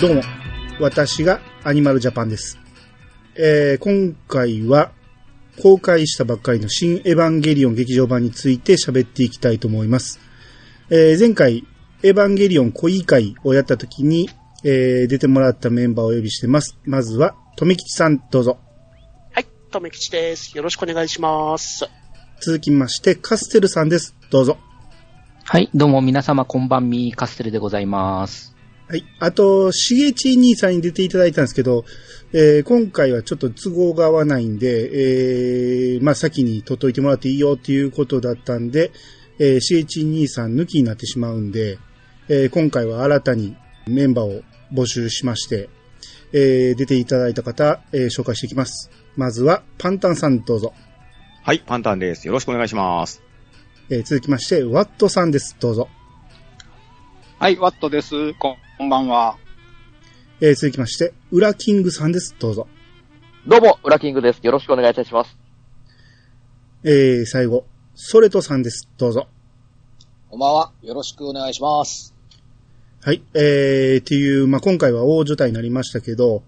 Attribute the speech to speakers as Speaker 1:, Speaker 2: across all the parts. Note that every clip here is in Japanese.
Speaker 1: どうも、私がアニマルジャパンです。えー、今回は、公開したばっかりの新エヴァンゲリオン劇場版について喋っていきたいと思います。えー、前回、エヴァンゲリオン恋会をやった時に、えー、出てもらったメンバーをお呼びしてます。まずは、とめきちさん、どうぞ。
Speaker 2: はい、とめきちです。よろしくお願いします。
Speaker 1: 続きまして、カステルさんです。どうぞ。
Speaker 3: はい、どうも皆様こんばんみ、カステルでございます。
Speaker 1: はい。あと、しげち兄さんに出ていただいたんですけど、えー今回はちょっと都合が合わないんで、えーまあ先に取っといてもらっていいよっていうことだったんで、えー、しげち兄さん抜きになってしまうんで、えー今回は新たにメンバーを募集しまして、えー出ていただいた方、えー紹介していきます。まずは、パンタンさんどうぞ。
Speaker 4: はい、パンタンです。よろしくお願いします。
Speaker 1: えー続きまして、ワットさんです。どうぞ。
Speaker 5: はい、ワットです。こんこんばんは。
Speaker 1: えー続きまして、ウラキングさんです。どうぞ。
Speaker 6: どうも、ウラキングです。よろしくお願いいたします。
Speaker 1: えー最後、ソレトさんです。どうぞ。
Speaker 7: こんばんは。よろしくお願いします。
Speaker 1: はい。えー、っていう、まあ、今回は大所帯になりましたけど、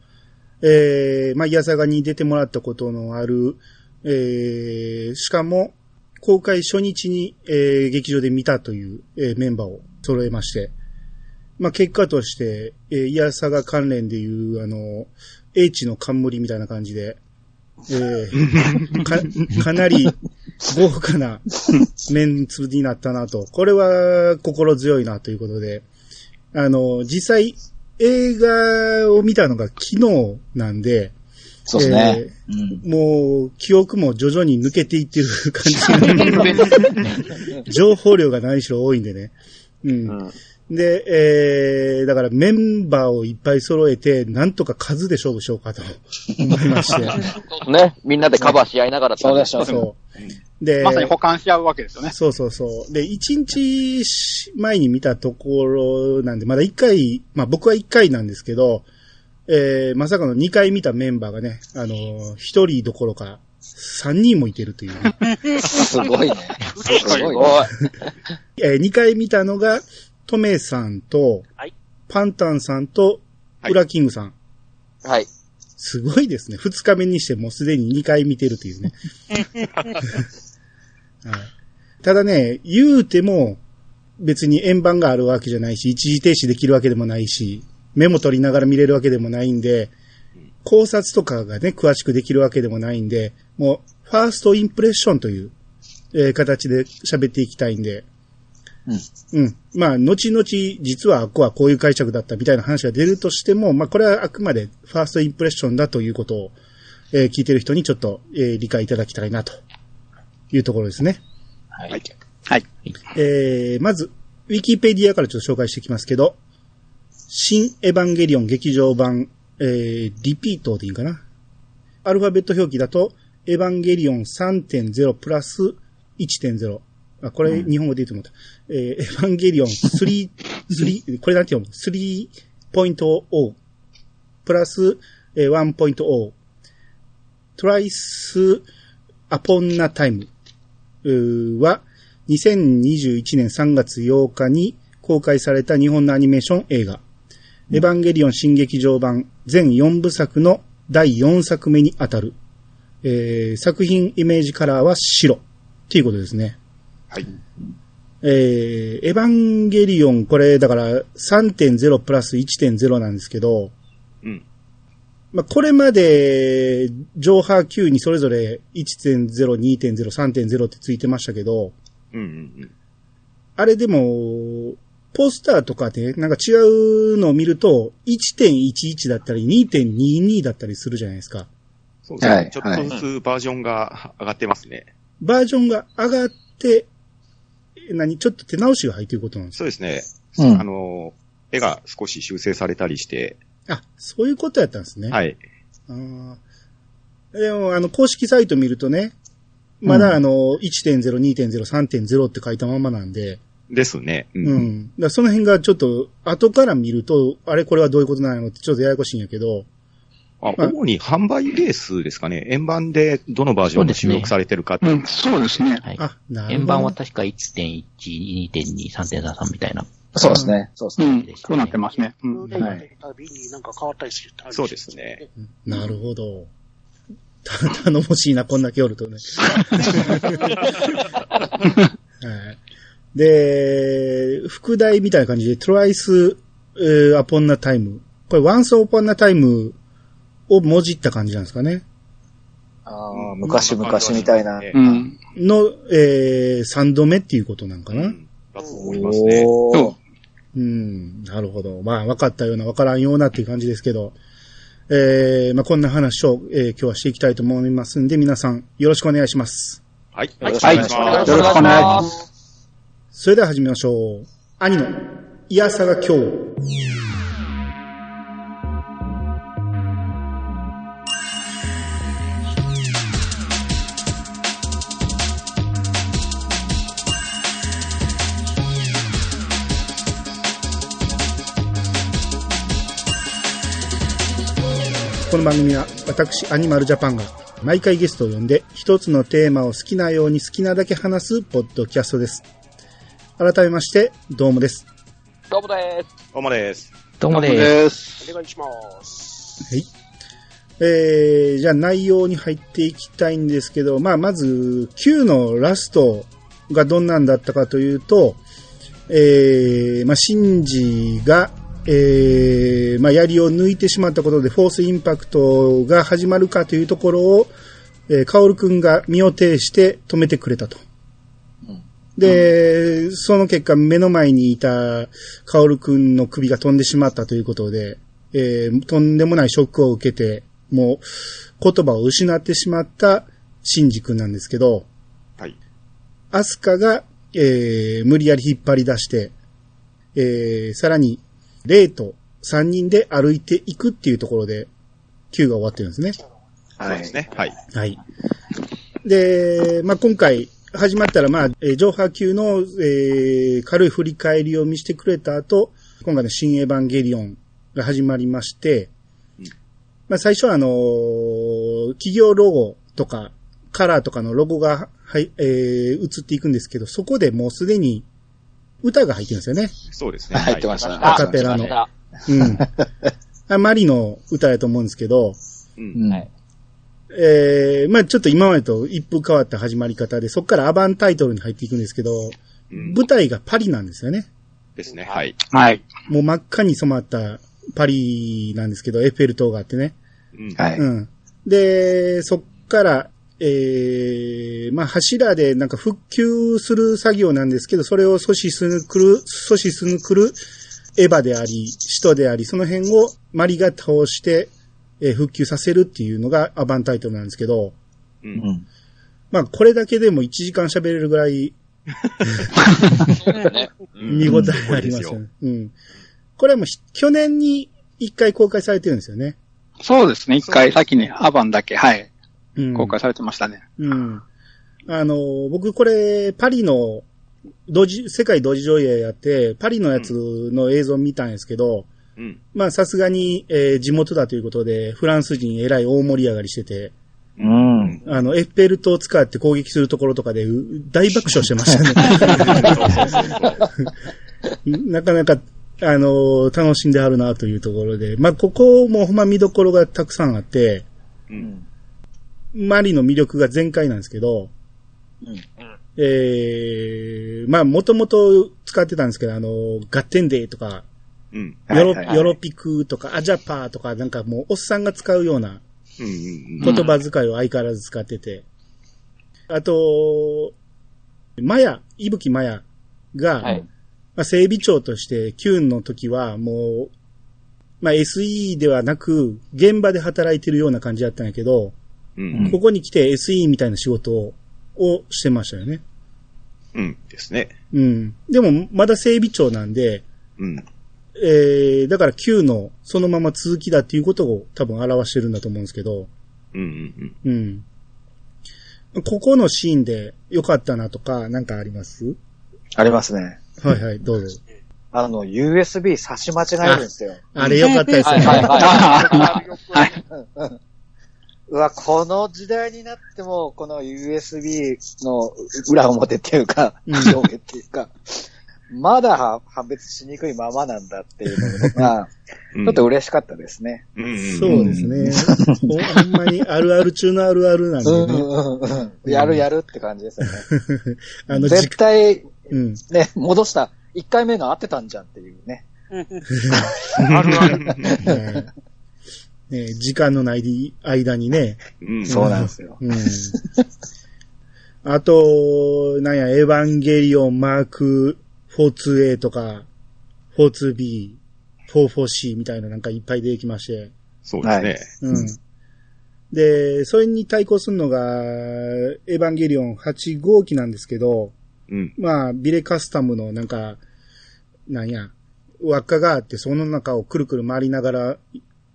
Speaker 1: えー、まあ、やさがに出てもらったことのある、えー、しかも、公開初日に、えー、劇場で見たという、えーメンバーを揃えまして、まあ、結果として、えー、いやさが関連でいう、あの、H の冠みたいな感じで、えー、か、かなり豪華なメンツになったなと。これは心強いなということで、あの、実際、映画を見たのが昨日なんで、
Speaker 7: そうですね。うん
Speaker 1: もう、記憶も徐々に抜けていってる感じなん で情報量が何しろ多いんでね。うん。で、えー、だからメンバーをいっぱい揃えて、なんとか数で勝負しようかと思いま して。
Speaker 6: ね、みんなでカバーし合いながらって
Speaker 7: そうでしょう。
Speaker 1: そう。で、
Speaker 5: まさに保管し合うわけですよね。
Speaker 1: そうそうそう。で、一日し前に見たところなんで、まだ一回、まあ僕は一回なんですけど、えー、まさかの二回見たメンバーがね、あのー一人どころか、三人もいてるという、ね。
Speaker 7: すごいね。すごいね。
Speaker 6: おい、
Speaker 1: えー、二回見たのが、トメさんと、
Speaker 2: はい
Speaker 1: パンタンさんと、
Speaker 4: はい
Speaker 1: ウラキングさん。
Speaker 6: はい。
Speaker 1: すごいですね。二日目にしてもうすでに二回見てるというね。はい、ただね、言うても、別に円盤があるわけじゃないし、一時停止できるわけでもないし、メモ取りながら見れるわけでもないんで、考察とかがね、詳しくできるわけでもないんで、もう、ファーストインプレッションという、えー形で喋っていきたいんで、うん。まあ、後々、実はあっこはこういう解釈だったみたいな話が出るとしても、まあ、これはあくまでファーストインプレッションだということを、えー聞いてる人にちょっと、えー理解いただきたいな、というところですね。
Speaker 7: はい。
Speaker 5: はい。
Speaker 1: えー、まず、ウィキペディアからちょっと紹介していきますけど、新エヴァンゲリオン劇場版、えー、リピートでいいんかな。アルファベット表記だと、エヴァンゲリオン3.0プラス1.0。あ、これ日本語でいいと思った。えー、エヴァンゲリオン3、3、これなんて読む ?3.0 プラス、えー、1.0。トライスアポンナタイムは、2021年3月8日に公開された日本のアニメーション映画、エヴァンゲリオン新劇場版全4部作の第4作目にあたる、えー作品イメージカラーは白っていうことですね。
Speaker 4: はい。
Speaker 1: えーエヴァンゲリオン、これだから3.0プラス1.0なんですけど、
Speaker 4: うん。
Speaker 1: まあ、これまで、上波級にそれぞれ1.0、2.0、3.0ってついてましたけど、
Speaker 4: うんうん
Speaker 1: あれでも、ポスターとかでなんか違うのを見ると、1.11だったり2.22だったりするじゃないですか。
Speaker 4: そうですね。
Speaker 7: はい
Speaker 4: ちょっとずつバージョンが上がってますね。
Speaker 1: バージョンが上がって、え何ちょっと手直しが入ってることなんです
Speaker 4: そうですね。
Speaker 7: うん
Speaker 4: あの、絵が少し修正されたりして、
Speaker 1: かあ、そういうことやったんですね。
Speaker 4: はい。
Speaker 1: あーでも、あの、公式サイト見るとね、まだあの、1.0、2.0、3.0って書いたままなんで、
Speaker 4: ですね。う
Speaker 1: う。ん。だからその辺がちょっと、後から見ると、あれこれはどういうことなのってちょっとややこしいんやけど、
Speaker 4: あ
Speaker 1: まあ
Speaker 4: 主に販売ベースですかね。円盤でどのバージョンが収録されてるかっていう。
Speaker 5: そうですね。
Speaker 3: はい。
Speaker 1: あ、なるほど。
Speaker 3: 円盤は確か1.1、2.2、3.3みたいな。
Speaker 7: そうですね。そうです
Speaker 5: う
Speaker 7: ね。
Speaker 5: ん。そうなってますね。う
Speaker 2: ムー
Speaker 5: ん。
Speaker 2: デイが出るたびになんか変わったりするってあるし
Speaker 4: そうですね。
Speaker 1: なるほど。た 頼もしいな、こんだけおるとね。はいで、副題みたいな感じで、トライス、えー、アポンナタイム。これ、ワンスオポンナタイムをもじった感じなんですかね。
Speaker 7: あー昔々みたいな。
Speaker 4: う
Speaker 5: うんん。
Speaker 1: の、えー、三度目っていうことなんかな。
Speaker 4: だと思いますね。
Speaker 7: おー
Speaker 1: うん、なるほど。まあ、分かったような、分からんようなっていう感じですけど、えー、まあ、こんな話を、えー今日はしていきたいと思いますんで、皆さん、よろしくお願いします。
Speaker 4: はい。よ
Speaker 2: はい
Speaker 4: ろしくお願いし
Speaker 5: よ
Speaker 4: ま
Speaker 5: ろ
Speaker 4: す。
Speaker 5: しくお願いします。
Speaker 1: それでは始めましょう。兄の、いやさが今日。この番組は私アニマルジャパンが毎回ゲストを呼んで一つのテーマを好きなように好きなだけ話すポッドキャストです。改めまして、どうもです。
Speaker 6: どうもで
Speaker 4: おまです。
Speaker 3: どうもです。
Speaker 5: です。
Speaker 2: お願いします。
Speaker 1: えー、じゃあ内容に入っていきたいんですけど、まあまず Q のラストがどんなんだったかというと、えー、まあシンジが、えー、まあ槍を抜いてしまったことでフォースインパクトが始まるかというところを、えー、カオルくんが身を挺して止めてくれたと。で、その結果目の前にいたカオルくんの首が飛んでしまったということで、えーとんでもないショックを受けて、もう言葉を失ってしまったシンジ君なんですけど、
Speaker 4: はい。
Speaker 1: アスカが、えー無理やり引っ張り出して、えーさらに、レイと3人で歩いていくっていうところで、Q が終わってるんですね。
Speaker 4: そうですね。はい。
Speaker 1: はい。で、まあ、今回、始まったら、まあ、えー上波級の、えー軽い振り返りを見せてくれた後、今回の新エヴァンゲリオンが始まりまして、まあ、最初は、あのー企業ロゴとか、カラーとかのロゴが、はい、えー映っていくんですけど、そこでもうすでに、歌が入ってるんですよね。
Speaker 4: そうですね。
Speaker 7: 入ってまし
Speaker 6: はい
Speaker 7: た。
Speaker 1: アカペラの。うん。あマリの歌やと思うんですけど、
Speaker 4: うん
Speaker 7: うん。
Speaker 1: えー、まあちょっと今までと一風変わった始まり方で、そこからアバンタイトルに入っていくんですけど、
Speaker 4: うん
Speaker 1: 舞台がパリなんですよね。
Speaker 4: ですね。はい。
Speaker 5: はい。
Speaker 1: もう真っ赤に染まったパリなんですけど、エッフェル塔があってね。
Speaker 4: うん
Speaker 7: はい。
Speaker 1: うん。で、そっから、えー、まあ柱でなんか復旧する作業なんですけど、それを阻止するくる、阻止するくるエヴァであり、使徒であり、その辺をマリが倒して、えー復旧させるっていうのがアバンタイトルなんですけど、
Speaker 4: う
Speaker 7: うんん。
Speaker 1: まあ、これだけでも1時間喋れるぐらい見応えありますよね。うん。これはもうひ去年に1回公開されてるんですよね。
Speaker 5: そうですね。一回、さっきね、アバンだけ、はい。
Speaker 1: うん。
Speaker 5: 公開されてましたね。
Speaker 1: うん。あの、僕これ、パリの、同時、世界同時上映やって、パリのやつの映像見たんですけど、
Speaker 4: うん。
Speaker 1: まあ、さすがに、えー地元だということで、フランス人えらい大盛り上がりしてて、
Speaker 7: うん。
Speaker 1: あの、エッフェル塔を使って攻撃するところとかで、う大爆笑してましたね。 なかなか、あのー楽しんではるなというところで、まあ、ここもほんま見どころがたくさんあって、
Speaker 4: うん
Speaker 1: マリの魅力が全開なんですけど、
Speaker 7: うん
Speaker 1: えーまあ、もともと使ってたんですけど、あのーガッテンデーとか、
Speaker 4: うん。
Speaker 1: ヨロ,、
Speaker 7: はいはいはい
Speaker 1: ヨロピクとか、アジャパーとか、なんかもう、おっさんが使うような
Speaker 4: うんうんう
Speaker 1: 言
Speaker 4: ん。
Speaker 1: 葉遣いを相変わらず使ってて、あと、マヤ、伊吹マヤが、
Speaker 6: はい
Speaker 1: まあ、整備長として、キューンの時は、もう、まあ、SE ではなく、現場で働いてるような感じだったんやけど、
Speaker 4: うん
Speaker 1: ここに来て SE みたいな仕事ををしてましたよね。
Speaker 4: うん。ですね。
Speaker 1: うん。でも、まだ整備長なんで、
Speaker 4: うん。
Speaker 1: えー、だから Q のそのまま続きだっていうことを多分表してるんだと思うんですけど、
Speaker 4: うんうん
Speaker 1: うん。ここのシーンで良かったなとか、なんかあります
Speaker 7: ありますね。
Speaker 1: はいはい、どうぞ。
Speaker 7: あの、USB 差し間違えるんですよ。
Speaker 1: あれ良かったです
Speaker 6: は
Speaker 1: ね。
Speaker 6: いはいは
Speaker 7: うわ、この時代になっても、この USB の裏表っていうか、
Speaker 1: うん
Speaker 7: 上下っていうか、まだ判別しにくいままなんだっていうのが、ちょっと嬉しかったですね。
Speaker 4: うんうんうん
Speaker 1: そうですね。ほんまにあるある中のあるあるなん
Speaker 7: うん
Speaker 1: で
Speaker 7: う
Speaker 1: ね。
Speaker 7: んうんうん。やるやるって感じですよね。
Speaker 1: あの、じ
Speaker 7: 絶対、
Speaker 1: うん。
Speaker 7: ね、戻した、1回目の合ってたんじゃんっていうね。
Speaker 2: あるある。
Speaker 1: ねね時間のない間にね。
Speaker 4: うん
Speaker 1: そうなんです
Speaker 7: よ。
Speaker 1: うん。あと、なんや、エヴァンゲリオン、マーク、42A とか、42B、44C みたいななんかいっぱい出てきまして。
Speaker 4: そうです
Speaker 1: うん。で、それに対抗するのが、エヴァンゲリオン8号機なんですけど、
Speaker 4: ね。うん。
Speaker 1: まあ、ビレカスタムのなんか、なんや、輪っかがあって、その中をくるくる回りながら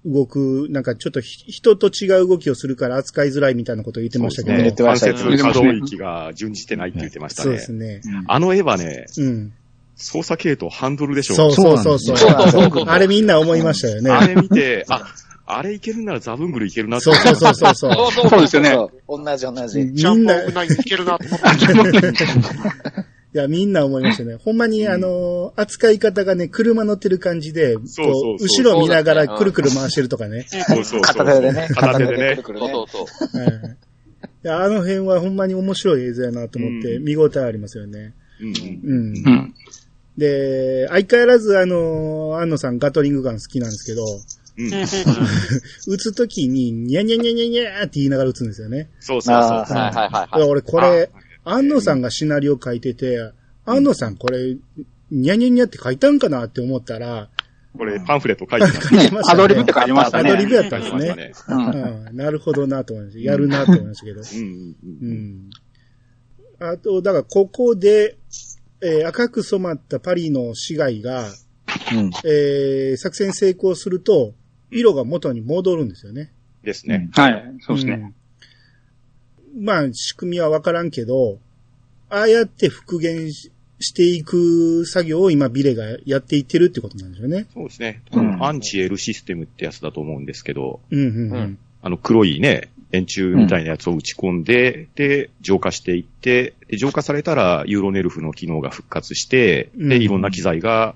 Speaker 1: 動く、なんかちょっとひ人と違う動きをするから扱いづらいみたいなことを言ってましたけど。
Speaker 4: そう
Speaker 7: 言
Speaker 4: で
Speaker 7: っ
Speaker 4: す
Speaker 7: て
Speaker 4: ね
Speaker 7: ま
Speaker 4: 関
Speaker 7: した
Speaker 4: 節
Speaker 7: ね
Speaker 4: 可動域が準じてないって言ってました
Speaker 1: そうで
Speaker 4: ね
Speaker 1: す。ね。
Speaker 4: あの絵はね、
Speaker 1: うん。
Speaker 4: 操作系統ハンドルでしょ。
Speaker 1: そうそうそうそう。
Speaker 7: そうなんです
Speaker 6: よ
Speaker 1: あれみんな思いましたよ
Speaker 4: あ
Speaker 1: ね。
Speaker 4: れ見て、あ、あれいけるならザブングルいけるなって
Speaker 1: そう
Speaker 4: 思
Speaker 1: そうそうそうそう。
Speaker 5: そうそうそうですよね。
Speaker 7: そう。同じ同じ。
Speaker 1: み
Speaker 2: ジャ
Speaker 1: ん
Speaker 2: ン
Speaker 1: な、
Speaker 2: プオブ
Speaker 1: い
Speaker 2: ナインいけるなと思った。
Speaker 1: や、みんな思いましたね。ほんまに、あのー、扱い方がね、車乗ってる感じで、こ
Speaker 4: そうそうそう
Speaker 1: う、後ろ見ながらくるくる回してるとかね。
Speaker 4: そうそうそう。
Speaker 7: 片手でね。
Speaker 4: 片手で
Speaker 7: くる
Speaker 4: ね。
Speaker 7: くる
Speaker 6: そう
Speaker 7: ね
Speaker 6: そうそう。
Speaker 1: はいいやあの辺はほんまに面白い映像やなと思って、
Speaker 4: うん
Speaker 1: 見応えありますよね。
Speaker 4: うんう
Speaker 1: う
Speaker 4: ん
Speaker 1: ん。
Speaker 5: うん。
Speaker 1: で、相変わらずあのー、安野さんガトリングガン好きなんですけど、
Speaker 4: うん。
Speaker 1: 撃つときに、にゃにゃにゃにゃにゃーって言いながら撃つんですよね。
Speaker 4: そうそうそう。
Speaker 7: あ
Speaker 6: はいはいはい
Speaker 1: だから
Speaker 6: はい。
Speaker 1: 俺これ、安野さんがシナリオ書いてて、安野さんこれ、にゃにゃにゃって書いたんかなって思ったら、
Speaker 4: これパンフレット書いてましたね。
Speaker 5: ね、アドリブって書いてました
Speaker 1: ア
Speaker 5: ね。
Speaker 1: ドリブやった
Speaker 4: 書
Speaker 1: ん
Speaker 4: い
Speaker 1: で
Speaker 4: て
Speaker 1: す
Speaker 4: ました
Speaker 1: ね。
Speaker 4: ね。
Speaker 5: うん
Speaker 1: うん、なるほどなと思いました。やるなと思いましたけど。
Speaker 4: うんう
Speaker 1: うん
Speaker 4: うん。
Speaker 1: ん。あと、だからここで、えー赤く染まったパリの市街が、
Speaker 7: うん
Speaker 1: えー作戦成功すると、色が元に戻るんですよね。
Speaker 4: ですね。
Speaker 5: はい、そうですね。
Speaker 1: うん。まあ、仕組みはわからんけど、ああやって復元ししていく作業を今ビレがやっていってるってことなんですよね。
Speaker 4: そうですね。
Speaker 5: うん
Speaker 4: アンチ L システムってやつだと思うんですけど、
Speaker 1: うんうんう
Speaker 6: うんん。
Speaker 4: あの黒いね、円柱みたいなやつを打ち込んで、で、浄化していって、で浄化されたらユーロネルフの機能が復活して、
Speaker 1: うん
Speaker 4: で、いろんな機材が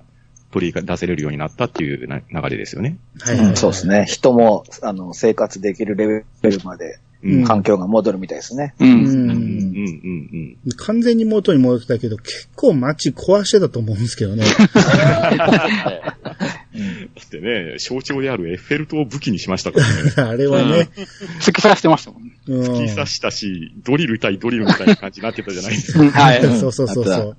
Speaker 4: 取り出せれるようになったっていうな流れですよね。
Speaker 1: はいはいはい
Speaker 7: そうです。ね。人も、あの、生活できるレベルまで
Speaker 1: うん
Speaker 7: 環境が戻るみたいですね。
Speaker 5: う。
Speaker 1: うん
Speaker 4: う
Speaker 1: ん。
Speaker 4: んうんうん。
Speaker 1: 完全に元に戻ってたけど、結構街壊してたと思うんですけ どね。
Speaker 4: だってね、象徴であるエッフェル塔を武器にしましたからね。
Speaker 1: あれはね。
Speaker 5: 突き刺してましたもんね。
Speaker 1: うん。
Speaker 4: 突き刺したし、ドリル対ドリルみたいな感じになってたじゃないですか。
Speaker 5: は
Speaker 7: う
Speaker 5: い。
Speaker 7: ん
Speaker 1: そうそうそう
Speaker 7: あ
Speaker 1: そ
Speaker 7: っ
Speaker 1: う。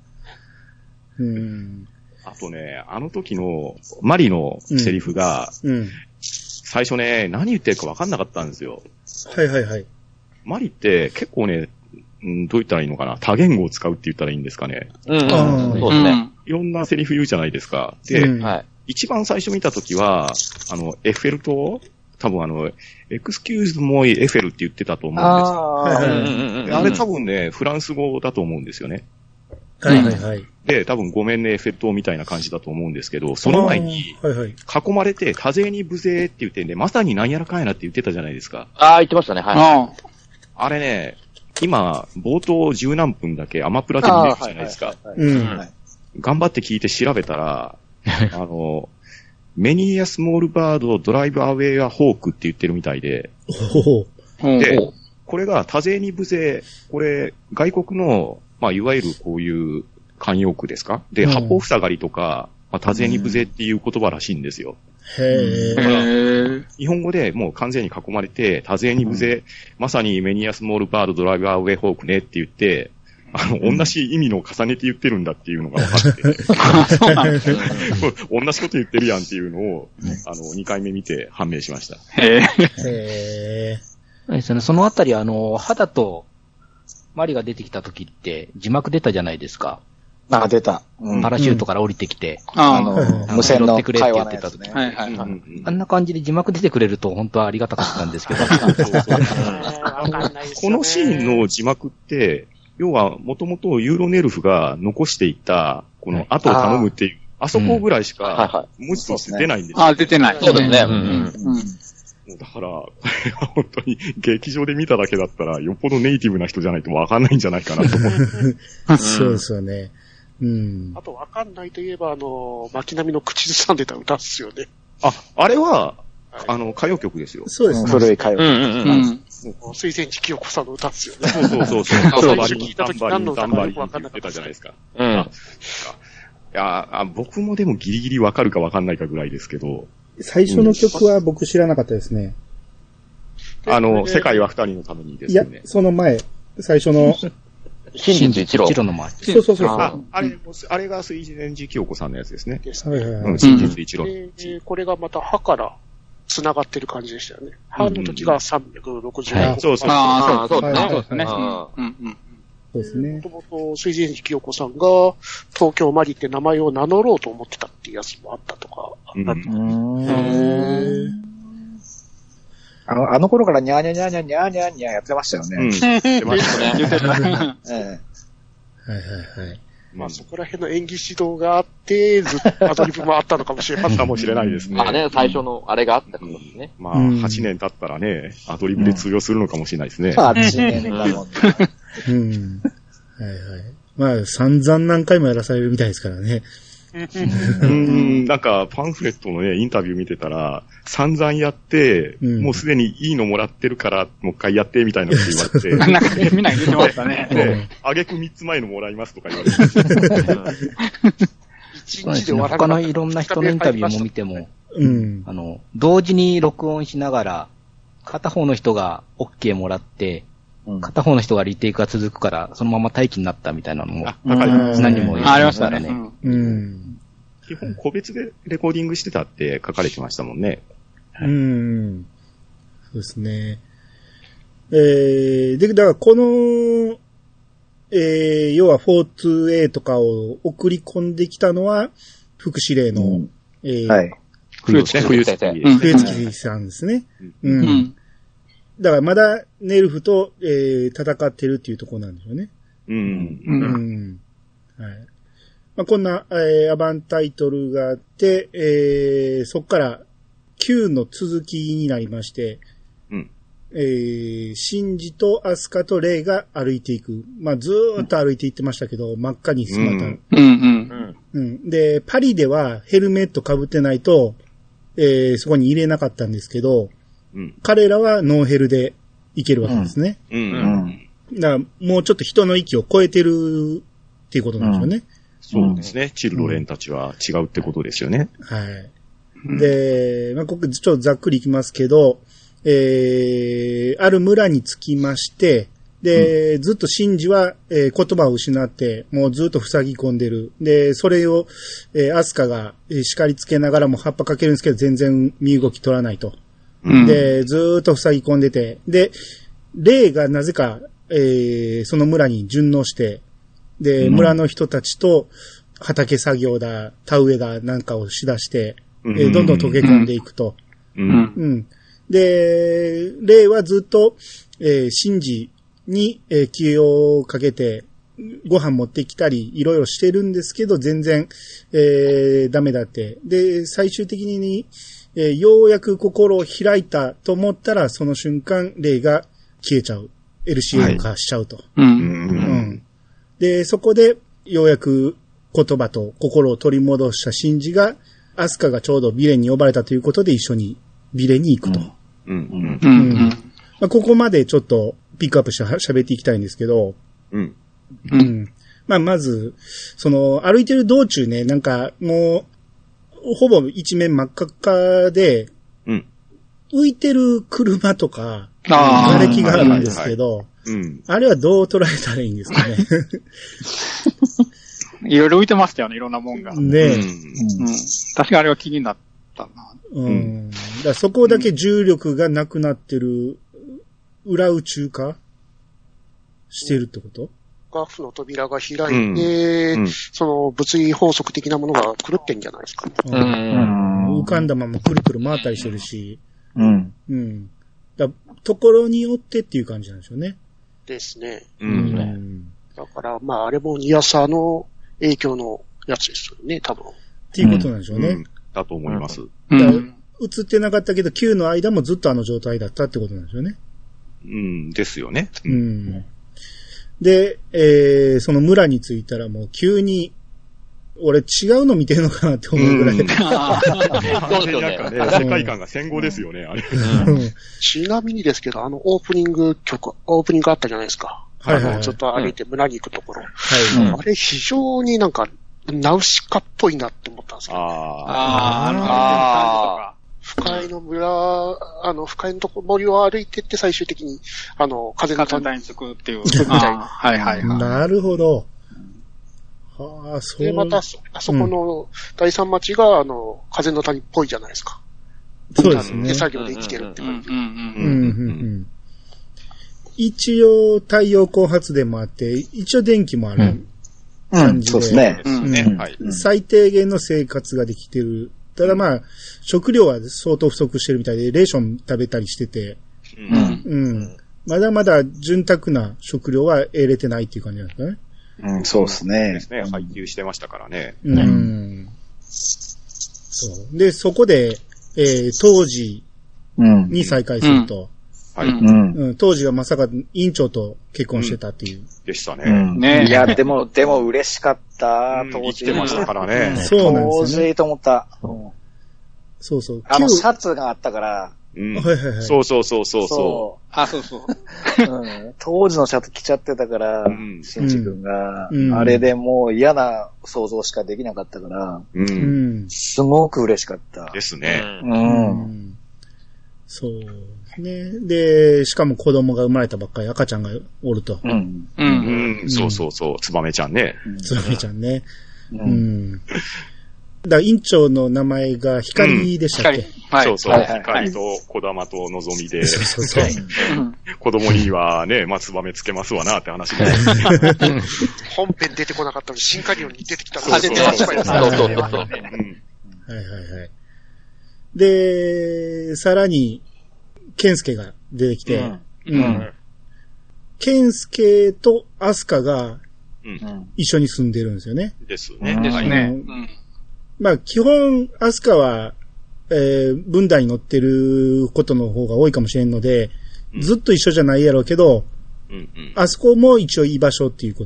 Speaker 1: うん。
Speaker 4: あとね、あの時のマリのセリフが、
Speaker 1: うん。
Speaker 4: 最初ね、何言ってるか分かんなかったんですよ。
Speaker 1: はいはいはい。
Speaker 4: マリって結構ね、うんどう言ったらいいのかな多言語を使うって言ったらいいんですかね。
Speaker 6: うんうん
Speaker 1: うん
Speaker 6: そう
Speaker 5: う
Speaker 6: ですね。
Speaker 5: ん。
Speaker 4: いろんなセリフ言うじゃないですか。で、
Speaker 1: うん
Speaker 6: はい。
Speaker 4: 一番最初見たときは、あの、エッフェル塔多分あの、エクスキューズもエッフェルって言ってたと思うんですよ
Speaker 7: あ
Speaker 1: う
Speaker 7: あ
Speaker 1: ん
Speaker 6: う
Speaker 1: うんん
Speaker 6: うんう
Speaker 4: で
Speaker 6: ん。
Speaker 4: あれ多分ね、フランス語だと思うんですよね。
Speaker 1: はいはいはい。
Speaker 4: で、多分ごめんね、エッフェル塔みたいな感じだと思うんですけど、その前に、
Speaker 1: あー。はいはい。
Speaker 4: 囲まれて、多勢に無勢って言ってんで、まさになんやらかんやらって言ってたじゃないですか。
Speaker 6: ああ、言ってましたね。は
Speaker 5: あ
Speaker 4: あれね、今、冒頭十何分だけアマプラで見れるじゃないですか。
Speaker 1: うん。
Speaker 4: 頑張って聞いて調べたら、 あの、メニーアスモールバード、ドライブアウェイアホークって言ってるみたいで、
Speaker 1: ほほ
Speaker 5: あ。うん
Speaker 4: で、これが多勢に無勢、これ、外国の、まあ、いわゆるこういう慣用句ですかで、
Speaker 1: うん
Speaker 4: 八方塞がりとか、まあ、多勢に無勢っていう言葉らしいんですよ。
Speaker 1: へえ。
Speaker 5: へえ。
Speaker 4: 日本語でもう完全に囲まれて、多勢に無勢、まさにメニアスモールバードドライバーウェイホークねって言って、あの、同じ意味の重ねて言ってるんだっていうのが分かって、
Speaker 5: そうなんですね。
Speaker 4: 同じこと言ってるやんっていうのを、あの、2回目見て判明しました。
Speaker 5: へえ。
Speaker 1: へえ。
Speaker 3: あれですよね、そのあたり、あの、肌とマリが出てきた時って、字幕出たじゃないですか。
Speaker 7: あ、出た。うん
Speaker 3: パラシュートから降りてきて。
Speaker 7: あ
Speaker 5: あ
Speaker 7: の、
Speaker 3: うん
Speaker 7: 無線
Speaker 3: 乗っ
Speaker 7: の
Speaker 3: てくれっ
Speaker 7: 会
Speaker 3: て
Speaker 7: 話
Speaker 3: 言っ
Speaker 7: の
Speaker 3: て
Speaker 7: や
Speaker 3: た
Speaker 7: つ
Speaker 3: 時
Speaker 7: ね。
Speaker 5: あ。はいは
Speaker 4: うん
Speaker 5: い。
Speaker 3: あんな感じで字幕出てくれると、本当はありがたかったんですけど。
Speaker 2: わかんないです
Speaker 4: こ
Speaker 2: よね
Speaker 4: のシーンの字幕って、要は、もともとユーロネルフが残していた、この後を頼むっていう、あそこぐらいし
Speaker 6: い。はい
Speaker 4: か、
Speaker 6: は
Speaker 4: 文字として出ないんですよ。
Speaker 5: あ、出てない。
Speaker 6: い。そうですね。うんうん。
Speaker 5: うん。
Speaker 4: だから、 これは本当に劇場で見ただけだったら、よっぽどネイティブな人じゃないとわかんないんじゃないかなと思って。
Speaker 1: そうですよね。うん。
Speaker 2: あと、わかんないといえば、あの、巻波の口ずさんでた歌っすよね。
Speaker 4: あ、あれは、
Speaker 2: はい
Speaker 4: あの、歌謡曲ですよ。
Speaker 1: そうです
Speaker 7: ん
Speaker 1: ね。
Speaker 7: 古い会
Speaker 5: う
Speaker 7: 話。
Speaker 5: んうんうん。
Speaker 2: 水前寺清子さんの歌っすよね。
Speaker 4: そうそうそうそう。
Speaker 2: そう
Speaker 4: タンバリ
Speaker 2: 聞
Speaker 4: ン、
Speaker 2: いた
Speaker 4: タ
Speaker 2: 時
Speaker 4: ンバ
Speaker 2: 何
Speaker 4: リ
Speaker 2: の
Speaker 4: ン、タ
Speaker 2: 歌
Speaker 4: ン
Speaker 2: か
Speaker 4: バ
Speaker 2: よ
Speaker 4: リン
Speaker 2: くわかん
Speaker 4: 言
Speaker 2: なかった
Speaker 4: ってた
Speaker 2: で
Speaker 4: じ
Speaker 2: す
Speaker 4: ゃないですか。
Speaker 5: うん。
Speaker 4: いやーあ、僕もでもギリギリわかるかわかんないかぐらいですけど、
Speaker 1: 最初の曲は僕知らなかったですね。
Speaker 4: あの、
Speaker 2: えー
Speaker 4: 世界は二人のためにで
Speaker 1: い
Speaker 4: すよ
Speaker 1: や
Speaker 4: ね、。
Speaker 1: その前、最初 の、
Speaker 6: 真実一郎。
Speaker 3: 一郎の前。
Speaker 1: そうそうそう。
Speaker 6: あ
Speaker 1: は
Speaker 4: あ、あれ、あれが水前寺清子さんのやつですね。
Speaker 2: です
Speaker 1: い
Speaker 2: ね。
Speaker 1: はいは
Speaker 4: う
Speaker 1: い
Speaker 4: ん、。真実一郎。
Speaker 2: で、えーこれがまた歯から繋がってる感じでしたよね。歯の時が360
Speaker 1: はい
Speaker 2: 度。
Speaker 4: そうそう
Speaker 5: ああ、そうそ
Speaker 1: は
Speaker 5: う
Speaker 1: い
Speaker 5: ね。そうですね。う
Speaker 6: あ
Speaker 5: んうん
Speaker 1: そうですね
Speaker 2: も。ともと水前寺清子さんが東京マリって名前を名乗ろうと思ってたっていうやつもあったとか、
Speaker 4: うん
Speaker 2: あったと
Speaker 7: あのあの頃からニャーニャーニャーニャーニャーニャーニャーやってましたよ
Speaker 4: うん。
Speaker 7: ね。
Speaker 4: 知ってましたね。
Speaker 5: 言ってたね。
Speaker 7: え
Speaker 1: はいはいはい。
Speaker 4: ま
Speaker 2: ま
Speaker 4: あ
Speaker 2: あ、、そこら辺の演技指導があって、ずっとアドリブもあったのかもしれ ません。
Speaker 4: かもしれないですね。
Speaker 6: まあね、最初のあれがあったからですね。
Speaker 4: まあ、
Speaker 1: うん
Speaker 4: 8年経ったらね、アドリブで通用するのかもしれないですね
Speaker 7: え。。まあ、8年だもんね。
Speaker 1: うん。はいはい。まあ、散々何回もやらされるみたいですからね。
Speaker 4: うん、なんか、パンフレットのね、インタビュー見てたら、散々やって、
Speaker 1: うん
Speaker 4: もうすでにいいのもらってるから、もう一回やって、みたいなこと言われ
Speaker 5: なんかね、みんな言ってましたね。
Speaker 4: て、で、あげく3つ前のもらいますとか言われて、
Speaker 2: 一
Speaker 3: そうで
Speaker 2: 日です終
Speaker 3: ね。
Speaker 2: わら
Speaker 3: 他のいろんな人のインタビューも見
Speaker 2: て。
Speaker 3: ても、
Speaker 1: うん。
Speaker 3: あの、同時に録音しながら、片方の人が OK もらって、
Speaker 7: うん
Speaker 3: 片方の人がリテイクが続くから、そのまま待機になったみたいなのも
Speaker 4: あ、、高いから
Speaker 1: うん
Speaker 3: 何人もい
Speaker 5: あありましたね。うん
Speaker 1: うん。
Speaker 4: 基本個別でレコーディングしてたって書かれてましたもんね。
Speaker 1: うん。そうですね。えー、で、だからこの、えー、要は 4-2A とかを送り込んできたのは、副司令の、
Speaker 7: うん
Speaker 1: えー、
Speaker 7: はい。
Speaker 4: 冬ですね、冬
Speaker 6: 冬月
Speaker 4: 月
Speaker 6: 先生
Speaker 4: に
Speaker 5: うん
Speaker 1: 冬月さんですね。う。
Speaker 5: うんん。
Speaker 1: だからまだネルフと、えー、戦ってるっていうところなんでしょうね。
Speaker 4: うん。
Speaker 5: う。
Speaker 1: うんん。はい。まあ、こんな、えーアバンタイトルがあって、えーそこから9の続きになりまして、
Speaker 4: うん
Speaker 1: えーシンジとアスカとレイが歩いていく。まあ、ずーっと歩いていってましたけど、真っ赤にまた、
Speaker 4: うん
Speaker 5: うんうん。
Speaker 1: うん。で、パリではヘルメット被ってないと、えーそこに入れなかったんですけど、
Speaker 4: うん。
Speaker 1: 彼らはノーヘルで行けるわけですね。
Speaker 4: う。
Speaker 7: うんん。
Speaker 1: だから、もうちょっと人の域を超えてるっていうことなんでしょうね。
Speaker 4: そうですね。チルドレンたちは違うってことですよね。
Speaker 1: はい。で、まあ、ここちょっとざっくりいきますけど、えー、ある村に着きまして、で、ずっとシンジは、えー言葉を失って、もうずっと塞ぎ込んでる。で、それを、えーアスカが、えー叱りつけながらも葉っぱかけるんですけど、全然身動き取らないと。
Speaker 5: うん。
Speaker 1: で、ずーっと塞ぎ込んでて、で、レイがなぜか、えー、その村に順応して、で、村の人たちと畑作業だ、田植えだなんかをしだして、えー
Speaker 4: うん
Speaker 1: どんどん溶け込んでいくと。
Speaker 4: う。
Speaker 5: うんん。
Speaker 1: うん。で、レイはずっと、えー、シンジに、えー気をかけて、ご飯持ってきたり、いろいろしてるんですけど、全然、えーダメだって。で、最終的に、えーようやく心を開いたと思ったら、その瞬間、レイが消えちゃう。LCA 化しちゃうと。
Speaker 5: う。
Speaker 4: うん。
Speaker 1: うんん。で、そこで、ようやく言葉と心を取り戻したシンジが、アスカがちょうどビレに呼ばれたということで一緒にビレに行くと。
Speaker 4: うん。
Speaker 5: うんうん。
Speaker 1: まあ、ここまでちょっとピックアップしては喋っていきたいんですけど、
Speaker 4: うん。
Speaker 5: う。
Speaker 1: うんん。まあ、まず、その、歩いてる道中ね、なんか、もう、ほぼ一面真っ赤っかで、
Speaker 4: うん。
Speaker 1: 浮いてる車とか、
Speaker 5: ああ。
Speaker 1: 瓦礫があるんですけど、
Speaker 4: うん。
Speaker 1: あれはどう捉えたらいいんですかね。
Speaker 5: いろいろ浮いてましたよね、いろんなもんが。うん。
Speaker 1: ねえ。
Speaker 5: 確かにあれは気になったな。
Speaker 1: うん。だからそこだけ重力がなくなってる、裏宇宙化してるってこと
Speaker 2: ガフの扉が開いて、
Speaker 4: うんうん
Speaker 2: その物理法則的なものが狂ってんじゃないですかね。
Speaker 1: う浮かんだままくるくる回ったりしてるし、
Speaker 7: うん。
Speaker 1: うん。だところによってっていう感じなんでしょうね。
Speaker 2: ですね。
Speaker 4: う。
Speaker 1: うんん。
Speaker 2: だから、まあ、あれもニアサの影響のやつですよね、多分。
Speaker 1: っていうことなんでしょう
Speaker 4: う
Speaker 1: ね。
Speaker 4: ん。だと思います。
Speaker 5: うん。
Speaker 1: 映ってなかったけど、9の間もずっとあの状態だったってことなんですよね。
Speaker 4: うん。ですよね。
Speaker 1: うん。で、えー、その村に着いたらもう急に、俺違うの見てんのかなって思うぐら い。
Speaker 5: あー
Speaker 4: 完全になんかね、
Speaker 1: うん
Speaker 4: 世界観が戦後ですよね、あれ。
Speaker 2: ちなみにですけど、あの、オープニング曲、オープニングあったじゃないですか。
Speaker 1: はいはい
Speaker 2: あのちょっと歩いて村に行くところ。
Speaker 1: はい。
Speaker 6: うん
Speaker 2: あれ、非常になんか、ナウシカっぽいなって思ったんですけど、
Speaker 4: ああ。
Speaker 5: あー、あの
Speaker 6: あ
Speaker 2: 不快の村、あの、不快のとこ森を歩いてって最終的に、あの、風の
Speaker 5: 感じとか、
Speaker 2: 感じ
Speaker 5: 肩につくっていう
Speaker 2: うん。
Speaker 5: あーはいはいは
Speaker 1: なるほど。はあ、そう。
Speaker 2: で、またそ、あそこの第三町が、あの、風の谷っぽいじゃないですか。
Speaker 1: そうですね
Speaker 2: 手。作業で生きてるって
Speaker 5: い。う
Speaker 2: 感
Speaker 5: ん
Speaker 2: じ。
Speaker 5: うん
Speaker 1: う
Speaker 5: うんん。
Speaker 1: うんうん一応、太陽光発電もあって、一応電気もある。
Speaker 3: うん
Speaker 1: 感じで
Speaker 7: そうですね。
Speaker 4: そうですね。はい。
Speaker 7: うん
Speaker 1: 最低限の生活ができてる。ただまあ、食料は相当不足してるみたいで、レーション食べたりしてて、
Speaker 4: うん
Speaker 5: うん
Speaker 1: うん。まだまだ潤沢な食料は得れてないっていう感じなんですかね。
Speaker 7: うん、そうですね
Speaker 4: で。すね。配給してましたからね。
Speaker 1: うん。そう。で、そこで、えー当時
Speaker 7: うん。
Speaker 1: に再会すると、
Speaker 4: は
Speaker 5: う
Speaker 4: い。
Speaker 5: ん
Speaker 7: うん。
Speaker 1: うん当時がまさか委員長と結婚してたっていう。
Speaker 4: でした
Speaker 7: う
Speaker 4: ね。
Speaker 7: ん
Speaker 5: ね
Speaker 7: いや、でも、でも嬉しかった
Speaker 4: う、ん
Speaker 7: 当
Speaker 4: 生き
Speaker 7: 時。
Speaker 4: てましたからね。
Speaker 1: そうなんで
Speaker 7: 当
Speaker 1: すよね。
Speaker 7: 時と思った。うん
Speaker 1: そうそう。
Speaker 7: あの、
Speaker 1: 旧
Speaker 7: シャツがあったから。
Speaker 4: うん
Speaker 1: はいはいはい。
Speaker 4: そうそうそうそうそ
Speaker 5: あ、そうそう。
Speaker 7: そう。うん当時のシャツ着ちゃってたから
Speaker 4: うん、
Speaker 7: しんちくんが
Speaker 1: うん、
Speaker 7: あれでもう嫌な想像しかできなかったから、
Speaker 4: う。
Speaker 1: う
Speaker 4: う。
Speaker 1: んん。
Speaker 7: すごく嬉しかった
Speaker 4: で。すね。
Speaker 7: う。
Speaker 1: うんん。そう。ね。で、しかも子供が生まれたばっかり赤ちゃんがおると。
Speaker 7: うん。
Speaker 5: う。
Speaker 4: うんん。そうそうそう。つばめちゃんね。
Speaker 1: つばめちゃんね。う
Speaker 7: う。
Speaker 1: んん。だから院長の名前が光でしたっけ、
Speaker 5: 光。はい。
Speaker 4: そうそう。
Speaker 7: はいはい
Speaker 4: 光と小玉とのぞみで、
Speaker 1: そうそうそう。
Speaker 5: うん
Speaker 4: 子供にはね、まあ、つばめつけますわなって話で。
Speaker 2: 本編出てこなかったのに、新カリオンに出てきた
Speaker 4: そう
Speaker 2: ら、
Speaker 4: そう
Speaker 2: 出てましたよ
Speaker 6: あ、そうそうそうそう。
Speaker 4: うん
Speaker 1: はいはいはい。で、さらに、ケンスケが出てきて、
Speaker 5: う
Speaker 1: うん
Speaker 5: ん。
Speaker 1: ケンスケとアスカが
Speaker 7: うん
Speaker 1: 一緒に住んでるんですよね。
Speaker 4: ですね。
Speaker 5: です
Speaker 4: はい
Speaker 5: ね。
Speaker 1: う
Speaker 5: うん。
Speaker 1: まあ、基本、アスカは、えー、分断に乗ってることの方が多いかもしれんので、
Speaker 4: うん
Speaker 1: ずっと一緒じゃないやろうけど、
Speaker 4: うんうん
Speaker 1: あそこも一応居場所っていうこ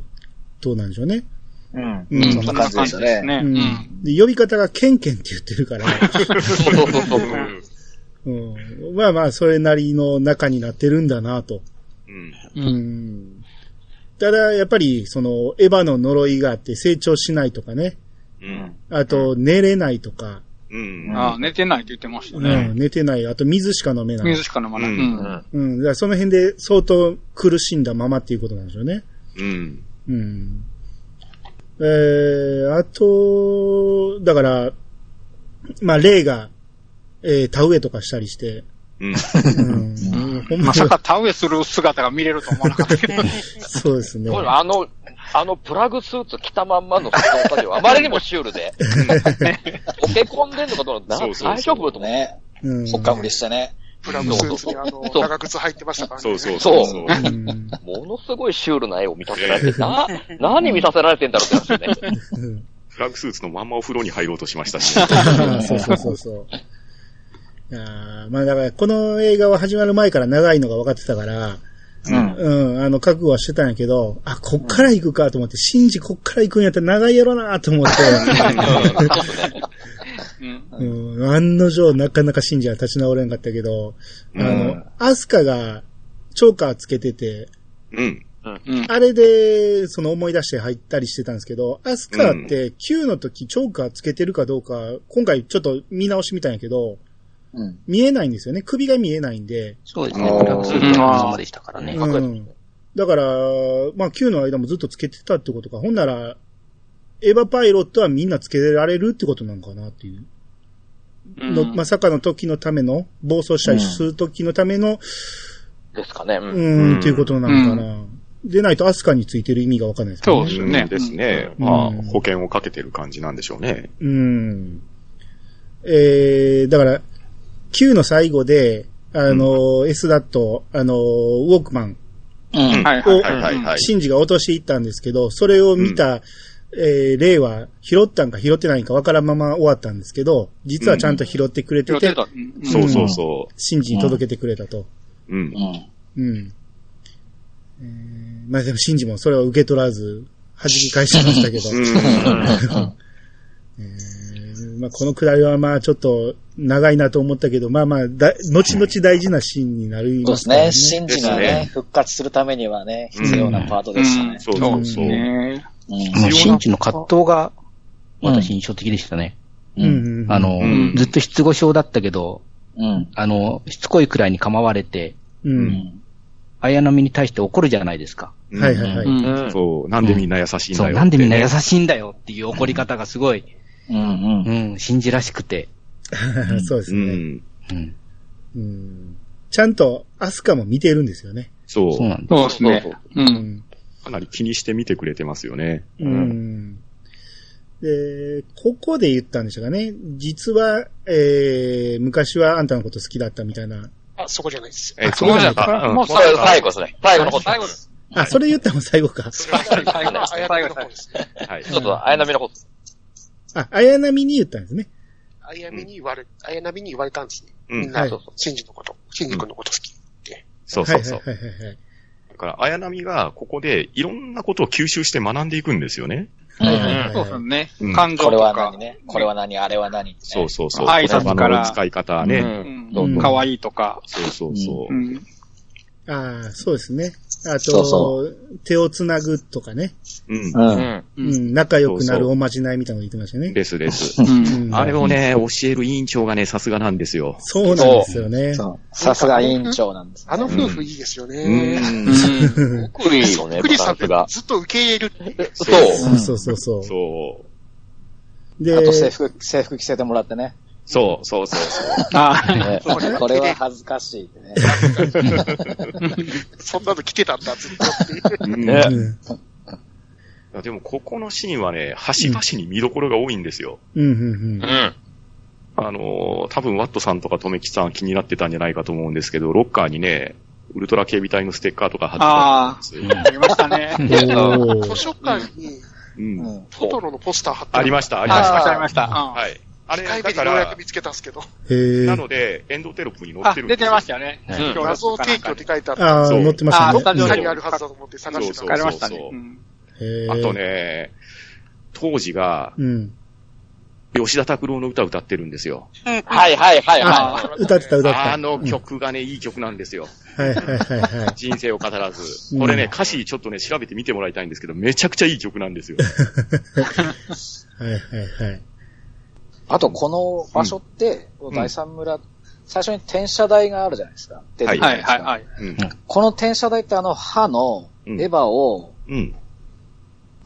Speaker 1: となんでしょうね。
Speaker 7: うん。
Speaker 1: うん
Speaker 7: そんな感じでした
Speaker 5: ですね。
Speaker 7: ね。
Speaker 5: うん。
Speaker 1: で呼び方がケンケンって言ってる から、
Speaker 6: そうそうそう。
Speaker 4: うん
Speaker 1: うん、まあまあ、それなりの仲になってるんだなと。
Speaker 4: うん
Speaker 1: うんただ、やっぱり、その、エヴァの呪いがあって成長しないとかね。
Speaker 4: うん
Speaker 1: あと、寝れないとか、
Speaker 4: うん
Speaker 5: あー寝てないって言ってました
Speaker 1: う
Speaker 5: ね。
Speaker 1: ん、寝てない。あと、水しか飲めない。
Speaker 5: 水しか飲まない。
Speaker 4: う
Speaker 5: うんん。
Speaker 1: うん、だからその辺で相当苦しんだままっていうことなんでしょうね。
Speaker 4: うん
Speaker 1: うん。えー、あと、だから、まあ、霊が、えー、田植えとかしたりして、
Speaker 4: う
Speaker 1: う
Speaker 4: ん
Speaker 1: ん、ほんま
Speaker 5: まさ
Speaker 1: に、
Speaker 5: か田植えする姿が見れると思わなかったけど。
Speaker 1: そうですね。
Speaker 6: これあの、あのプラグスーツ着たまんまの姿では、あまりにもシュールで。おけ込んでんのかどうな
Speaker 4: そ
Speaker 6: の
Speaker 4: うそうそう
Speaker 6: 大丈夫と思って。
Speaker 7: ね。
Speaker 1: うん、
Speaker 7: ほっかむりしたね。
Speaker 2: プラグスーツにあの、長靴履いてましたからね。
Speaker 4: そうそう
Speaker 6: そう
Speaker 4: そうそう。
Speaker 1: うん
Speaker 6: ものすごいシュールな絵を見させられて、 な、何見させられてんだろうって話でね。
Speaker 1: うん
Speaker 4: フラッグスーツのまんまお風呂に入ろうとしましたし。
Speaker 1: そうそうそうそう。あーまあだから、この映画は始まる前から長いのが分かってたから、
Speaker 7: うん。
Speaker 1: うん、あの、覚悟はしてたんやけど、あ、こっから行くかと思って、シンジこっから行くんやったら長いやろなと思って、
Speaker 5: うん。
Speaker 1: うん、案の定なかなかシンジは立ち直れんかったけど、あ
Speaker 7: う
Speaker 1: の
Speaker 7: ん、
Speaker 1: アスカがチョーカーつけてて、
Speaker 4: うん。
Speaker 5: うん。
Speaker 1: あれで、その思い出して入ったりしてたんですけど、アスカって9の時チョーカーつけてるかどうか、今回ちょっと見直しみたんやけど、
Speaker 7: うん
Speaker 1: 見えないんですよね。首が見えないんで。
Speaker 3: そうです
Speaker 7: ね
Speaker 3: ね。
Speaker 7: ブ
Speaker 3: ブ
Speaker 7: ラ
Speaker 3: ラ
Speaker 7: ック
Speaker 3: ッ
Speaker 7: ス
Speaker 3: ス
Speaker 5: ー
Speaker 3: ー
Speaker 5: ツ
Speaker 3: ツ
Speaker 5: の
Speaker 3: の
Speaker 5: まま
Speaker 3: でしたから
Speaker 6: ね
Speaker 3: ね。
Speaker 1: うん。だから、まあ9の間もずっとつけてたってことか。ほんなら、エヴァパイロットはみんなつけられるってことなのかなっていう。のまさかの時のための、暴走したりする時のための、
Speaker 6: ですかね。
Speaker 1: う
Speaker 6: う
Speaker 1: んー
Speaker 4: うん
Speaker 1: ん、っていうことなのかな。でないとアスカについてる意味がわかんないですから
Speaker 5: そうですよね。
Speaker 4: ですね。
Speaker 1: うん
Speaker 4: まあ、保険をかけてる感じなんでしょうね。
Speaker 1: うん。えー、だから、Q の最後で、あの、S だと、あの、ウォークマン、
Speaker 5: うん。はい
Speaker 1: お
Speaker 5: はい
Speaker 4: はいはい
Speaker 1: シンジが落としていったんですけど、それを見た、えー、レイは、拾ったんか拾ってないんかわからんまま終わったんですけど、実はちゃんと拾ってくれて
Speaker 5: 拾って
Speaker 1: て、
Speaker 5: た。うん
Speaker 4: そうそうそ
Speaker 1: シンジに届けてくれたと。
Speaker 4: う。うん。
Speaker 1: うん。え ーまあでもシンジもそれを受け取らず、弾き返しましたけど。
Speaker 4: うん
Speaker 1: えーまあ、このくらいはまあちょっと長いなと思ったけど、まあまあだ、後々大事なシーンになりま
Speaker 7: そうですす
Speaker 1: から
Speaker 7: ね。
Speaker 1: ね。
Speaker 7: シンジが
Speaker 4: です
Speaker 7: ね
Speaker 4: ね、
Speaker 7: 復活するためにはね、必要なパートでしたね。
Speaker 4: そうそうそう。
Speaker 5: ね
Speaker 7: うん
Speaker 4: 必要
Speaker 3: も
Speaker 4: な
Speaker 3: う、新地の葛藤が、私印象的でしたね。
Speaker 1: う
Speaker 7: うん
Speaker 1: んうん、
Speaker 3: あの、
Speaker 4: うん
Speaker 3: ずっと失語症だったけど、
Speaker 7: うん。
Speaker 3: あの、しつこいくらいに構われて、
Speaker 1: う。
Speaker 7: うんん。
Speaker 3: 綾波に対して怒るじゃないですか。
Speaker 4: うん
Speaker 1: はいはいは
Speaker 5: う
Speaker 1: い。
Speaker 5: ん
Speaker 6: う。ん。
Speaker 4: そう、なんでみんな優しいん
Speaker 3: そう、
Speaker 4: だよってね。
Speaker 3: なんでみんな優しいんだよっていう怒り方がすごい、
Speaker 7: うんうん
Speaker 3: う。ん、信じらしくて。
Speaker 7: ん
Speaker 1: そうです
Speaker 4: う
Speaker 1: ね、
Speaker 4: ん。
Speaker 3: うん、
Speaker 1: うん。ちゃんとアスカも見てるんですよね。
Speaker 4: そう
Speaker 3: そう。なんです。
Speaker 5: そうですね。う。
Speaker 1: うんん。
Speaker 4: かなり気にして見てくれてますよね。
Speaker 1: うん。で、ここで言ったんでしたかね。実は、えー、昔はあんたのこと好きだったみたいな。
Speaker 2: あ、そこじゃないです。
Speaker 4: え
Speaker 1: そうなんだ
Speaker 4: うん
Speaker 5: もう
Speaker 6: それが最後ですね。最後のこと。
Speaker 5: 最後
Speaker 6: ち
Speaker 5: です。
Speaker 1: あ、それ言ったの最後か。
Speaker 5: 最後、最後、
Speaker 2: あや
Speaker 5: 最
Speaker 2: なみの
Speaker 5: 後です
Speaker 2: 方ですね。
Speaker 4: はい。
Speaker 6: ょっと、綾波のこと。
Speaker 1: あ、綾波に言ったんですね。
Speaker 2: あやみに言われ、あやなみに言われたんですね。
Speaker 4: う
Speaker 2: みん
Speaker 4: ん。
Speaker 2: な、
Speaker 1: はい
Speaker 2: そうそうシンジのこと、シンジ君のこと好き。
Speaker 4: そうそうそう。
Speaker 1: はいはいはいはい。
Speaker 4: だから、綾波がここでいろんなことを吸収して学んでいくんですよね。
Speaker 1: は
Speaker 7: はいい
Speaker 1: は
Speaker 7: はいい
Speaker 1: はい
Speaker 5: そうですね
Speaker 4: うん。
Speaker 5: 感情
Speaker 7: ことれは
Speaker 5: か
Speaker 7: 何。ねこれは何あれは何ってね
Speaker 4: そうそうそう。
Speaker 5: 挨
Speaker 4: 言葉
Speaker 5: 拶から
Speaker 4: の使い方ね。
Speaker 5: うん
Speaker 1: うん
Speaker 5: かわいいとか。
Speaker 4: そうそうそうう。
Speaker 5: ん。
Speaker 1: ああ、そうですね。あと、
Speaker 7: そうそ
Speaker 1: 手をつなぐとかね、
Speaker 4: うん。
Speaker 7: う。
Speaker 6: うんん。
Speaker 1: う
Speaker 5: うんん
Speaker 1: 仲良くなるおまじないみたいなの言ってましたよね。
Speaker 4: ですです。
Speaker 5: うん。
Speaker 1: うん
Speaker 4: あれをね、教える委員長がね、さすがなんですよ。
Speaker 1: そうなんですよね。
Speaker 7: そう。さすが委員長なんですね。
Speaker 2: あの夫婦いいですよ
Speaker 4: う
Speaker 2: ね。
Speaker 4: ん。
Speaker 5: う
Speaker 6: すごくいいよ
Speaker 2: そ
Speaker 6: ね、
Speaker 2: っくりさん
Speaker 6: バランスが。
Speaker 2: ずっと受け入れる。
Speaker 6: そ う。
Speaker 1: そうそうそうそう。
Speaker 4: そう。
Speaker 1: で、
Speaker 7: あと制服、制服着せてもらってね。
Speaker 4: そうそうそうそう。
Speaker 5: あ
Speaker 7: ねこれは恥ずかしいってね。
Speaker 2: そんなの来てたんだ、ずっと。
Speaker 4: うん
Speaker 6: ね
Speaker 1: うん
Speaker 4: あでも、ここのシーンはね、端々に見どころが多いんですよ。
Speaker 1: うんうんう
Speaker 6: う。
Speaker 1: ん
Speaker 4: あのー多分、ワットさんとかとめきさん気になってたんじゃないかと思うんですけど、ロッカーにね、ウルトラ警備隊のステッカーとか貼
Speaker 5: あ
Speaker 4: ってたんですよ
Speaker 5: あ、ありましたね。
Speaker 1: ん。お
Speaker 2: 図
Speaker 1: ー
Speaker 2: 書館に、
Speaker 4: うん
Speaker 7: うん。
Speaker 2: トトロのポスター貼って
Speaker 4: ありました、あり
Speaker 5: あ
Speaker 4: まし。
Speaker 5: りましたた、ありました。うん
Speaker 4: はい。あれ、
Speaker 2: 機械
Speaker 4: だ
Speaker 2: で
Speaker 4: か
Speaker 2: ようや
Speaker 4: ら
Speaker 2: く、見つけたんですけど。
Speaker 1: へ
Speaker 4: な
Speaker 1: え。
Speaker 4: ので、エンドテロップに載っ
Speaker 5: あ、
Speaker 4: てる。
Speaker 5: 出てましたたよね。
Speaker 3: うん
Speaker 5: 今日
Speaker 2: 画像提供って書いてあった。
Speaker 1: ああ、
Speaker 4: そう
Speaker 1: 載ってました
Speaker 5: あ
Speaker 1: ね
Speaker 5: ー。スタジオ
Speaker 2: 他
Speaker 5: に
Speaker 2: にあるはずだと思って探してたん
Speaker 5: あ
Speaker 2: で
Speaker 5: りましたね
Speaker 4: そうそう。そう
Speaker 5: うん
Speaker 4: あと
Speaker 1: と。
Speaker 4: ね、当時が、
Speaker 1: うん。
Speaker 4: 吉田拓郎の歌歌ってるんですよ。
Speaker 6: はいはいはいは
Speaker 5: あ
Speaker 2: す。
Speaker 1: 歌ってた、歌ってた。
Speaker 4: あの曲がね、いい曲なんですよ。
Speaker 1: はいはいはいは
Speaker 4: 人生を語らず。
Speaker 1: うん
Speaker 4: これね、歌詞ちょっとね、調べてみてもらいたいんですけど、めちゃくちゃいい曲なんですよ。
Speaker 1: い。はいはいはい。
Speaker 7: あと、この場所って、
Speaker 4: ん
Speaker 7: 第三村、最初に転車台があるじゃないですか。出てく
Speaker 5: い。
Speaker 7: るじゃ
Speaker 5: は
Speaker 7: ない
Speaker 5: い、
Speaker 7: ですか
Speaker 5: はい、はい。
Speaker 4: うん。
Speaker 7: この転車台ってあの歯のエヴァを
Speaker 4: うん。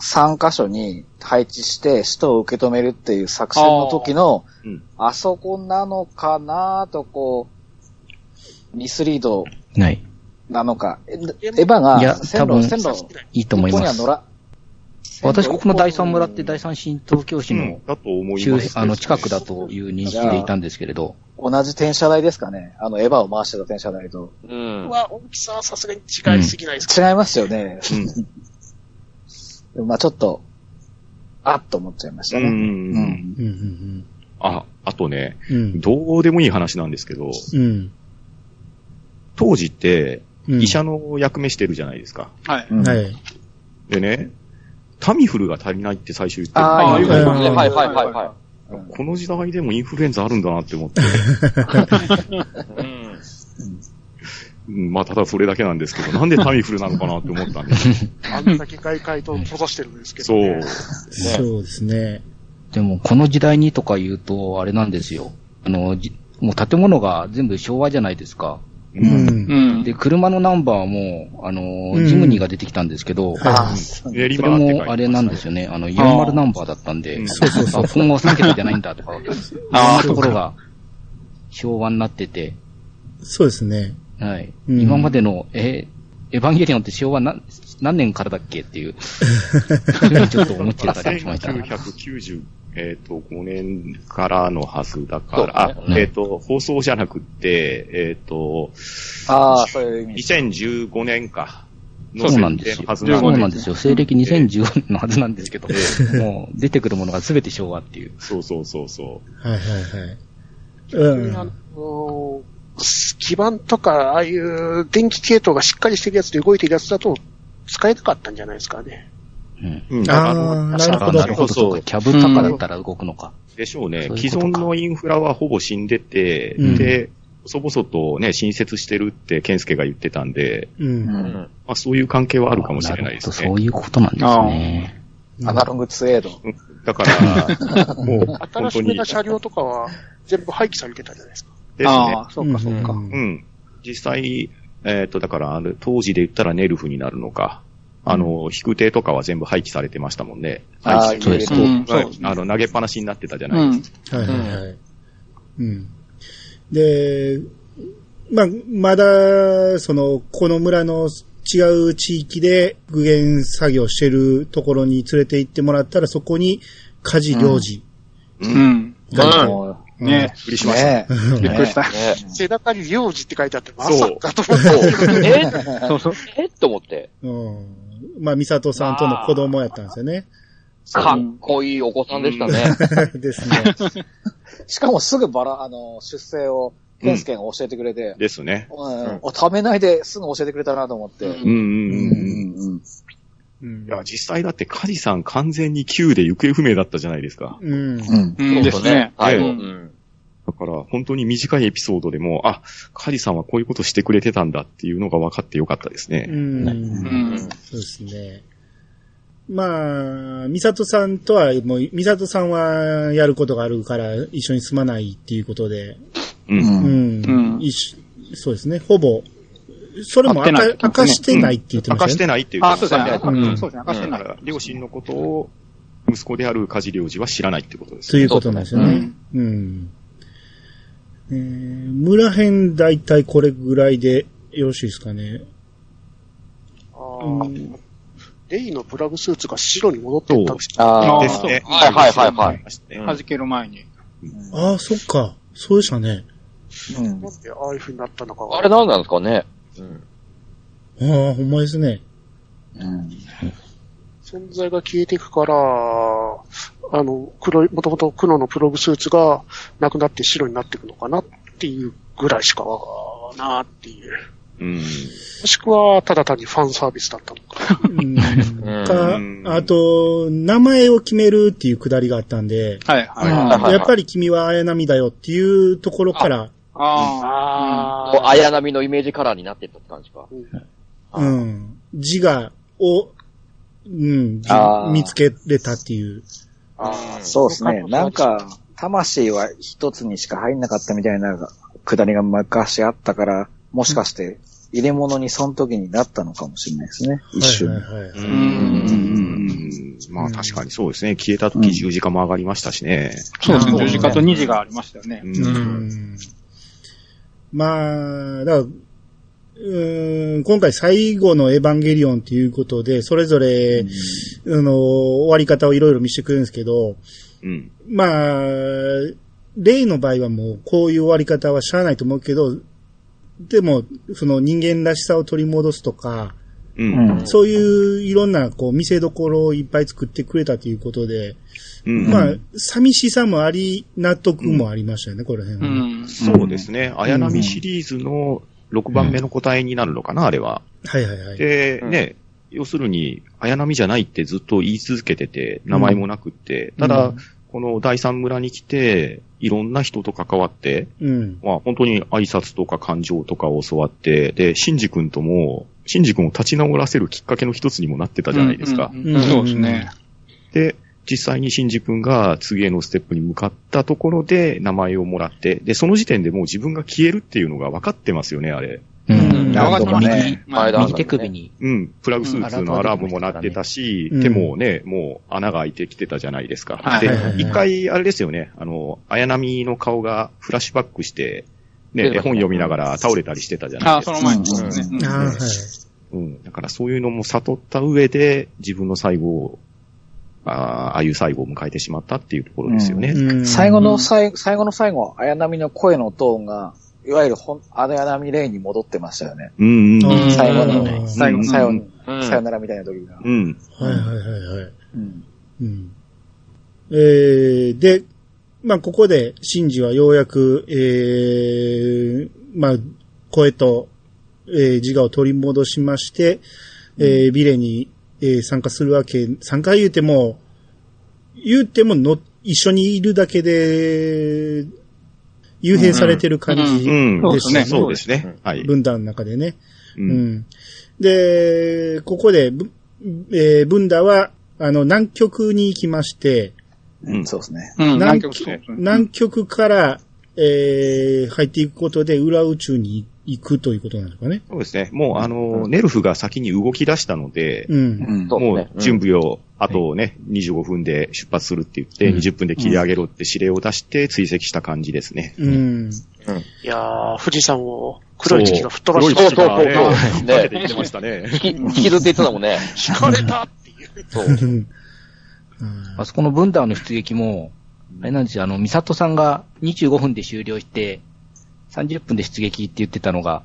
Speaker 7: 3箇所に配置して使徒を受け止めるっていう作戦の時の
Speaker 4: あーうん、
Speaker 7: あそこなのかなとこう、ミスリード
Speaker 3: ない。
Speaker 7: なのか。エエヴァが
Speaker 3: いや
Speaker 7: 線
Speaker 3: 多分
Speaker 7: 路、線路、
Speaker 3: いいと思い
Speaker 7: 一本に
Speaker 3: ま
Speaker 7: は
Speaker 3: す
Speaker 7: 乗。ら、
Speaker 3: 私、ここの第三村って第三新東京市
Speaker 4: うん
Speaker 3: の、
Speaker 4: だと思い
Speaker 3: 周
Speaker 4: ま
Speaker 3: 辺
Speaker 4: す。
Speaker 3: あの、近くだという認識でいたんですけれど、
Speaker 7: 同じ転車台ですかね。あのエヴァを回してた転車台と。
Speaker 6: い。うん。
Speaker 2: は大きさはさすがに違いすぎないですか、
Speaker 7: 違いますよね。
Speaker 4: うん。
Speaker 7: でもまあちょっと、あっと思っちゃいました
Speaker 4: う。
Speaker 7: ね。うんん。
Speaker 1: うんうん
Speaker 4: あ、あとね、
Speaker 1: うん。うん。
Speaker 4: どうでもいい話なんですけど、
Speaker 1: うん。
Speaker 4: 当時って、
Speaker 1: うん
Speaker 4: 医者の役目してるじゃないですか。
Speaker 5: はい。
Speaker 7: うん
Speaker 1: はい。
Speaker 4: でね、タミフルが足りないって最初言って
Speaker 7: あ
Speaker 5: あ
Speaker 4: る
Speaker 5: ー
Speaker 4: けど
Speaker 1: はい
Speaker 6: はいはいはいはいは
Speaker 4: この時代でもインフルエンザあるんだなって思って。
Speaker 6: い。うん。
Speaker 4: うんまあ、ただそれだけなんですけど、なんでタミフルなのかなって思ったんで すよ
Speaker 2: あんだけ外界と閉ざしてるんですけど、
Speaker 4: そう
Speaker 2: ね。。
Speaker 1: そうですね。
Speaker 3: でも、この時代にとか言うと、あれなんですよ。あの、じもう建物が全部昭和じゃないですか。
Speaker 1: う
Speaker 4: うん
Speaker 1: ん。
Speaker 5: うん。
Speaker 3: で、車のナンバーも、あの、
Speaker 1: うん
Speaker 3: ジムニーが出てきたんですけど、
Speaker 7: ああ、
Speaker 4: 練
Speaker 3: それ
Speaker 4: 馬って書いて
Speaker 3: もあれなんですよね。あの、40ナンバーだったんで、
Speaker 4: うん
Speaker 1: そうそうそう
Speaker 3: あ、今後3桁じゃないんだとか、
Speaker 5: あ
Speaker 3: そういうところが昭和になってて、
Speaker 1: そうですね。
Speaker 3: はい。
Speaker 1: うん
Speaker 3: 今までの、え、エヴァンゲリオンって昭和何何年からだっけっていう、ちょっと思っちゃったりしま した。
Speaker 4: 1990、えっ、と、5年からのはずだから、
Speaker 6: そう
Speaker 4: あ
Speaker 6: で、すね
Speaker 4: えっ、と、放送じゃなくって、えっ、と、
Speaker 7: ああ、そういう意味です。
Speaker 4: 2015年か。の
Speaker 3: そうなんです
Speaker 4: 設定
Speaker 3: よ
Speaker 4: の
Speaker 3: そ
Speaker 4: は。ずな
Speaker 3: うな
Speaker 4: の
Speaker 3: ん
Speaker 4: で
Speaker 3: ですよ。西暦2015年のはずなんですけど、もう出てくるものが全て昭和っていう。
Speaker 4: そうそうそうそう。
Speaker 1: はいはいはい。う
Speaker 2: あの
Speaker 1: ん。
Speaker 2: 基板とか、ああいう電気系統がしっかりしてるやつで動いてるやつだと使えなかったんじゃないですかね。
Speaker 3: ううん。
Speaker 4: うん
Speaker 1: あー
Speaker 4: の
Speaker 1: なるほど
Speaker 4: あなるほ
Speaker 3: そう
Speaker 4: ど
Speaker 3: か。。キャブとかだったら動くのか。
Speaker 4: でしょうね。
Speaker 3: そういう
Speaker 4: 既
Speaker 3: ことか
Speaker 4: 存のインフラはほぼ死んでて、
Speaker 1: うん
Speaker 4: で、細々とね、新設してるって、健介が言ってたんで、
Speaker 1: うん。。
Speaker 7: ん。
Speaker 4: まあ、そういう関係はあるかもしれないで
Speaker 3: な
Speaker 4: す
Speaker 3: るほど
Speaker 4: ね。
Speaker 3: そういうことなんですね。
Speaker 7: アナログツエード。
Speaker 4: だ から、もう、本
Speaker 2: 新
Speaker 4: 当
Speaker 2: しめ
Speaker 4: に、
Speaker 2: な車両とかは全部廃棄されてたじゃないですか。
Speaker 4: ですね。
Speaker 5: ああ、そうか、そうか。
Speaker 4: うんん。実際、えっ、と、だから、あの当時で言ったらネルフになるのか、あの、引く手とかは全部廃棄されてましたもんね。
Speaker 7: ああ、
Speaker 4: 廃棄
Speaker 7: いい
Speaker 4: され
Speaker 7: で
Speaker 4: て
Speaker 7: す
Speaker 5: う
Speaker 7: ね。
Speaker 5: ん、そうですね。
Speaker 4: あの、投げっぱなしになってたじゃな
Speaker 5: う
Speaker 4: い
Speaker 5: ん。
Speaker 1: はいはいはい。うん。で、まあ、まだ、その、この村の違う地域で復元作業してるところに連れて行ってもらったら、そこに家事領事
Speaker 5: うん。
Speaker 1: がい
Speaker 7: もう
Speaker 1: て、
Speaker 5: ね
Speaker 4: びっくりしました。
Speaker 7: ね
Speaker 1: うん
Speaker 5: びっくりした。
Speaker 6: ね
Speaker 2: 背中に領事って書いてあって、まさかと思っ
Speaker 6: そう
Speaker 2: て。。
Speaker 6: え
Speaker 5: そうそう。
Speaker 6: えと思って。
Speaker 1: うん。まあ、美里さんとの子供やったんですよね。
Speaker 6: かっこいいお子さんでしたね。
Speaker 1: ですね。
Speaker 7: しかもすぐばら、あの、出生を、健介が教えてくれて、
Speaker 4: ですね。
Speaker 7: うん。お、ためないですぐ教えてくれたなと思って。
Speaker 4: うんうん
Speaker 7: う
Speaker 4: うんんうん。
Speaker 7: うん
Speaker 1: うん
Speaker 4: いや、実際だって、カジさん完全に Q で行方不明だったじゃないですか。
Speaker 1: うん。
Speaker 7: うん。
Speaker 5: うんですね。
Speaker 6: 最後。
Speaker 5: う
Speaker 6: うんん。
Speaker 4: だから、本当に短いエピソードでも、あ、カジさんはこういうことしてくれてたんだっていうのが分かってよかったです
Speaker 1: う。
Speaker 4: ね。
Speaker 5: うんん。
Speaker 1: そうですね。まあ、美里さんとは、もう、美里さんはやることがあるから一緒に住まないっていうことで、
Speaker 4: うん。
Speaker 7: う。
Speaker 1: うんん。
Speaker 5: うん
Speaker 1: 一緒そうですね。ほぼ、それも明か
Speaker 5: 会ってないってこと
Speaker 1: 明
Speaker 5: ね
Speaker 1: かしてないって言ってましたね。
Speaker 4: 明かしてないっていう
Speaker 5: あ
Speaker 4: か
Speaker 5: あ、そうですね。
Speaker 1: うん
Speaker 5: そうですね。明かして
Speaker 4: だ
Speaker 5: な
Speaker 4: か
Speaker 5: い
Speaker 4: ら、両親のことを、息子であるカジ領事は知らないってことです
Speaker 1: と
Speaker 4: ね。
Speaker 1: いうことなんですよね。うん。えー村編だいたいこれぐらいでよろしいですかね。
Speaker 2: あーレイのプラグスーツが白に戻ってったんですよ。
Speaker 7: あ
Speaker 5: あー
Speaker 7: あ
Speaker 4: で、すね。
Speaker 6: はいはいはいはい。
Speaker 4: うん
Speaker 5: 弾ける前に。
Speaker 1: ああ、そっか。そうでしたね。
Speaker 7: うん
Speaker 2: なんでああいう風になったのかが
Speaker 6: あれ何なんですかね。
Speaker 1: ああ、ほんまですね。
Speaker 7: うん
Speaker 2: 存在が消えていくから、あの、黒い、もともと黒のプログスーツがなくなって白になっていくのかなっていうぐらいしかわかんないなっていう。
Speaker 4: うん。
Speaker 2: もしくは、ただ単にファンサービスだったのか。
Speaker 1: うん
Speaker 6: う
Speaker 1: か、あと、名前を決めるっていうくだりがあったんで、
Speaker 5: はい、はい。
Speaker 6: はいはい
Speaker 1: やっぱり君は綾波だよっていうところから、
Speaker 5: ああ。
Speaker 2: あ
Speaker 6: こう綾波のイメージカラーになってったって感じか。あ
Speaker 1: うん、自我を、うん、じ
Speaker 7: あー
Speaker 1: 見つけれたっていう。
Speaker 2: あー
Speaker 7: そうですね。なん、か、魂は一つにしか入んなかったみたいなくだりが昔あったから、もしかして入れ物にその時になったのかもしれないですね。一瞬。
Speaker 1: はいはいはい。
Speaker 5: うん。
Speaker 4: うんまあ確かにそうですね。消えた時十字架も上がりましたしね。
Speaker 5: そうですね。
Speaker 1: うん
Speaker 5: 十字架と二字がありましたよね。
Speaker 1: う
Speaker 4: うん
Speaker 1: んまあ、だからうーん今回最後のエヴァンゲリオンということで、それぞれ、あの、終わり方をいろいろ見せてくれるんですけど、
Speaker 4: うん。
Speaker 1: まあ、レイの場合はもうこういう終わり方はしゃあないと思うけど、でも、その人間らしさを取り戻すとか、
Speaker 4: う。
Speaker 7: うんん。
Speaker 1: そういういろんなこう見せどころをいっぱい作ってくれたということで、
Speaker 4: うん。
Speaker 1: まあ、寂しさもあり、納得もありましたよね、この辺
Speaker 5: う
Speaker 1: は。
Speaker 5: ん。
Speaker 4: そうですね。綾波シリーズの6番目の答えになるのかな、あれは。
Speaker 1: はいはいはい。
Speaker 4: で、
Speaker 6: うん
Speaker 4: ね、要するに、綾波じゃないってずっと言い続けてて、名前もなくって、ただ、
Speaker 1: うん
Speaker 4: この第三村に来て、いろんな人と関わって、
Speaker 1: うん。
Speaker 4: まあ本当に挨拶とか感情とかを教わって、で、シンジ君とも、シンジ君を立ち直らせるきっかけの一つにもなってたじゃないですか。
Speaker 5: うんうんうんそうですね。
Speaker 4: で、実際にシンジ君が次へのステップに向かったところで名前をもらって、で、その時点でもう自分が消えるっていうのが分かってますよね、あれ。
Speaker 3: う。
Speaker 5: うんん。わか
Speaker 7: る
Speaker 5: って
Speaker 7: ほど
Speaker 5: ます
Speaker 7: ね
Speaker 5: ね。まあ
Speaker 6: 前田
Speaker 3: 右手首に。
Speaker 4: うん、プラグスーツのアラームも鳴ってたし、
Speaker 1: うん
Speaker 4: 手もね、もう穴が開いてきてたじゃないですか。
Speaker 5: はい
Speaker 4: で
Speaker 1: はいはい、
Speaker 4: 一回、あれですよね、あの、綾波の顔がフラッシュバックして、ね、
Speaker 6: 出て
Speaker 4: 絵
Speaker 6: ました
Speaker 4: 本
Speaker 6: ね
Speaker 4: 読みながら倒れたりしてたじゃない
Speaker 5: あ
Speaker 4: です
Speaker 5: あ、
Speaker 4: か。
Speaker 5: その前にそうですね。
Speaker 1: ああ、はい。
Speaker 4: うん。だからそういうのも悟った上で、自分の最後を、ああ、ああいう最後を迎えてしまったっていうところですよね。
Speaker 1: うん
Speaker 7: 最後の最後、最後の最後、綾波の声のトーンが、いわゆるほん、あの綾波レイに戻ってましたよね。
Speaker 4: うん、うん、
Speaker 1: うん
Speaker 7: 最後
Speaker 1: うん
Speaker 7: の、最後、最後に、
Speaker 6: うん
Speaker 7: さよならみたいな時が。
Speaker 4: うん。
Speaker 1: はいはいはいはい。
Speaker 7: うん。
Speaker 1: うん。えー、で、まあ、ここで、シンジはようやく、えー、まあ、声と、えー、自我を取り戻しまして、えー、ビレにえー参加するわけ、参加言うても、言うてもの、一緒にいるだけで、幽閉されてる感じ
Speaker 4: うん。
Speaker 5: そうですね
Speaker 4: そうですね。はい。
Speaker 1: 分断の中でね。
Speaker 4: う。
Speaker 1: うんん。で、ここで、ぶえーブンダは、あの、南極に行きまして、
Speaker 4: うん
Speaker 7: うんそうですね。
Speaker 5: うん、
Speaker 1: 南
Speaker 5: 南
Speaker 1: 極
Speaker 5: 極そうですね。
Speaker 1: 南極から、えー入っていくことで裏宇宙に行くということなんですかね。
Speaker 4: そうですね。もう、あの、ネルフが先に動き出したので、
Speaker 1: うん。
Speaker 7: うん
Speaker 6: そう
Speaker 4: も
Speaker 6: ね
Speaker 4: う準備を、あとね、25分で出発するって言って、
Speaker 3: うん
Speaker 4: 20分で切り上げろって指令を出して追跡した感じですね。
Speaker 1: うん。
Speaker 2: いやー、富士山を黒い月が吹っ飛ば
Speaker 4: 黒
Speaker 2: して
Speaker 4: い
Speaker 6: そう
Speaker 4: 月
Speaker 2: る
Speaker 6: そう
Speaker 4: が
Speaker 6: そ
Speaker 4: ね、追
Speaker 6: うそう
Speaker 4: っかけて行ってましたね。
Speaker 6: 引き、引きずっていってたもんね。
Speaker 2: 引かれたっていう。
Speaker 6: そう。
Speaker 3: あそこのブンダーの出撃も、あれなんですよ、あの、ミサトさんが25分で終了して、30分で出撃って言ってたのが、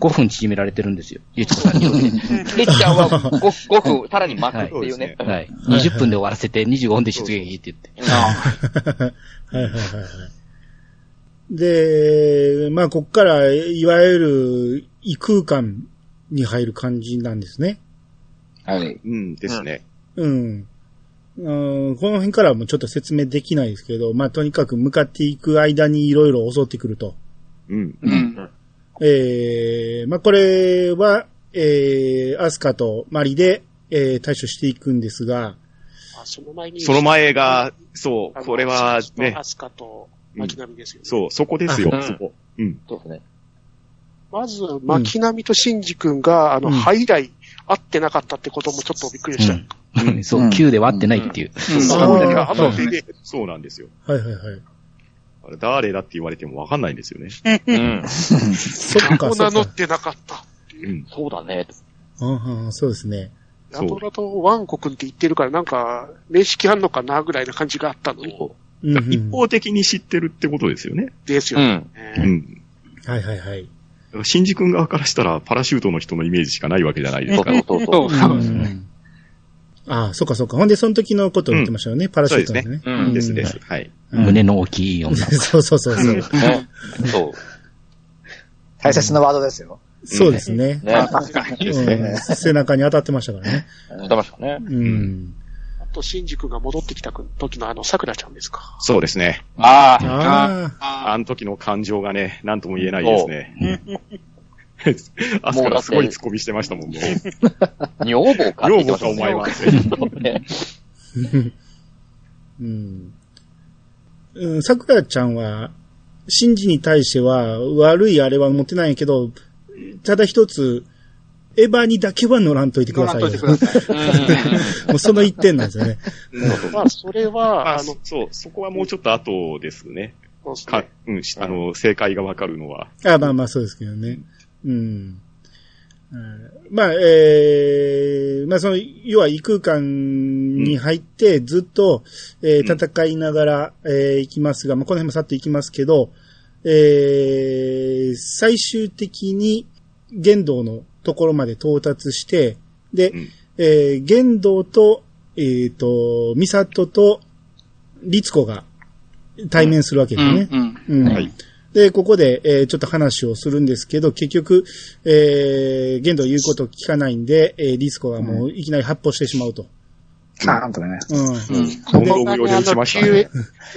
Speaker 3: 5分縮められてるんですよ。ゆうちこさんによっ
Speaker 6: てっちゃんはご、ごく、さらに巻くっていうね。
Speaker 3: て。はい。20分で終わらせて、25分で出撃って言って。
Speaker 6: あ
Speaker 1: はいはいはいはい。で、まあ、こっから、いわゆる異空間に入る感じなんですね。
Speaker 7: はい。
Speaker 4: うんですね。
Speaker 1: うん。うん、この辺からはもうちょっと説明できないですけど、まあ、とにかく向かっていく間にいろいろ襲ってくると。
Speaker 4: うん。
Speaker 5: うん。
Speaker 1: ええまあ、これは、ええアスカとマリで、えー対処していくんですが、
Speaker 2: あその前に。
Speaker 4: その前が、そう、
Speaker 2: あの、
Speaker 4: これはね
Speaker 2: ア、スカと巻波ですよね。
Speaker 4: そう、そこですよ
Speaker 6: う、ん
Speaker 4: そこ。うん。
Speaker 6: そうですね。
Speaker 2: まず、巻波とシンジ君が、あの、
Speaker 1: うん
Speaker 2: 肺以来会ってなかったってこともちょっとびっくりした。
Speaker 3: うん。そうう、
Speaker 7: ん
Speaker 3: 9で割ってないっていう。
Speaker 1: そう
Speaker 2: あー
Speaker 1: あ
Speaker 2: そう
Speaker 1: そ
Speaker 2: ね
Speaker 4: そうなんですよ。
Speaker 1: はいはいはい。
Speaker 4: あれ誰だって言われてもわかんないんですよね。
Speaker 6: うん。
Speaker 1: そっ
Speaker 2: こ
Speaker 1: か、
Speaker 2: う
Speaker 1: そ
Speaker 2: 名
Speaker 1: っ
Speaker 2: 乗
Speaker 1: か
Speaker 2: っ。てなかった。
Speaker 4: うん。
Speaker 6: そうだね。
Speaker 1: うんうんそうですね。
Speaker 2: ラトラとワンコ君って言ってるから、なんか、面識あんのかなぐらいな感じがあったのに。
Speaker 1: うんうん
Speaker 4: 一方的に知ってるってことですよね。
Speaker 2: ですよ
Speaker 6: う
Speaker 2: ね。
Speaker 6: ん。
Speaker 4: うん。
Speaker 1: はいはいはい。
Speaker 4: だから新次君側からしたら、パラシュートの人のイメージしかないわけじゃないですか。
Speaker 6: そうそうそう。
Speaker 5: そう
Speaker 1: う
Speaker 5: ですね。
Speaker 1: んああ、そっかそっか。ほんで、その時のことを言ってましたよね。パラシュートのね。
Speaker 6: そうですねうん
Speaker 4: ですです。はい。
Speaker 3: 胸の大きい女。
Speaker 1: そうそうそうそう。
Speaker 6: ね。そう。
Speaker 7: 大切なワードですよ。
Speaker 1: そうですね。
Speaker 6: ね。
Speaker 4: です
Speaker 1: うん背中に当たってましたからね。
Speaker 6: してましたね。
Speaker 1: うん。
Speaker 2: あと、シンジ君が戻ってきた時のあの、桜ちゃんですか。
Speaker 4: そうですね。
Speaker 6: ああ。
Speaker 1: ああ。
Speaker 5: あ
Speaker 4: あの時の感情がね、なんとも言えないですね。 あそこからすごい突っ込みしてましたもんね。
Speaker 6: 女房か。
Speaker 4: 女房かお前は。
Speaker 6: ね
Speaker 1: うん。うん桜ちゃんは、シンジに対しては、悪いあれは持ってないんやけど、ただ一つ、エヴァにだけは乗らんといてく
Speaker 5: 乗
Speaker 1: だ
Speaker 5: ら
Speaker 1: さ
Speaker 5: ん
Speaker 1: いよ
Speaker 5: といてください。
Speaker 1: もうその一点なんですよね。
Speaker 2: まあ、それは、 あ
Speaker 4: あ
Speaker 2: の
Speaker 4: そ、そう、そこはもうちょっと後ですね。
Speaker 2: そうです
Speaker 4: か
Speaker 2: ね、
Speaker 4: うん、しあの、正解がわかるのは。
Speaker 1: あまあまあそうですけどね。うん。うんまあ、ええまあその、要は異空間に入ってずっと、えー戦いながら、えー行きますが、まあこの辺もさっと行きますけど、えー最終的に玄道のところまで到達して、で、
Speaker 4: うん
Speaker 1: えー玄道と、えっ、と、美里と律子が対面するわけですね。
Speaker 5: うん。
Speaker 1: うん
Speaker 4: はい
Speaker 1: で、ここで、えーちょっと話をするんですけど、結局、えー、限度言うこと聞かないんで、えーリスコがもういきなり発砲してしまうと。
Speaker 7: パーンとね。
Speaker 1: うん。
Speaker 4: ゴンドウ用で打ちましたね。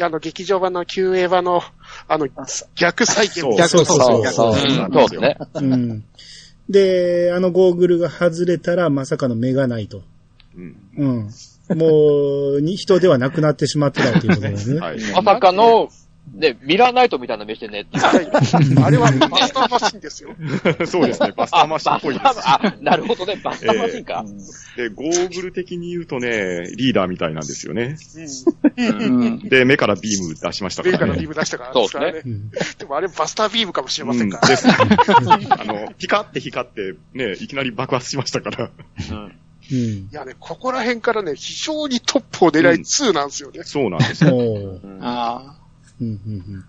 Speaker 2: あの、劇場版の旧映画の、あの、逆再現
Speaker 4: そう
Speaker 2: 逆
Speaker 1: そうそう
Speaker 6: そう
Speaker 1: そ
Speaker 6: そう。そうですね。
Speaker 1: うん。で、あのゴーグルが外れたら、まさかの目がないと。
Speaker 4: うん
Speaker 1: うん。もう、に人ではなくなってしまってたということですね。
Speaker 4: はい。
Speaker 6: まさかの、ね、ミラーナイトみたいな目してねっていう。
Speaker 2: あれはマスターマシンですよ。
Speaker 4: そうですね、バスターマシンっぽいで
Speaker 6: バスターあ、なるほどね、バスターマシンか。
Speaker 4: す。で、ゴーグル的に言うとね、リーダーみたいなんですよね。
Speaker 5: うん。
Speaker 4: で、目からビーム出しましたか
Speaker 2: ベイカ
Speaker 4: ら
Speaker 2: の
Speaker 4: ね
Speaker 2: ビー。ム出したから
Speaker 6: そ
Speaker 2: で
Speaker 6: うですす
Speaker 2: か
Speaker 6: ね
Speaker 2: らね。
Speaker 1: うん
Speaker 2: でもあれバスタービームかもしれま
Speaker 4: う
Speaker 2: せん
Speaker 4: ん、
Speaker 2: か
Speaker 4: です。あの、ピカって光って、ね、いきなり爆発しましたから。
Speaker 1: うん
Speaker 2: いやね、ここら辺からね、非常にトップを狙い2なんですよね。
Speaker 4: そうなんです。
Speaker 1: そう。
Speaker 5: あ
Speaker 1: うんうんうん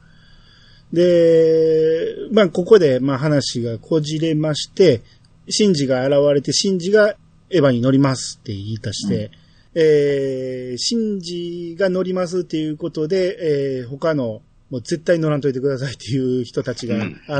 Speaker 1: で、まあ、ここで、まあ、話がこじれまして、シンジが現れて、シンジがエヴァに乗りますって言い出して、えー、シンジが乗りますっていうことで、えー、他の、もう絶対乗らんといてくださいっていう人たちが現れて、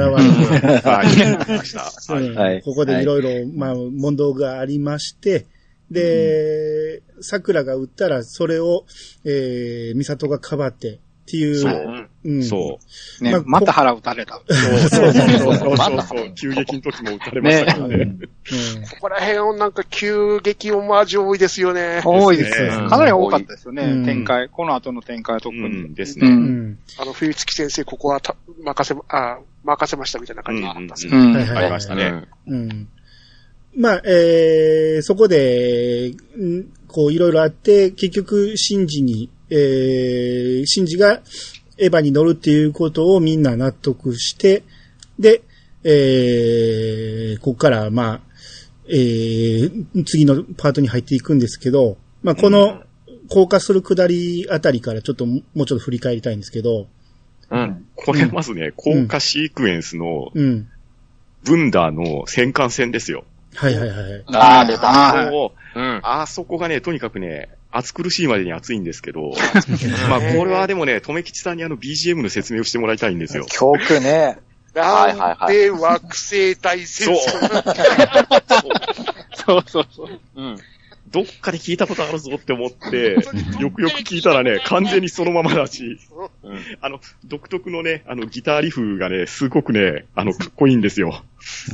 Speaker 4: はい。ました。
Speaker 1: うん
Speaker 7: はい
Speaker 1: ここでいろいろ、まあ、問答がありまして、で、桜が売ったら、それを、えー、美里がかばって、っていう。
Speaker 4: そ
Speaker 5: うん
Speaker 4: う。
Speaker 1: うん
Speaker 4: そ
Speaker 5: ね
Speaker 1: まあ、
Speaker 5: また腹打たれた。
Speaker 4: う。そうそうそうそう
Speaker 6: ま
Speaker 4: そ
Speaker 6: だ
Speaker 4: うそう。急激の時も打たれましたからね。
Speaker 1: う
Speaker 2: ここら辺をなんか急激オマージュ多いですよね。
Speaker 5: 多いですね。
Speaker 4: ですね
Speaker 5: かなり多かったですよね、
Speaker 1: うん
Speaker 5: 展開。この後の展開は特
Speaker 4: う
Speaker 5: に。
Speaker 4: ん、です
Speaker 5: う。
Speaker 4: ね。
Speaker 1: ん。うんん。
Speaker 2: あの、冬月先生、ここはた任せ、あ任せましたみたいな感じがあったんです
Speaker 5: う
Speaker 2: ね。
Speaker 5: ん。
Speaker 1: はいはい
Speaker 4: ありましたね。
Speaker 1: うん。まあ、えー、そこで、んこう、いろいろあって、結局、シンジに、えー、シンジがエヴァに乗るっていうことをみんな納得して、で、えー、ここから、まあ、えー、次のパートに入っていくんですけど、まあ、この、降下する下りあたりからちょっとももうちょっと振り返りたいんですけど、
Speaker 6: うん。
Speaker 4: これまずね、効果シークエンスの
Speaker 1: うん。
Speaker 4: ブンダーの戦艦戦ですよ。
Speaker 1: はいはいはい。
Speaker 6: ああ、出た。
Speaker 5: あー
Speaker 4: もう
Speaker 6: うん。
Speaker 4: あそこがね、とにかくね、暑苦しいまでに暑いんですけど、まあこれはでもね、留吉さんにあの BGM の説明をしてもらいたいんですよ。
Speaker 7: 教区ね。
Speaker 6: は
Speaker 2: な
Speaker 6: いはい
Speaker 2: ん
Speaker 6: はい
Speaker 2: で惑星大戦争
Speaker 5: そうそうそう。
Speaker 6: うん。
Speaker 4: どっかで聞いたことあるぞって思 って、よくよく聞いたらね、完全にそのままだし、
Speaker 6: うん
Speaker 4: あの、独特のね、あの、ギターリフがね、すごくね、あの、かっこいいんですよ。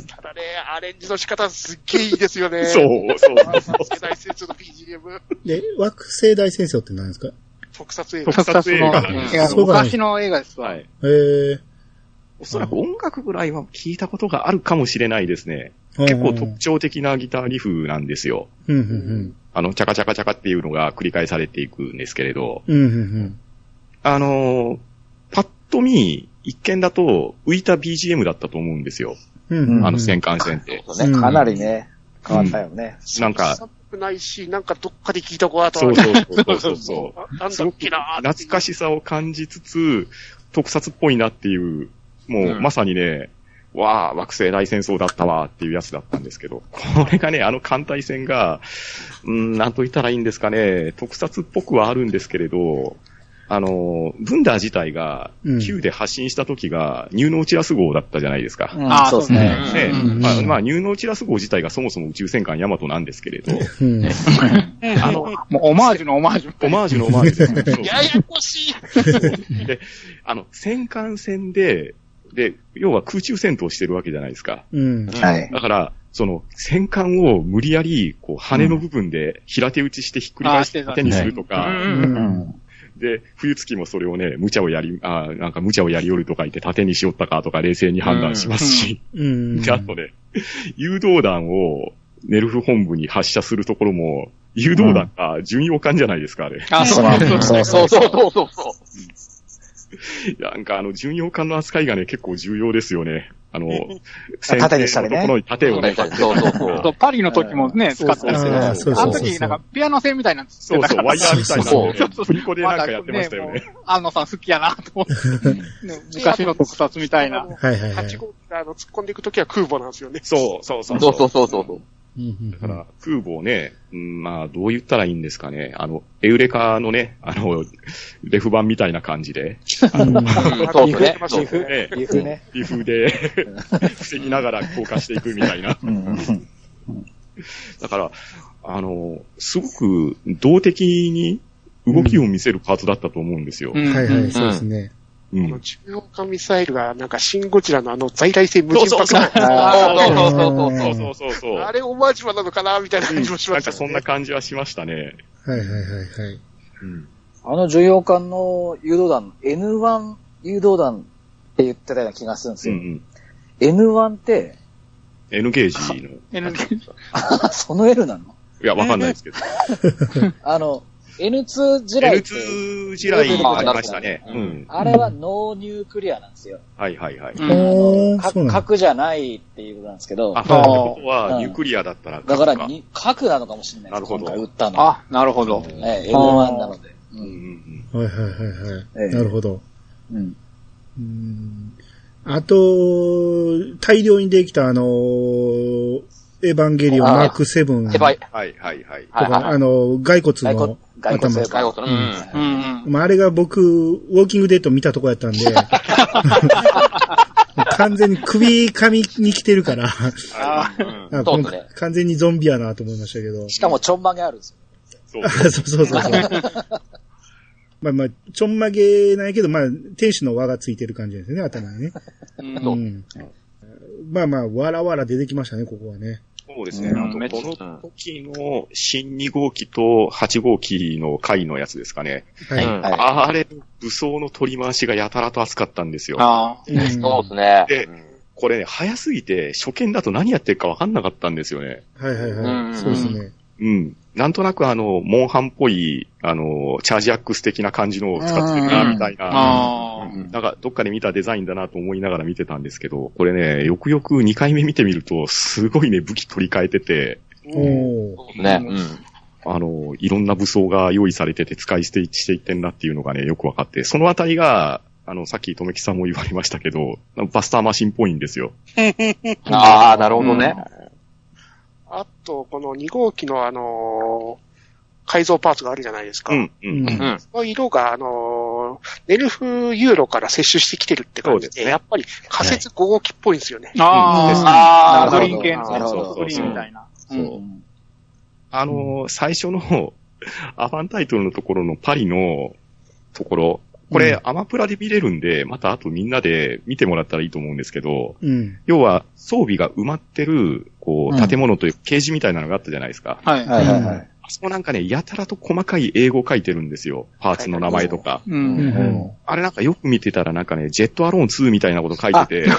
Speaker 2: ただね、アレンジの仕方すっげえいいですよね。
Speaker 4: そう
Speaker 2: う。、
Speaker 4: そう、
Speaker 2: 惑星大戦争の BGM、
Speaker 1: で、惑星大戦争って何ですか
Speaker 2: 特撮映画。
Speaker 4: 特撮映画なんで
Speaker 5: い
Speaker 4: す
Speaker 5: や
Speaker 1: そうだね
Speaker 5: 昔の映画ですわ。
Speaker 4: はい。
Speaker 1: えー、
Speaker 4: おそらく音楽ぐらいは聞いたことがあるかもしれないですね。結構特徴的なギターリフなんですよ。
Speaker 1: うんうんうん。
Speaker 4: あの、チャカチャカチャカっていうのが繰り返されていくんですけれど、
Speaker 1: うんうん
Speaker 4: あのーパッと見、一見だと浮いた BGM だったと思うんですよ。
Speaker 1: うんうんうん。
Speaker 4: あの戦艦戦って。
Speaker 1: うん
Speaker 7: かなりね、変わったよね。
Speaker 4: なんか、
Speaker 2: 寒くないし、なんかどっかで聞いたことあった
Speaker 4: そうそうそうそうそう。
Speaker 2: あ なん
Speaker 4: す
Speaker 2: だっ
Speaker 4: ごく
Speaker 2: けな
Speaker 4: 懐か
Speaker 2: しい
Speaker 4: しさを感じつつ、特撮っぽいなっていう、も
Speaker 6: う
Speaker 4: うんまさにね、わあ、惑星大戦争だったわっていうやつだったんですけど、これがね、あの艦隊戦が、うん、なんと言ったらいいんですかね、特撮っぽくはあるんですけれど、あの、ブンダー自体が
Speaker 1: うん、
Speaker 4: Q で発信した時が、ニューノーチラス号だったじゃないですか。
Speaker 7: うん
Speaker 5: あー
Speaker 7: そうですね。
Speaker 6: うん
Speaker 4: ね
Speaker 1: うん
Speaker 4: まあ、まあ、ニューノーチラス号自体がそもそも宇宙戦艦ヤマトなんですけれど、
Speaker 1: うん。
Speaker 4: あの、
Speaker 5: もうオマージュのオマージュ。
Speaker 4: オマージュのオマージュですよ。
Speaker 2: ややこしい
Speaker 4: あの、戦艦戦で、で、要は空中戦闘してるわけじゃないですか。
Speaker 1: うん。
Speaker 7: はい。
Speaker 4: だから、その、戦艦を無理やり、こう、羽の部分で平手打ちしてひっくり返して
Speaker 5: あーしてた
Speaker 4: 手にすると
Speaker 6: う。
Speaker 4: か、
Speaker 1: うんん。
Speaker 4: で、冬月もそれをね、無茶をやり、あーなんか無茶をやりよるとか言って縦にしよったかとか冷静に判断しますし、
Speaker 1: うん。
Speaker 4: で、あとね、誘導弾をネルフ本部に発射するところも、誘導弾が巡洋艦じゃないですか、あれ。
Speaker 5: あ、
Speaker 7: そ
Speaker 5: そうう
Speaker 7: そう
Speaker 6: そ
Speaker 7: そうう。
Speaker 6: そうそうそうそう。
Speaker 4: なんかあの、巡洋艦の扱いがね、結構重要ですよね。あの、
Speaker 7: 縦にしたりね
Speaker 4: ところに縦をね、
Speaker 6: そうそうそう。
Speaker 5: そうパリの時もね、使ってたんですよ。
Speaker 1: ああ、そう
Speaker 5: あ
Speaker 1: そ
Speaker 5: の
Speaker 1: うそう
Speaker 5: 時、
Speaker 1: そ
Speaker 5: なん
Speaker 1: う
Speaker 5: か、。ピアノ線みたいなのつ
Speaker 4: そう そう、ワイヤーみたいなのをね
Speaker 5: そうそう
Speaker 4: プリコでなんかやってましたよね。。
Speaker 5: あのさん好きやなと思って。ね昔の特撮みたいな。
Speaker 1: はいはいはい。
Speaker 2: 8号機があの突っ込んでいくときは空母なんですよね。
Speaker 4: そうそうそう。
Speaker 6: そうそうそうそう。
Speaker 1: うんうん
Speaker 4: だから、空母をね、うんまあ、どう言ったらいいんですかね。あの、エウレカのね、あの、レフ版みたいな感じで、
Speaker 6: うんそうそうね。
Speaker 2: 岐阜
Speaker 4: ね、
Speaker 7: 岐阜ね。
Speaker 4: 微風で防ぎながら降下していくみたいな。
Speaker 7: うん。
Speaker 4: だから、あの、すごく動的に動きを見せるパートだったと思うんですよ。
Speaker 1: は
Speaker 5: はい
Speaker 1: はい、そうですね。
Speaker 4: う
Speaker 2: あ
Speaker 4: ん
Speaker 2: の、巡洋艦ミサイルが、なんか、シンゴジラのあの、在来線無人
Speaker 4: そう
Speaker 2: 爆
Speaker 4: そう
Speaker 2: 弾。
Speaker 6: そうそうそうそう
Speaker 4: そうそうそうそう。
Speaker 2: あれ、オマージュなのかなみたいな感じもし
Speaker 4: な
Speaker 2: ま
Speaker 4: ん
Speaker 2: した
Speaker 4: か
Speaker 2: ね。
Speaker 4: そんな感じはしましたね。
Speaker 1: はいはいはいはい。
Speaker 4: うん。
Speaker 7: あの巡洋艦の誘導弾、N1 誘導弾って言ってたような気がするんです
Speaker 4: うんう
Speaker 7: よ。
Speaker 4: ん。
Speaker 7: N1 って、
Speaker 4: N ゲージの。い
Speaker 7: あその L なの
Speaker 4: や、わかんないですけど。
Speaker 7: あの、N2 地雷って、
Speaker 4: L2 地雷がありましたね。
Speaker 6: う
Speaker 4: うんん。
Speaker 7: あれはノーニュークリアなんですよ。
Speaker 4: はいはいはい。
Speaker 5: うん
Speaker 1: おー、
Speaker 7: か
Speaker 1: そうなんだ。
Speaker 7: 核じゃないっていうことなんですけど
Speaker 4: あ、、って
Speaker 5: あー
Speaker 4: ことは、
Speaker 7: うん
Speaker 4: ニュークリアだったら、
Speaker 7: だから
Speaker 4: うん
Speaker 7: に核なのかもしれないで
Speaker 4: なる
Speaker 7: す。
Speaker 4: ほど
Speaker 7: 今回撃ったのは。
Speaker 5: あ、なるほど。
Speaker 7: ええ N1 なので。う
Speaker 4: うんん
Speaker 1: はいはいはいは
Speaker 7: ええ
Speaker 1: い。なるほど。
Speaker 7: うん。
Speaker 1: うんあと、大量にできたあの、エヴァンゲリオンマークセブン
Speaker 6: 手
Speaker 1: と
Speaker 6: ばい。
Speaker 4: はいはいはい。
Speaker 6: はいはい
Speaker 1: か、
Speaker 6: はい。
Speaker 1: あの、骸骨
Speaker 7: 骸骨
Speaker 1: の、、
Speaker 7: 骸骨
Speaker 6: 外
Speaker 7: よ。
Speaker 6: 国の。う
Speaker 5: う
Speaker 6: ん。
Speaker 5: んうん。
Speaker 1: まあ、あれが僕、ウォーキングデート見たとこやったんで、完全に首噛みに来てるから、
Speaker 5: ああ、
Speaker 4: うん
Speaker 1: あ
Speaker 6: そう
Speaker 1: こ
Speaker 6: ね
Speaker 1: の完全にゾンビやなと思いましたけど。
Speaker 8: しかもちょんまげあるんですよ。
Speaker 4: そう
Speaker 1: あ そうそうそうそう。まあまあ、ちょんまげないけど、まあ、天使の輪がついてる感じですね、頭にね。
Speaker 5: うん
Speaker 1: うん。まあまあ、わらわら出てきましたね、ここはね。
Speaker 4: そうですね。
Speaker 7: うん
Speaker 4: あと、この時の新2号機と8号機の回のやつですかね。
Speaker 1: はい。
Speaker 6: うん
Speaker 8: はい
Speaker 4: あれ、武装の取り回しがやたらと熱かったんですよ。
Speaker 5: あ
Speaker 1: うん
Speaker 6: そうですね。
Speaker 4: で、これね、早すぎて、初見だと何やってるかわかんなかったんですよね。
Speaker 1: はいはいは
Speaker 6: うん
Speaker 1: い。そうですね。
Speaker 4: うん。なんとなくあの、モンハンっぽい、あの、チャージアックス的な感じのを使ってるな、みたい
Speaker 5: あ、
Speaker 4: な。
Speaker 5: ああ、
Speaker 4: なんか、どっかで見たデザインだなと思いながら見てたんですけど、これね、よくよく2回目見てみると、すごいね、武器取り替えてて、
Speaker 1: おー。
Speaker 6: ね。うん。
Speaker 4: あの、いろんな武装が用意されてて使い捨てしていってんなっていうのがね、よくわかって、そのあたりが、あの、さっき、とめきさんも言われましたけど、バスターマシンっぽいんですよ。
Speaker 6: ああ、なるほどね。
Speaker 2: あと、この2号機のあのー改造パーツがあるじゃないですか。
Speaker 4: うん、う。
Speaker 1: うんん。
Speaker 2: その色が、あのーネルフユーロから摂取してきてるって感じ
Speaker 4: そうで
Speaker 2: で、
Speaker 4: すね
Speaker 2: やっぱり仮説5号機っぽいんですよね。
Speaker 5: ああ、
Speaker 8: な
Speaker 5: ド
Speaker 8: る
Speaker 5: リ
Speaker 8: ほど
Speaker 5: ンケンソ
Speaker 8: なるほ
Speaker 5: フ
Speaker 8: ど
Speaker 5: トクリームみたいな。
Speaker 4: そうあのー、最初の アバンタイトルのところのパリのところ、これ、アマプラで見れるんで、またあとみんなで見てもらったらいいと思うんですけど、
Speaker 1: うん。
Speaker 4: 要は装備が埋まってる、こ
Speaker 7: うん
Speaker 4: う、建物というケージみたいなのがあったじゃないですか。
Speaker 5: はい。
Speaker 7: はいはいはい。
Speaker 4: あそこなんかね、やたらと細かい英語書いてるんですよ。パーツの名前とか。
Speaker 5: う。
Speaker 7: うんん
Speaker 4: あれなんかよく見てたらなんかね、ジェットアローン2みたいなこと書いてて、
Speaker 8: いや、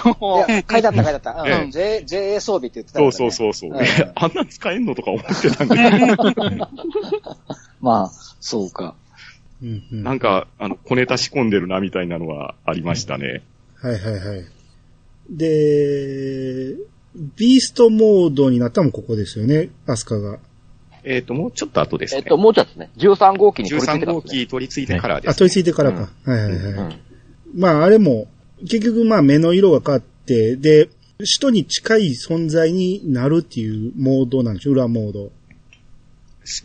Speaker 8: 書いてあった書いてあった。うん
Speaker 4: ええ
Speaker 8: J- JA 装備って言ってたか
Speaker 4: そ
Speaker 8: らね
Speaker 4: うそうそうそう。
Speaker 8: うん
Speaker 4: えあんな使えんのとか思ってたんで、
Speaker 7: まあ、そうか。
Speaker 1: うんうん。
Speaker 4: なんか、あの、小ネタ仕込んでるなみたいなのはありましたね。
Speaker 1: はいはいはい。で、ビーストモードになったのもここですよね、アスカが。
Speaker 4: えっ、と、もうちょっと後です
Speaker 6: え
Speaker 4: ね。
Speaker 6: っと、もうちょっとね、13号機に取り付いて
Speaker 4: 13
Speaker 6: たん
Speaker 4: 号
Speaker 6: ですね。
Speaker 4: 機取り付いてからで
Speaker 1: あ、
Speaker 4: す、
Speaker 1: 取り付いてからか。はいはいはい。
Speaker 6: うん
Speaker 1: まああれも、結局まあ目の色が変わって、で、使徒に近い存在になるっていうモードなんでしょ裏モード。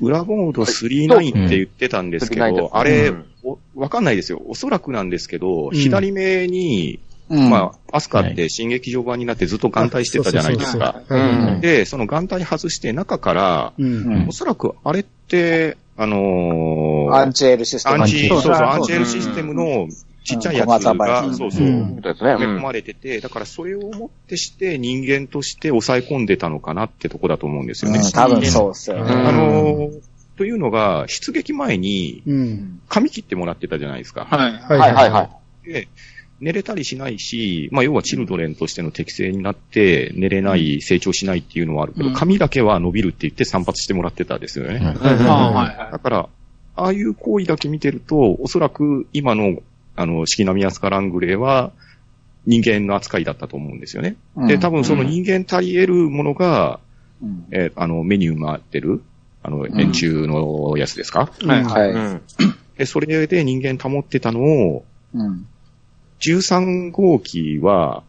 Speaker 4: 裏ボード39って言ってたんですけど、
Speaker 6: うん
Speaker 4: あれ、
Speaker 6: うん
Speaker 4: おわかんないですよ。おそらくなんですけど、
Speaker 1: ん
Speaker 4: 左目に、
Speaker 7: うん
Speaker 4: まあ、アスカって新劇場版になってずっと眼帯してたじゃないです
Speaker 1: そ
Speaker 4: か
Speaker 1: う。そうそうそう。はいはいはい
Speaker 4: で、その眼帯外して中から、
Speaker 1: う。
Speaker 7: うんん
Speaker 4: おそらくあれって、あのー
Speaker 8: アンチエールシステム。
Speaker 4: アンチ、
Speaker 5: そ
Speaker 4: そうう
Speaker 5: そ
Speaker 4: そうう、アンチエルシステムのちっちゃいやつ
Speaker 7: うん小型バイ
Speaker 4: が、
Speaker 7: キン
Speaker 4: そうそう、
Speaker 1: う
Speaker 4: 埋
Speaker 1: ん
Speaker 6: そうですね。
Speaker 4: め込まれてて、だからそれをもってして人間として抑え込んでたのかなってとこだと思うんですよね。
Speaker 7: うん多分そうっすよね。
Speaker 4: あのーというのが、出撃前に
Speaker 1: うん。
Speaker 4: 髪切ってもらってたじゃないですか。
Speaker 5: はい。
Speaker 1: は
Speaker 6: うんはいはいはい。
Speaker 4: で寝れたりしないし、まあ、要はチルドレンとしての適性になって、寝れない、成長しないっていうのはあるけ
Speaker 5: う
Speaker 4: ど、
Speaker 5: ん
Speaker 4: 髪だけは伸びるって言って散髪してもらってたですよね。
Speaker 5: ああ、はいは
Speaker 4: だから、ああいう行為だけ見てると、おそらく今の、あの、四季並み安かラングレーは、人間の扱いだったと思うんですよね。で、多分その人間足り得るものが、
Speaker 7: うん
Speaker 4: えーあの、メニュー回ってる、あの、円柱のやつですか、
Speaker 5: い。はい。
Speaker 7: は
Speaker 6: う
Speaker 7: い。
Speaker 6: ん。
Speaker 4: で、それで人間保ってたのを、
Speaker 7: うん。
Speaker 4: 13号機は、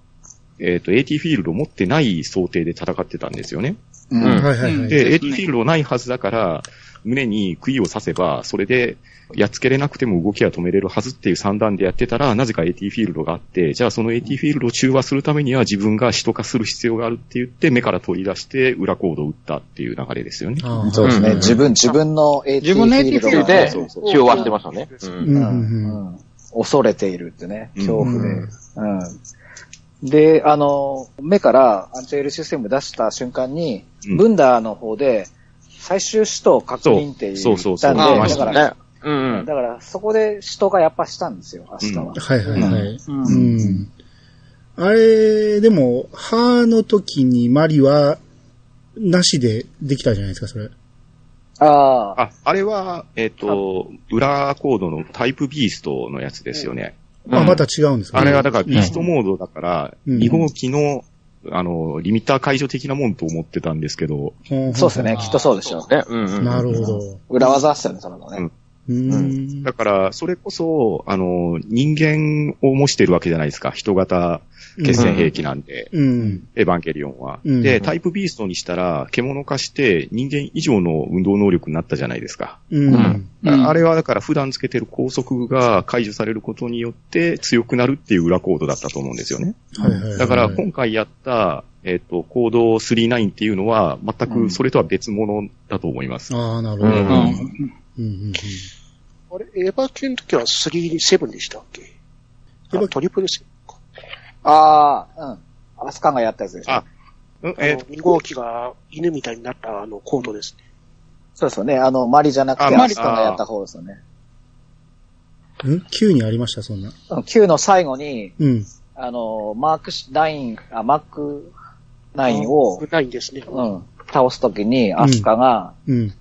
Speaker 4: えっ、と、AT フィールド持ってない想定で戦ってたんですよね。
Speaker 7: う
Speaker 1: うん
Speaker 7: ん。
Speaker 1: はいはいはい。
Speaker 4: で、
Speaker 5: です
Speaker 4: AT
Speaker 5: ね
Speaker 4: フィールドないはずだから、胸に杭を刺せば、それで、やっつけれなくても動きは止めれるはずっていう算段でやってたら、なぜか AT フィールドがあって、じゃあその AT フィールドを中和するためには自分が人化する必要があるって言って、目から取り出して裏コードを打ったっていう流れですよね。
Speaker 1: あー
Speaker 7: そうです
Speaker 6: うん
Speaker 7: ね。自分、自分の AT
Speaker 5: 自分の AT
Speaker 7: フィールド
Speaker 6: それ
Speaker 7: が
Speaker 6: で、
Speaker 7: そうそう
Speaker 6: 中和してましたね。う。
Speaker 1: うんんう
Speaker 7: うん
Speaker 1: うん。
Speaker 7: ん恐れているってね、恐怖で。
Speaker 1: うん
Speaker 7: うん。で、あの、目からアンチエールシステム出した瞬間に、
Speaker 4: うん
Speaker 7: ブンダーの方で、最終使徒確認って言ったんで、
Speaker 4: そうそうそう
Speaker 5: そうああ
Speaker 7: だか
Speaker 6: そう
Speaker 7: ら、
Speaker 6: ね。うん。
Speaker 7: だからそこで使徒がやっぱしたんですよ、アスカは。
Speaker 1: はいはいはい。
Speaker 5: う。
Speaker 1: うんん。あれ、でも、歯の時にマリは、なしでできたじゃないですか、それ。
Speaker 7: ああ、
Speaker 4: あ、あれは、えっ、と、裏コードのタイプビーストのやつですよね。
Speaker 1: あ、また違うんですか
Speaker 4: あれはだからビーストモードだから、
Speaker 1: うん
Speaker 4: 2号機の、あの、リミッター解除的なもんと思ってたんですけど、
Speaker 1: ほんほんほん
Speaker 7: そうですね、きっとそうでしょう。
Speaker 6: ね。うんうん。
Speaker 1: なるほど。
Speaker 7: 裏技っすよね、その
Speaker 4: う
Speaker 7: ね
Speaker 4: ん。
Speaker 1: うーん。
Speaker 4: だから、それこそ、あの、人間を模してるわけじゃないですか。人型決戦兵器なんで、
Speaker 1: うん。
Speaker 4: エヴァンゲリオンは。
Speaker 1: うん
Speaker 4: で、タイプビーストにしたら、獣化して人間以上の運動能力になったじゃないですか。
Speaker 1: うん。
Speaker 5: うん
Speaker 4: あれはだから普段つけてる拘束が解除されることによって強くなるっていう裏コードだったと思うんですよね。
Speaker 1: はいはいはい
Speaker 4: だから今回やった、えっ、と、コード39っていうのは全くそれとは別物だと思います。
Speaker 1: ああ、なるほど。う
Speaker 6: うんん
Speaker 1: うんうん
Speaker 2: あれ、エヴァ級の時は37でしたっけ
Speaker 1: エヴァ
Speaker 2: あトリプルセか。
Speaker 8: ああ、うん。アスカンがやったやつでしょ。
Speaker 4: あうん、
Speaker 2: え
Speaker 4: えっ、
Speaker 2: っと、2号機が犬みたいになったあのコードですね。
Speaker 8: そうですよね。あの、マリじゃなく
Speaker 4: あ
Speaker 8: て
Speaker 4: マ
Speaker 8: ア
Speaker 4: リ
Speaker 8: スカンがやった方ですよね。
Speaker 1: うん。ん ?9 にありました、そんな。
Speaker 8: 9の最後に、
Speaker 1: うん。
Speaker 8: あの、マーク9、あ、マーク9を、
Speaker 2: ないんですね。2
Speaker 8: うん、倒すときにアスカが
Speaker 1: うん。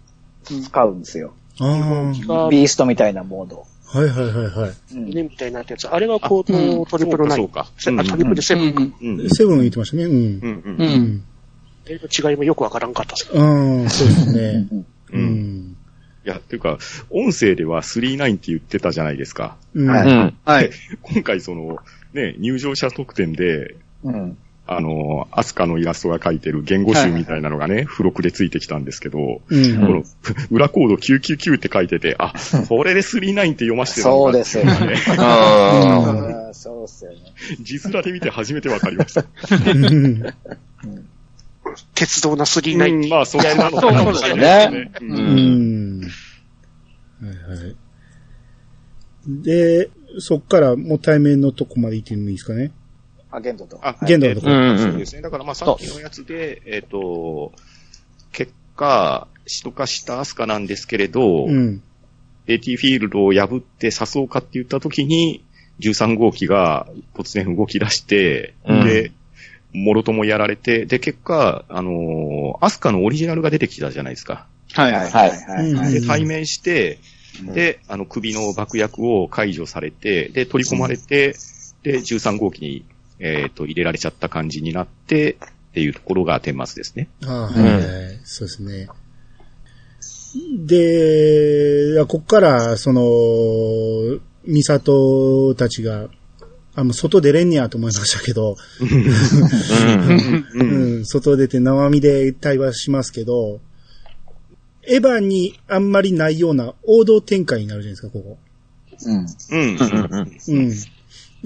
Speaker 8: 使うんですよ。
Speaker 1: あ
Speaker 2: 号機が
Speaker 8: ビーストみたいなモード。
Speaker 1: あ、はいはいはいはい。
Speaker 8: うん
Speaker 2: 犬みたいになったやつ。あれがコードのトリプルナイ
Speaker 4: そう
Speaker 2: ン。
Speaker 4: か。
Speaker 2: せあトリプルセブン。
Speaker 4: うんうん
Speaker 1: セブン言ってましたね。うん
Speaker 4: う。んうん
Speaker 5: う。
Speaker 1: うんん。
Speaker 2: えの違いもよくわからんかったです。
Speaker 1: うん、そうですね。
Speaker 4: う
Speaker 1: うんん。
Speaker 4: いや、というか、音声では39って言ってたじゃないですか。
Speaker 1: うん。
Speaker 7: は
Speaker 6: う
Speaker 7: い
Speaker 6: ん。
Speaker 5: はい。
Speaker 4: 今回その、ね、入場者特典で、
Speaker 7: うん。
Speaker 4: あの、アスカのイラストが書いてる言語集みたいなのがね、付録でついてきたんですけど、
Speaker 1: うん
Speaker 4: この、裏コード999って書いてて、あ、これで39って読ましてた
Speaker 8: そう
Speaker 4: のか
Speaker 8: ですよね。
Speaker 6: うん。
Speaker 8: うんそうっすよね。
Speaker 4: 字面で見て初めてわかりました。
Speaker 1: うん
Speaker 2: 鉄道な39。
Speaker 4: うん、まあ、そんなのかもしれないですね。
Speaker 1: う。
Speaker 6: うん
Speaker 1: はいはい。で、そっからもう対面のとこまで行ってもいいですかね。
Speaker 8: あ、ゲンドと。
Speaker 4: あ、
Speaker 1: 限度のとこ。
Speaker 6: うん
Speaker 4: そうですね。だからまあさっきのやつで、えっ、と、結果、使徒化したアスカなんですけれど、
Speaker 1: うん。
Speaker 4: AT フィールドを破って刺そうかって言った時に、13号機が突然動き出して、
Speaker 6: うん
Speaker 4: で、もろともやられて、で、結果、あのーアスカのオリジナルが出てきたじゃないですか。
Speaker 5: はい。
Speaker 8: はい
Speaker 5: は
Speaker 8: はい
Speaker 1: い
Speaker 8: は
Speaker 1: う
Speaker 8: い。
Speaker 4: で、
Speaker 1: ん
Speaker 4: 対面して、で、あの、首の爆薬を解除されて、で、取り込まれて、で、13号機に、えっ、と、入れられちゃった感じになって、っていうところが天末ですね。
Speaker 1: あーはいはい。そうですね。で、いやこっから、その、ミサトたちが、あ、もう外出れんねやと思いましたけど、
Speaker 4: う。
Speaker 1: うんん、外出て生身で対話しますけど、エヴァにあんまりないような王道展開になるじゃないですか、ここ。
Speaker 7: うん。
Speaker 4: うん。
Speaker 1: うん。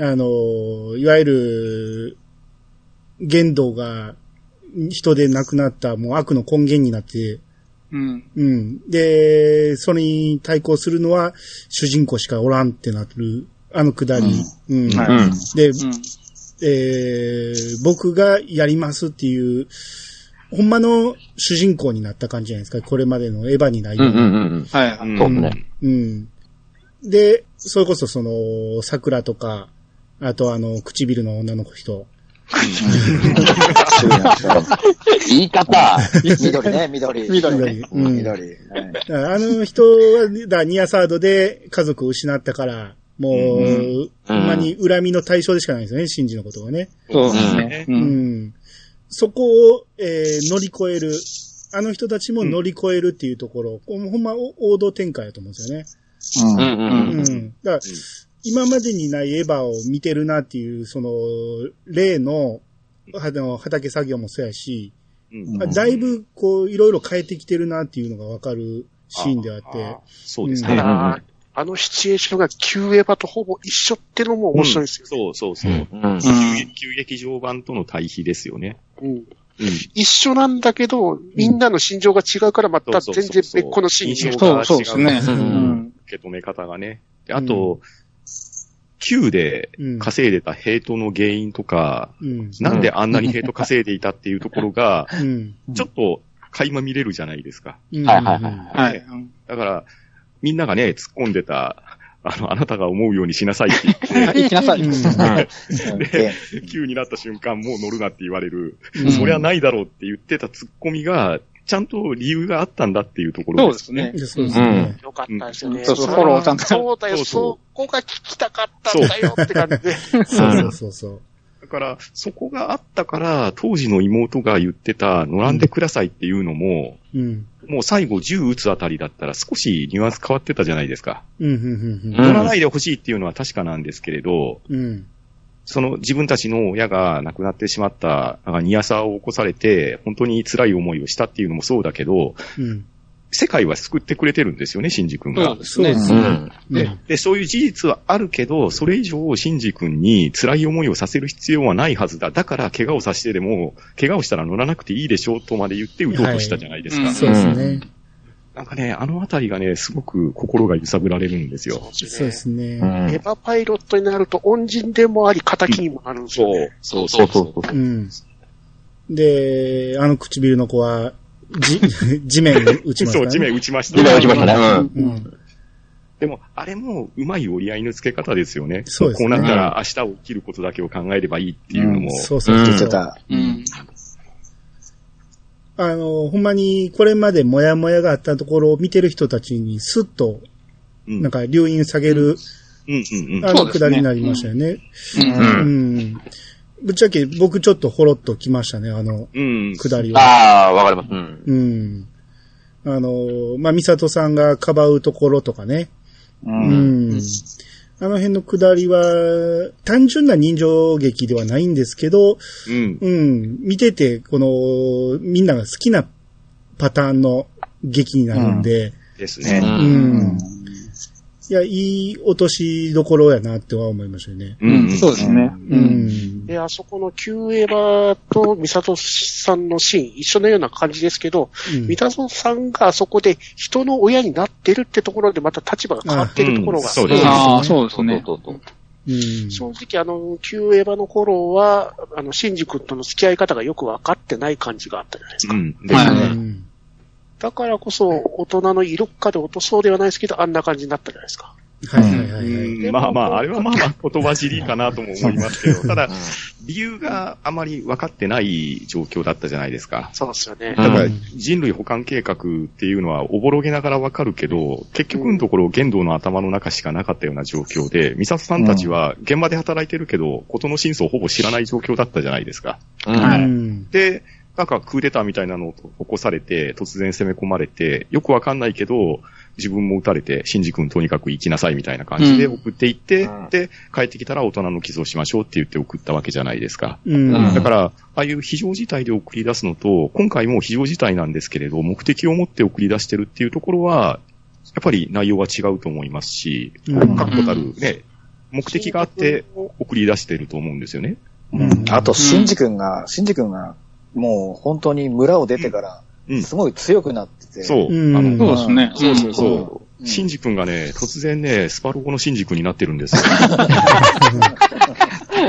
Speaker 1: あの、いわゆる、言動が人でなくなった、もう悪の根源になって、
Speaker 5: うん。
Speaker 1: うん。で、それに対抗するのは主人公しかおらんってなる、あのくだり。うん。
Speaker 5: はい
Speaker 6: うん。
Speaker 1: で、
Speaker 5: うん。
Speaker 1: えー僕がやりますっていう、ほんまの主人公になった感じじゃないですか。これまでのエヴァにないよ
Speaker 6: う。
Speaker 1: うん
Speaker 6: う
Speaker 1: な。
Speaker 6: ん。うん。
Speaker 5: はいはい。
Speaker 6: そうね。
Speaker 1: うん。で、それこそその、桜とか、あとあの、唇の女の子人。
Speaker 6: 言い方。
Speaker 8: 緑ね、緑。
Speaker 5: 緑ね。
Speaker 1: 緑。うん。だか
Speaker 8: 緑。はい
Speaker 1: らあの人は、だからニアサードで家族を失ったから、もう、ほんまに恨みの対象でしかないですよね、シンジのことがね。
Speaker 5: そうですね。う。
Speaker 1: うんん。そこを、えー乗り越える。あの人たちも乗り越えるっていうところ、こうほんま王道展開だと思うんですよね。
Speaker 6: うん。
Speaker 1: うん
Speaker 6: う。
Speaker 1: ん。だから、今までにないエヴァを見てるなっていう、その、例の、あの、畑作業もそうやし、
Speaker 4: うん
Speaker 1: だいぶ、こう、いろいろ変えてきてるなっていうのがわかるシーンであって、
Speaker 4: そうです
Speaker 1: う
Speaker 2: た
Speaker 1: ん
Speaker 4: ね。
Speaker 2: だ、あのシチュエーションが旧エヴァとほぼ一緒ってのも面白いですよ。
Speaker 4: そうそうそう。
Speaker 6: うん。
Speaker 4: 急激場版との対比ですよね。
Speaker 2: うん
Speaker 4: うん。
Speaker 2: 一緒なんだけど、みんなの心情が違うからまた全然別個のシーンにしようか
Speaker 5: そう、そうですね。うん。
Speaker 4: 受け止め方がね。であと、Q で
Speaker 1: うん。
Speaker 4: 稼いでたヘイトの原因とか、
Speaker 1: うん。
Speaker 4: なんであんなにヘイト稼いでいたっていうところが、
Speaker 1: うん。
Speaker 4: ちょっと垣間見れるじゃないですか。
Speaker 1: うん。
Speaker 6: はいはいはい
Speaker 5: はい。
Speaker 4: だから、みんながね、突っ込んでた、あの、あなたが思うようにしなさいって
Speaker 5: 行きなさい。
Speaker 4: 言って、Q になった瞬間、もう乗るなって言われる。
Speaker 1: うん
Speaker 4: そりゃないだろうって言ってた突っ込みが、ちゃんと理由があったんだっていうところ
Speaker 5: そう
Speaker 4: で。
Speaker 5: ですす
Speaker 1: でそ
Speaker 5: ね。
Speaker 1: うですね。
Speaker 2: よかったですよ
Speaker 5: う
Speaker 2: ね。
Speaker 5: んそうそうフォローさんから
Speaker 2: そうだよ、
Speaker 4: そうそ
Speaker 2: そこが聞きたかったんだよって感じで。
Speaker 1: そうそうそうそう。
Speaker 4: だから、そこがあったから、当時の妹が言ってた、乗らんでくださいっていうのも、
Speaker 1: うん。
Speaker 4: もう最後銃撃つあたりだったら少しニュアンス変わってたじゃないですか。
Speaker 1: うん、うん、
Speaker 4: 取らないでほしいっていうのは確かなんですけれど、
Speaker 1: うん。うん。
Speaker 4: その自分たちの親が亡くなってしまった、なんかニアサを起こされて、本当に辛い思いをしたっていうのもそうだけど、
Speaker 1: うん。
Speaker 4: 世界は救ってくれてるんですよね、シンジ君が。
Speaker 1: そうで
Speaker 6: う
Speaker 1: すね。
Speaker 6: ん。
Speaker 1: うん
Speaker 4: で、そういう事実はあるけど、それ以上、シンジ君に辛い思いをさせる必要はないはずだ。だから、怪我をさせてでも、怪我をしたら乗らなくていいでしょうとまで言って、うとうとしたじゃないですか。
Speaker 5: はい
Speaker 1: そうですね。
Speaker 4: なんかね、あのあたりがね、すごく心が揺さぶられるんですよ。
Speaker 1: そうで
Speaker 2: ね。
Speaker 1: すね。
Speaker 2: エヴァパイロットになると恩人でもあり、敵にもなるんですよね。
Speaker 6: そうそうそう。
Speaker 1: うん。で、あの唇の子は、じ、地面に打ちました
Speaker 4: そ
Speaker 1: ね。
Speaker 4: う、地面打ちました。
Speaker 6: 今打ちましたね。うん。
Speaker 1: うん。
Speaker 4: でも、あれも、うまい折り合いの付け方ですよね。
Speaker 1: そうですね
Speaker 4: こうなったら、明日を生きることだけを考えればいいっていうのも。
Speaker 1: そうそう
Speaker 7: 言っ
Speaker 1: そ
Speaker 7: て
Speaker 1: う。
Speaker 7: た。
Speaker 5: うん。
Speaker 1: あの、ほんまに、これまでモヤモヤがあったところを見てる人たちにスッと、
Speaker 4: うん、
Speaker 1: なんか、留飲下げる、
Speaker 4: うんうんうん。
Speaker 1: あ
Speaker 5: そ
Speaker 1: の、
Speaker 5: うです
Speaker 1: 下
Speaker 5: ね
Speaker 1: りになりましたよね。
Speaker 5: うん
Speaker 1: う
Speaker 6: うん
Speaker 1: ん。ぶっちゃけ、僕ちょっとほろっときましたね、あの、
Speaker 4: うん。
Speaker 1: 下りは。
Speaker 6: ああ、わかります。うん。
Speaker 1: うん。あの、まあ、ミサトさんがかばうところとかね。う
Speaker 7: う。
Speaker 1: んん。あの辺の下りは、単純な人情劇ではないんですけど、
Speaker 4: うん。
Speaker 1: うん、見てて、この、みんなが好きなパターンの劇になるんで、
Speaker 4: です
Speaker 7: ね
Speaker 4: ね。
Speaker 1: う。
Speaker 6: うんん。
Speaker 1: いや、いい落としどころやなっては思いましたよね。
Speaker 4: うんうん。
Speaker 5: そうですね。
Speaker 1: うん。
Speaker 2: で、あそこの旧エヴァとミサトさんのシーン、一緒のような感じですけど、ミサトさんがあそこで人の親になってるってところでまた立場が変わってるところが、
Speaker 4: あそうです
Speaker 5: ああ、そうです
Speaker 6: そう
Speaker 5: ね。
Speaker 6: そうそう。
Speaker 1: うん。
Speaker 2: 正直あの、旧エヴァの頃は、あの、シンジ君との付き合い方がよく分かってない感じがあったじゃないですか。
Speaker 4: うん。です
Speaker 5: は
Speaker 1: う
Speaker 5: い
Speaker 4: ね。
Speaker 1: ん。
Speaker 2: だからこそ、大人の色っかで落とそうではないですけど、あんな感じになったじゃないですか。
Speaker 1: はいはいはいはい。
Speaker 4: うんまあまあ、あれはまあまあ言葉尻かなとも思いますけど、ただ、理由があまり分かってない状況だったじゃないですか。
Speaker 2: そうですよね。
Speaker 4: だから
Speaker 1: うん
Speaker 4: 人類保管計画っていうのはおぼろげながらわかるけど、結局のところ言動の頭の中しかなかったような状況で、ミサトさんたちは現場で働いてるけど、ことの真相をほぼ知らない状況だったじゃないですか。
Speaker 6: うん。
Speaker 1: うん。
Speaker 4: で、なんかクーデターみたいなのを起こされて、突然攻め込まれて、よくわかんないけど、自分も撃たれて、シンジ君とにかく行きなさいみたいな感じで
Speaker 5: うん
Speaker 4: 送っていって、
Speaker 6: うん
Speaker 4: で、帰ってきたら大人の寄贈しましょうって言って送ったわけじゃないですか。
Speaker 1: うん。
Speaker 6: うん
Speaker 4: だから、ああいう非常事態で送り出すのと、今回も非常事態なんですけれど、目的を持って送り出してるっていうところは、やっぱり内容は違うと思いますし、
Speaker 1: うん
Speaker 4: 確固たるね、目的があって送り出してると思うんですよね。
Speaker 1: うん
Speaker 7: あと、シンジ君が、シンジ君が、もう本当に村を出てから、
Speaker 4: うん。
Speaker 7: すごい強くなってて。
Speaker 4: そう。
Speaker 1: うん
Speaker 4: あ
Speaker 5: そう
Speaker 4: の、
Speaker 5: ですね。
Speaker 7: そうそう
Speaker 4: そうう。
Speaker 7: うん
Speaker 4: シンジ君がね、突然ね、スパロボのシンジ君になってるんです よ。
Speaker 5: 確
Speaker 6: わ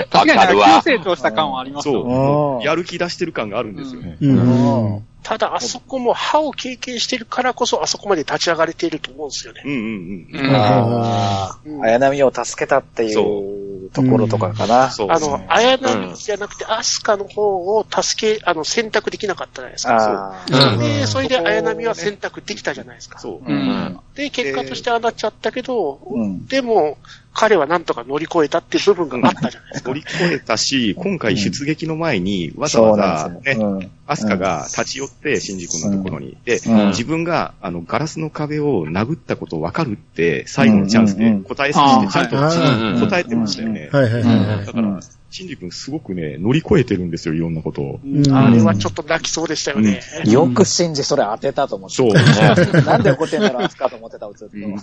Speaker 5: か
Speaker 6: かる
Speaker 5: に、
Speaker 6: わ
Speaker 5: 急成長した感はありますよね。
Speaker 4: そ
Speaker 7: あー
Speaker 4: う。やる気出してる感があるんですよね。
Speaker 1: うん。
Speaker 2: ただ、あそこも歯を経験してるからこそ、あそこまで立ち上がれていると思うんですよね。
Speaker 4: うんうんうん。
Speaker 5: うん
Speaker 7: あ
Speaker 2: うん
Speaker 7: あ、綾波を助けたっていうところとかかな。
Speaker 4: そう。
Speaker 2: あ
Speaker 4: そう
Speaker 2: の、綾波じゃなくて、アスカの方を助け、あの、選択できなかったじゃないですか。
Speaker 7: ああ、
Speaker 1: ー
Speaker 2: で、それで綾波は選択できたじゃないですか。
Speaker 4: そう
Speaker 5: う。ん。
Speaker 2: で、結果としてああなっちゃったけど、
Speaker 7: うん。
Speaker 2: でも、彼はなんとか乗り越えたっていう部分があったじゃないですか
Speaker 4: 乗。り越えたし、今回出撃の前に、わざ
Speaker 7: そう
Speaker 4: わ
Speaker 7: な
Speaker 4: ざ、
Speaker 7: んで
Speaker 4: ね
Speaker 7: す、よ。うん
Speaker 4: アスカが立ち寄って、シンジ君のところに。で、
Speaker 7: うん
Speaker 4: 自分が、あの、ガラスの壁を殴ったこと分かるって、最後のチャンスで答えさせて、ちゃんと
Speaker 1: うんうんうん
Speaker 4: 答
Speaker 1: あー
Speaker 4: え答えてましたよね。
Speaker 1: はいはいはいはい。
Speaker 4: だから、シンジ君すごくね、乗り越えてるんですよ、いろんなことを。
Speaker 1: うん
Speaker 2: あれはちょっと泣きそうでしたよね。
Speaker 7: よくシンジそれ当てたと思って。
Speaker 4: そう。
Speaker 7: なんで怒ってんだろう、アスカと思ってたわ、ずっと。
Speaker 4: うん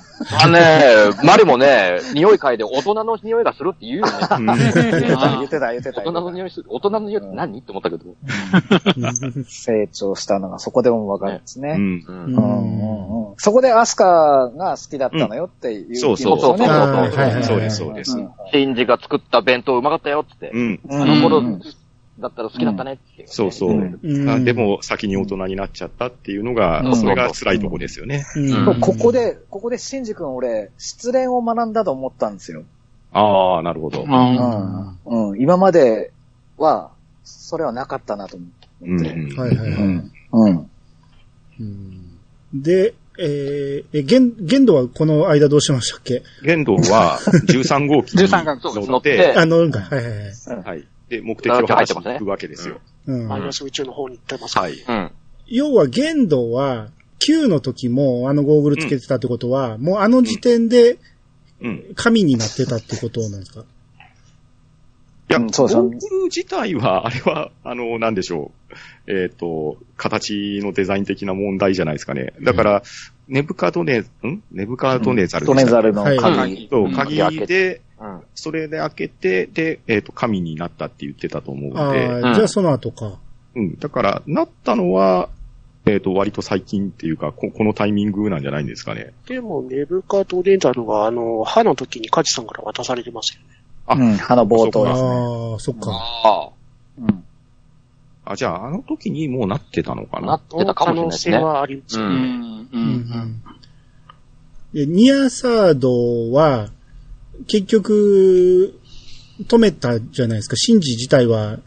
Speaker 6: あのね、マリもね、匂い嗅いで大人の匂いがするって言うよね。
Speaker 7: 言ってた、言ってた言っ
Speaker 6: 大人の
Speaker 7: てた。
Speaker 6: 匂いする。大人の匂いって何って思ったけど。
Speaker 7: 成長したのがそこでもわかるんです
Speaker 4: うん。
Speaker 7: ね。
Speaker 6: うん
Speaker 7: うんうんうんそこでアスカが好きだったのよっていう気持ち
Speaker 4: そうそう
Speaker 7: をね。
Speaker 6: そうそう
Speaker 1: あーはいはいはい
Speaker 4: そうです、そうです。
Speaker 6: シンジが作った弁当うまかったよっつって
Speaker 4: う。ん。
Speaker 7: うん
Speaker 6: あの頃
Speaker 7: うん。
Speaker 6: だったら好きだったねっていう。
Speaker 4: そうそううん
Speaker 1: うん
Speaker 4: で、も、先に大人になっちゃったっていうのが
Speaker 6: う、ん
Speaker 4: それが辛いとこですよね。
Speaker 1: うん
Speaker 7: ここ、で、ここでシンジ君俺、失恋を学んだと思ったんですよ。
Speaker 4: ああ、なるほど。
Speaker 7: うんうん今までは、それはなかったなと思って。
Speaker 4: うんうん
Speaker 1: はいはいは
Speaker 7: う
Speaker 1: い。
Speaker 7: ん。うん。
Speaker 1: で、えー、え、限、限度はこの間どうしましたっけ
Speaker 4: 玄道 は13号機に
Speaker 5: 13号機
Speaker 6: そう
Speaker 4: 乗って、
Speaker 1: あ、乗るんか。はいはいはい。
Speaker 4: はい。で、目的を果たしに行くわけですよ。
Speaker 1: うん
Speaker 2: マイナス宇宙の方に行ってますか
Speaker 4: は
Speaker 2: ら
Speaker 4: い。
Speaker 6: うん。
Speaker 1: 要は、限度は、 9の時もあのゴーグルつけてたってことは、もうあの時点で
Speaker 4: うん。
Speaker 1: 神になってたってことなんですか
Speaker 4: いや、
Speaker 7: うんそうです
Speaker 4: ゴーグル自体は、あれは、あの、なんでしょう。えっ、と、形のデザイン的な問題じゃないですかね。だから、ネブカドネ、んネブカドネザルで
Speaker 7: ド
Speaker 4: したっ
Speaker 7: ネ
Speaker 4: け、
Speaker 7: ザルの
Speaker 1: はい
Speaker 7: 鍵。
Speaker 4: そうう、
Speaker 6: ん
Speaker 4: 鍵で、
Speaker 6: うん。
Speaker 4: それで開けて、で、えっ、と、神になったって言ってたと思う
Speaker 1: あ
Speaker 4: の
Speaker 1: あ、
Speaker 4: で、
Speaker 1: じゃあその後か。
Speaker 4: うん、だから、なったのは、えっ、と、割と最近っていうかこ、このタイミングなんじゃないんですかね。
Speaker 2: でも、ネブカドレンザルが、あの、歯の時にカジさんから渡されてますよね。
Speaker 4: あ
Speaker 7: うん、歯の冒頭ですね。
Speaker 1: ああ、そっか。
Speaker 6: あ
Speaker 7: うん
Speaker 4: あ、じゃあ、あの時にもうなってたのか
Speaker 6: あ、な
Speaker 4: な。
Speaker 6: ってたかもし
Speaker 2: 可能性
Speaker 6: れないですね。
Speaker 2: はあります
Speaker 6: う
Speaker 2: ね。
Speaker 6: ん。
Speaker 1: う
Speaker 5: う。
Speaker 1: んんでニアサードは、結局、止めたじゃないですか。シンジ自体は、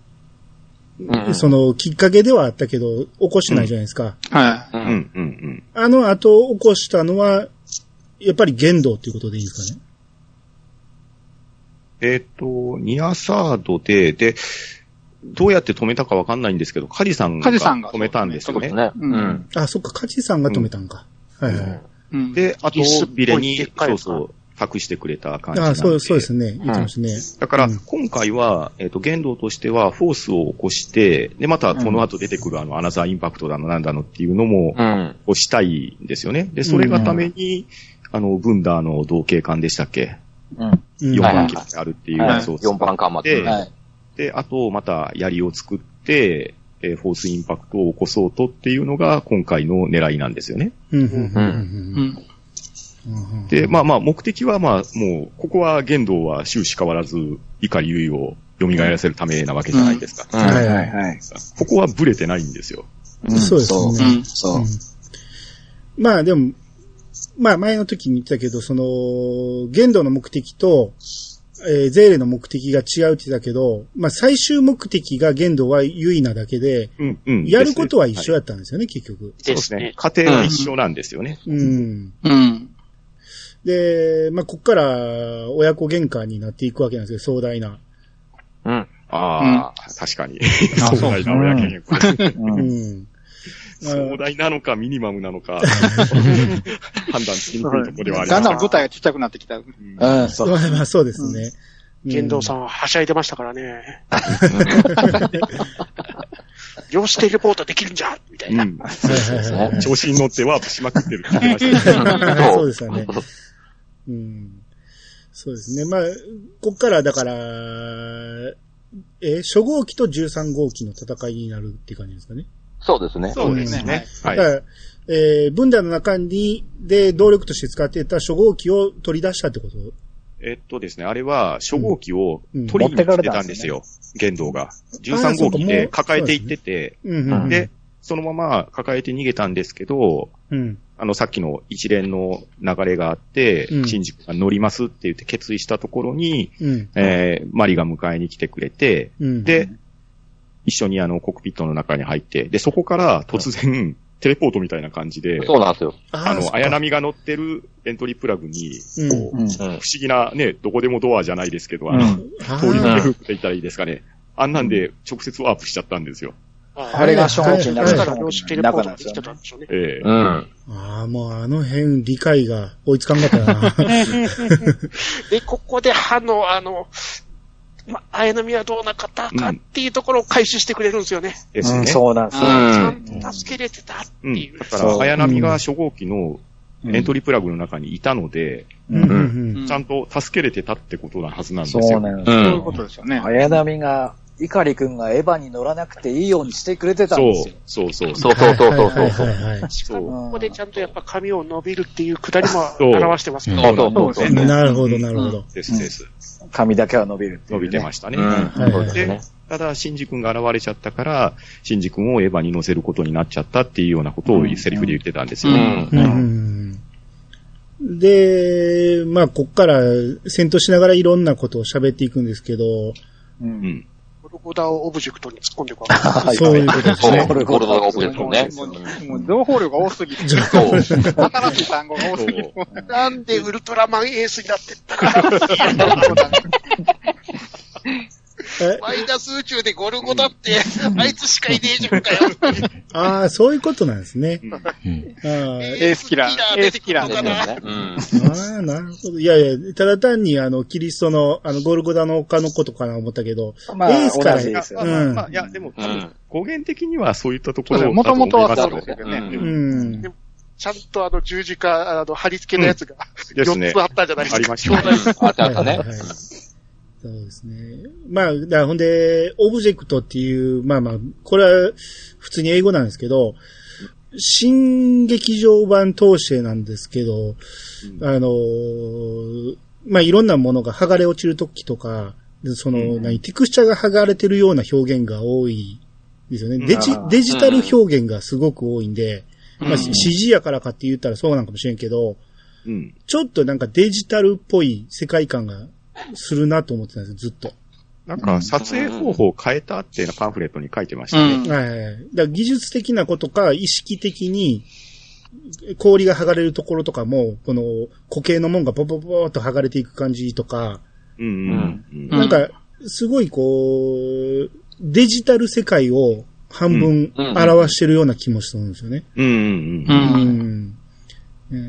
Speaker 6: うん
Speaker 1: その、きっかけではあったけど、起こしてないじゃないですか。
Speaker 5: は
Speaker 6: う
Speaker 4: うんん、うん、うん。
Speaker 1: あの後起こしたのは、やっぱり言動っていうことでいいんですかね。
Speaker 4: えっ、と、ニアサードで、で、どうやって止めたかわかんないんですけど、カジさんが
Speaker 5: カジさんが
Speaker 4: 止めたんですよ
Speaker 6: そうで
Speaker 4: ね
Speaker 6: す。
Speaker 5: う
Speaker 6: ね。うんん。
Speaker 1: あ、そっか、カジさんが止めたんか。はいはい。
Speaker 5: い。うん。
Speaker 4: で、あと
Speaker 2: 椅子っぽい、
Speaker 4: ビレに
Speaker 2: でっ、かい
Speaker 4: そ
Speaker 2: や
Speaker 4: う
Speaker 2: つ
Speaker 4: そう、託してくれた感じなん
Speaker 1: あ
Speaker 4: で。
Speaker 1: そう、そうですね。言ってましたね。
Speaker 4: だから
Speaker 1: うん、
Speaker 4: 今回は、えっ、と、言動としては、フォースを起こして、で、また、この後出てくる、あの、アナザーインパクトだの、なんだのっていうのも、
Speaker 6: うん。
Speaker 4: をしたいんですよね。で、それがために、あの、ブンダーの同型艦でしたっけ
Speaker 7: うん。
Speaker 1: うん
Speaker 4: 4
Speaker 6: はい
Speaker 4: 番機まであるっていう
Speaker 7: はい
Speaker 4: やつを
Speaker 6: 4番艦まで。
Speaker 4: で
Speaker 7: はい。
Speaker 4: で、あと、また、槍を作って、えーフォースインパクトを起こそうとっていうのが、今回の狙いなんですよね。
Speaker 1: うんうんうんう
Speaker 5: う
Speaker 1: ん
Speaker 5: ん。
Speaker 1: うんうん
Speaker 4: で、まあまあ、目的はまあ、もう、ここは言動は終始変わらず、怒り優位を蘇らせるためなわけじゃないですか。
Speaker 6: うん
Speaker 1: は
Speaker 7: はいい
Speaker 1: は
Speaker 7: はいい。はい。
Speaker 4: ここはブレてないんですよ。
Speaker 7: ん
Speaker 1: そうですね。。
Speaker 5: うん。
Speaker 7: そううん
Speaker 1: まあでも、まあ前の時に言ってたけど、その、限度の目的と、えーゼーレの目的が違うって言ってたけど、まあ最終目的が限度は優位なだけで、
Speaker 4: うん、うん。
Speaker 1: やることは一緒
Speaker 4: や、
Speaker 1: やったんですよね、結局。
Speaker 4: そうですね。。過程は一緒なんですよね。
Speaker 1: うん。
Speaker 5: うん。
Speaker 1: で、まあこっから親子喧嘩になっていくわけなんですけど、壮大な。
Speaker 6: うん。
Speaker 4: ああ、確かに。
Speaker 5: あ
Speaker 4: 壮大な親喧嘩。
Speaker 1: う
Speaker 7: うん
Speaker 1: ん。まあ
Speaker 4: 壮大なのか、ミニマムなのか、判断しにくいところではあり
Speaker 5: だ
Speaker 4: ま
Speaker 5: ん
Speaker 4: す
Speaker 5: だん舞台がちっちゃくなってきた。
Speaker 7: うん、そう。
Speaker 1: まあまあそうですね。うん
Speaker 2: 剣道さんははしゃいでましたから ね。量子テレポートできるんじゃみたいな。
Speaker 4: うん。
Speaker 1: はいはいはいはい
Speaker 4: 調子に乗ってワープしまくってるって言ってましたね。
Speaker 1: そうですよね。うん。そうですね。まあ、こっからだから、えー初号機と13号機の戦いになるっていう感じですかね。
Speaker 6: そうですね。
Speaker 4: そうですね。
Speaker 1: だ
Speaker 4: はい
Speaker 1: か。ら、えー、分断の中に、で、動力として使っていた初号機を取り出したってこと
Speaker 4: えっとですね、あれは初号機を取りに来てたんですよ、言動
Speaker 1: あ
Speaker 4: が。
Speaker 1: ー
Speaker 4: 13
Speaker 1: そうか
Speaker 4: 号機
Speaker 1: も
Speaker 4: で
Speaker 1: う
Speaker 4: 抱えていってて、
Speaker 1: うんうん。
Speaker 4: で、そのまま抱えて逃げたんですけど、
Speaker 1: うん。
Speaker 4: あの、さっきの一連の流れがあって、
Speaker 1: うん
Speaker 4: シンジ君が乗りますって言って決意したところに、
Speaker 1: うん。
Speaker 4: えー、マリが迎えに来てくれて、
Speaker 1: うん。
Speaker 4: で、一緒にあの、コックピットの中に入って、で、そこから突然、テレポートみたいな感じで、
Speaker 6: そうなんですよ。
Speaker 1: あ
Speaker 4: あ
Speaker 1: ーそっ
Speaker 4: の、
Speaker 1: か
Speaker 4: 綾波が乗ってるエントリープラグに、こう、
Speaker 7: うん。
Speaker 6: うん。
Speaker 4: 不思議なね、どこでもドアじゃないですけど、あ
Speaker 7: う
Speaker 4: の、
Speaker 7: ん
Speaker 1: あ
Speaker 4: 通り抜
Speaker 1: ー
Speaker 4: けフックって言ったらいいですかね。あんなんで直接ワープしちゃったんですよ。
Speaker 7: あれが初号機に
Speaker 2: だ
Speaker 7: な
Speaker 1: はい
Speaker 7: る
Speaker 2: か
Speaker 1: は
Speaker 2: ら量子テレポートができてたんでしょうね。
Speaker 4: ええ
Speaker 6: うん。
Speaker 1: あー、もうあの辺理解 が追いつかんかったな。
Speaker 2: で、ここで歯の、あの、ま、綾波はどうなかったかっていうところを回収してくれるんですよね。
Speaker 4: ですね。
Speaker 7: そうなんですよ。
Speaker 2: ちゃんと助けれてたって
Speaker 4: うん
Speaker 2: いう。
Speaker 4: だか
Speaker 7: そ
Speaker 4: ら、
Speaker 7: う
Speaker 4: 綾波が初号機のエントリープラグの中にいたので、
Speaker 1: うんうんうん。
Speaker 4: ちゃんと助けれてたってことなはずなんです
Speaker 7: そ
Speaker 4: よ。
Speaker 7: うなんです
Speaker 5: そう
Speaker 7: よ
Speaker 5: いうことですよね。
Speaker 7: 綾波が、碇くんがエヴァに乗らなくていいようにしてくれてたんです
Speaker 4: そ
Speaker 7: よ。
Speaker 4: うそうそう。
Speaker 6: そうそうそうそ
Speaker 1: は
Speaker 6: う
Speaker 1: い
Speaker 6: そ
Speaker 1: は
Speaker 6: う。
Speaker 1: いはいはい
Speaker 2: しか
Speaker 7: う
Speaker 2: も、
Speaker 7: ん
Speaker 2: ここでちゃんとやっぱ髪を伸びるっていうくだりも
Speaker 4: そう
Speaker 2: 表してますから
Speaker 6: そうそうそう。
Speaker 5: ね
Speaker 1: なるほど、なるほど。
Speaker 4: ですです。
Speaker 7: 髪だけは伸びるっていうね。
Speaker 4: 伸びてましたね。
Speaker 6: うん。そうです
Speaker 4: で
Speaker 6: ね。、
Speaker 4: ただ、シンジ君が現れちゃったから、シンジ君をエヴァに乗せることになっちゃったっていうようなことをセリフで言ってたんですよね。
Speaker 1: う
Speaker 6: うん
Speaker 1: んで、まあ、こっから戦闘しながらいろんなことを喋っていくんですけど、
Speaker 7: う
Speaker 4: う
Speaker 7: ん。
Speaker 4: ん。
Speaker 2: ロゴダをオブジェクトに突っ込んでいくわけ です。
Speaker 7: はい
Speaker 1: そういうことです
Speaker 6: そう、
Speaker 1: ね
Speaker 6: ゴ。ールドが多くですもんね。
Speaker 5: もう、もう情報量が多すぎて、
Speaker 6: そう。
Speaker 5: 新しい単語が多すぎて、もう
Speaker 2: なんでウルトラマンエースになってったか。
Speaker 1: え
Speaker 9: マイナス宇宙でゴルゴだって、あいつしかいねえじゃんかよ。
Speaker 1: ああ、そういうことなんですね。
Speaker 3: うん。
Speaker 1: あー
Speaker 5: エースキラー
Speaker 9: 出てくるのかな。
Speaker 5: エ
Speaker 6: うん。
Speaker 1: ああ、なるほど。いやいや、ただ単に、あの、キリストの、あの、ゴルゴダの丘のことかな思ったけど、
Speaker 7: まあ、
Speaker 1: エースから
Speaker 7: 同じですよ
Speaker 4: まあ
Speaker 7: ね。
Speaker 4: まあまあ、いや、でも、多
Speaker 6: う
Speaker 4: 分
Speaker 6: ん
Speaker 4: 語源的にはそういったとこ
Speaker 5: そうだ
Speaker 4: ろ
Speaker 5: よ元々は
Speaker 4: そう
Speaker 6: そうだよね
Speaker 4: ね。
Speaker 1: う
Speaker 4: うん
Speaker 1: ん。
Speaker 2: ちゃんとあの十字架、あの、貼り付けのやつが、
Speaker 4: ですね
Speaker 2: 4つあったじゃないですか。
Speaker 4: ありましたね。
Speaker 6: あったあったね
Speaker 1: はい。はいはいそうですね。まあ、だからほんで、オブジェクトっていう、まあまあ、これは普通に英語なんですけど、新劇場版当世なんですけど、あのー、まあいろんなものが剥がれ落ちるときとか、でその、何、テクスチャが剥がれてるような表現が多いですよね。デジ
Speaker 7: あー
Speaker 1: デジタル表現がすごく多いんで、まあ CG やからかって言ったらそうなんかもしれんけど、
Speaker 4: うん。
Speaker 1: ちょっとなんかデジタルっぽい世界観がするなと思ってたんですよ、ずっと。
Speaker 4: なんか、撮影方法を変えたっていうのパンフレットに書いてましたね。
Speaker 1: はいはいはい。だから技術的なことか、意識的に、氷が剥がれるところとかも、この固形のもんがポポポーっと剥がれていく感じとか、
Speaker 4: うんうんうん。
Speaker 5: うん
Speaker 1: なんか、すごいこう、デジタル世界を半分
Speaker 6: うん
Speaker 1: 表してるような気もするんですよね。
Speaker 4: うんうん
Speaker 5: う。
Speaker 4: うん。
Speaker 1: うんん。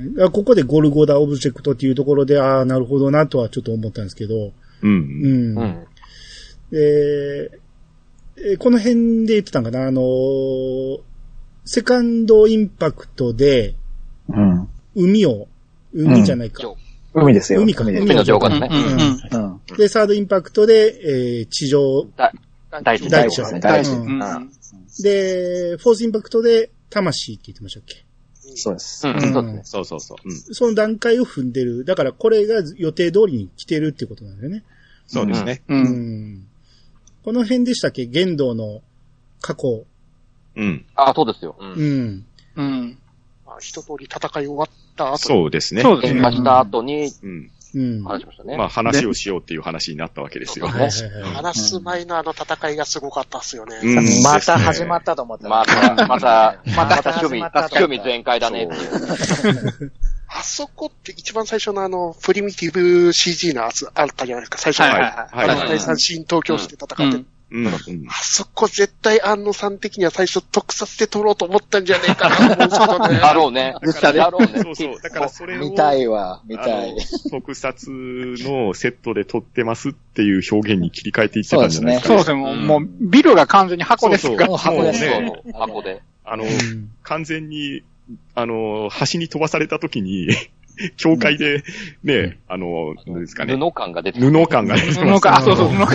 Speaker 1: うんだからここでゴルゴダオブジェクトっていうところで、ああ、なるほどなとはちょっと思ったんですけど、う
Speaker 4: うんうん。
Speaker 1: ん。
Speaker 6: うん。
Speaker 1: で、えーこの辺で言ってたんかな、あのーセカンドインパクトで、
Speaker 7: うん。
Speaker 1: 海を、海じゃないか。
Speaker 6: うん
Speaker 7: 海ですよ。
Speaker 1: 海か
Speaker 7: です
Speaker 1: 海
Speaker 6: 海の浄化
Speaker 5: う
Speaker 6: で
Speaker 5: ん
Speaker 6: ね。
Speaker 5: うん
Speaker 7: うん。
Speaker 1: で、サードインパクトで、えー地上。
Speaker 6: 大
Speaker 1: 大
Speaker 6: 地。
Speaker 7: 大
Speaker 1: 地
Speaker 7: 事ですね。
Speaker 1: 大
Speaker 7: 大
Speaker 1: 地
Speaker 7: 事。
Speaker 1: う
Speaker 5: うん。
Speaker 7: うん
Speaker 1: で、フォースインパクトで、魂って言ってましたっけ、
Speaker 7: そうです。
Speaker 6: うん。そうですね。
Speaker 4: そうそうそう。うん。
Speaker 1: その段階を踏んでる。だからこれが予定通りに来てるってことなんだよね。
Speaker 4: そうですね。
Speaker 5: う。
Speaker 1: うんん。この辺でしたっけ玄道の過去。
Speaker 4: うん。
Speaker 6: あ、そうですよ。う。
Speaker 1: うんん。
Speaker 5: うん。
Speaker 2: まあ一通り戦い終わった後に
Speaker 4: そうですね。
Speaker 5: そうです
Speaker 6: 喧
Speaker 5: ね
Speaker 6: 嘩。した後に
Speaker 4: うん。
Speaker 1: うん。
Speaker 6: 話しましたね。
Speaker 4: まあ、話をしようっていう話になったわけですよ。
Speaker 6: そう
Speaker 1: はい
Speaker 6: で
Speaker 1: はいはい。
Speaker 2: 話す前のあの戦いがすごかったっすよね。
Speaker 4: うんうん
Speaker 8: また始まったと思ったら。
Speaker 6: また、また、また、趣味、
Speaker 8: また
Speaker 6: 趣味全開だねっていう。
Speaker 2: あそこって一番最初のあの、プリミティブ CG のやつあったじゃないですか、最初の。
Speaker 5: はい
Speaker 4: はい
Speaker 2: あ
Speaker 4: は
Speaker 2: の
Speaker 4: い
Speaker 2: 第三新東京市で戦って、
Speaker 5: うん
Speaker 4: うん。うん
Speaker 2: あそこ絶対安野さん的には最初特撮で撮ろうと思ったんじゃねえかなと思うんですけどね
Speaker 6: だろうね。だろうね。
Speaker 4: そうそう。だからそれを。
Speaker 8: 見たいわ、見たい。
Speaker 4: あの特撮のセットで撮ってますっていう表現に切り替えていってたんじゃないですか。
Speaker 5: そうですね。もうもう、ビルが完全に箱ですから。
Speaker 8: もう箱です
Speaker 4: もう
Speaker 8: ね
Speaker 4: ね。
Speaker 6: そうそう箱で。
Speaker 4: あの、
Speaker 1: うん
Speaker 4: 完全に、あの、端に飛ばされた時に、教会で、ね、あの、何ですかね、
Speaker 6: 布感が出てる。
Speaker 4: 布感が出てま
Speaker 5: 布
Speaker 4: す。
Speaker 5: か、あそうそう、布か。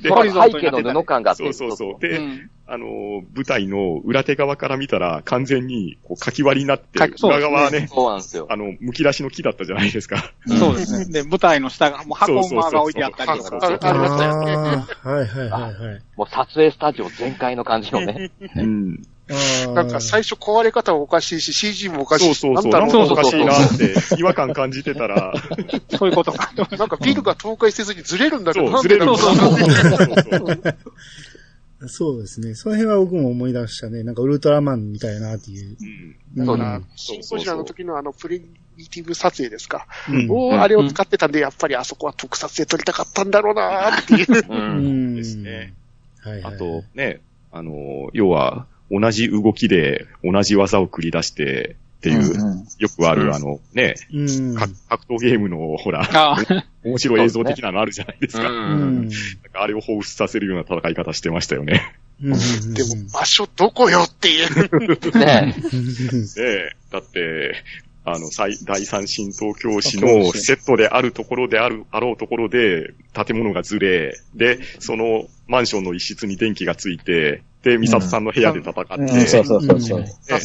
Speaker 4: で、
Speaker 6: ほら背景の布感があって
Speaker 4: そうそうそう。
Speaker 5: う
Speaker 4: で、
Speaker 5: ん
Speaker 4: あの、舞台の裏手側から見たら、完全に、こう、かき割りになって、
Speaker 5: かきそうで
Speaker 4: 裏
Speaker 5: すね
Speaker 4: 側はね、
Speaker 6: そうなんですよ。
Speaker 4: あの、剥き出しの木だったじゃないですか。
Speaker 5: そうですね。で、舞台の下が、もう箱馬が置いてあったりと
Speaker 4: そう
Speaker 5: か。
Speaker 4: そう
Speaker 2: あありましたよね。
Speaker 1: あーはいはいはいはい。
Speaker 6: もう撮影スタジオ全開の感じのね。
Speaker 4: うん。
Speaker 1: あー
Speaker 2: なんか最初壊れ方もおかしいし、CG もおかし
Speaker 4: そ
Speaker 2: いうし、
Speaker 4: そうそう。
Speaker 2: な
Speaker 4: なんん
Speaker 2: だ
Speaker 4: か
Speaker 2: ろ
Speaker 4: おかしいなって、違和感感じて たら、
Speaker 5: そういうことか。
Speaker 2: う。なんかビルが倒壊せずにずれるんだけど、
Speaker 4: そ
Speaker 2: な
Speaker 4: う、
Speaker 2: ん
Speaker 4: ず
Speaker 2: で
Speaker 4: れ
Speaker 2: だ
Speaker 4: る
Speaker 2: ろ
Speaker 4: ん
Speaker 2: う
Speaker 4: だ。そうそう
Speaker 1: そうですね。その辺は僕も思い出したね。なんかウルトラマンみたいなっていう。
Speaker 4: うん。
Speaker 6: そう
Speaker 4: だ
Speaker 6: だ
Speaker 2: シ
Speaker 4: そう
Speaker 2: ン
Speaker 4: そ
Speaker 2: ポ
Speaker 4: う
Speaker 2: ジア
Speaker 4: そう
Speaker 2: の。時のあの、プリミティブ撮影ですか。
Speaker 1: うん
Speaker 2: を、あれを使ってたんで、やっぱりあそこは特撮で撮りたかったんだろうなーっていう。
Speaker 6: う。
Speaker 1: うんん。
Speaker 4: ですね。
Speaker 1: はいは
Speaker 4: あ
Speaker 1: い。
Speaker 4: と、ね、あの、要は、同じ動きで、同じ技を繰り出して、っていう、
Speaker 7: うん
Speaker 4: よくある、あの、ね、
Speaker 1: うん。
Speaker 4: か格闘ゲームの、ほら、
Speaker 5: あ
Speaker 4: 面白い映像的なのあるじゃないです
Speaker 6: う。
Speaker 4: か。
Speaker 1: うんん。
Speaker 4: なんかあれを彷彿させるような戦い方してましたよね。
Speaker 1: うん
Speaker 2: でも、場所どこよっていう。
Speaker 6: ね
Speaker 4: で、だって、あの、最第三新東京市のセットであるところである、あろうところで、建物がずれ、で、そのマンションの一室に電気がついて、で、美里さんの部屋で戦って、
Speaker 7: うん
Speaker 4: ね
Speaker 7: そうそうそうそう。
Speaker 4: 脱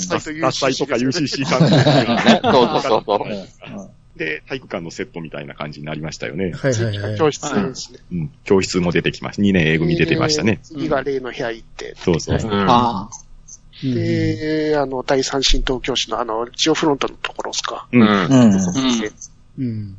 Speaker 4: 祭とか UCC 関係
Speaker 6: ねそうそうそうそう
Speaker 4: で、体育館のセットみたいな感じになりましたよね。
Speaker 1: はいはいはい。
Speaker 2: 教室ですね。
Speaker 4: うん、教室も出てきました。2年 A 組出てましたね。
Speaker 2: 次が例の部屋行って。
Speaker 4: そうそう。
Speaker 1: う
Speaker 5: あ。
Speaker 1: ん
Speaker 2: で、あの、第三新東京市のあの、ジオフロントのところですか。
Speaker 4: うん。
Speaker 7: うん。
Speaker 5: うん。
Speaker 1: うん。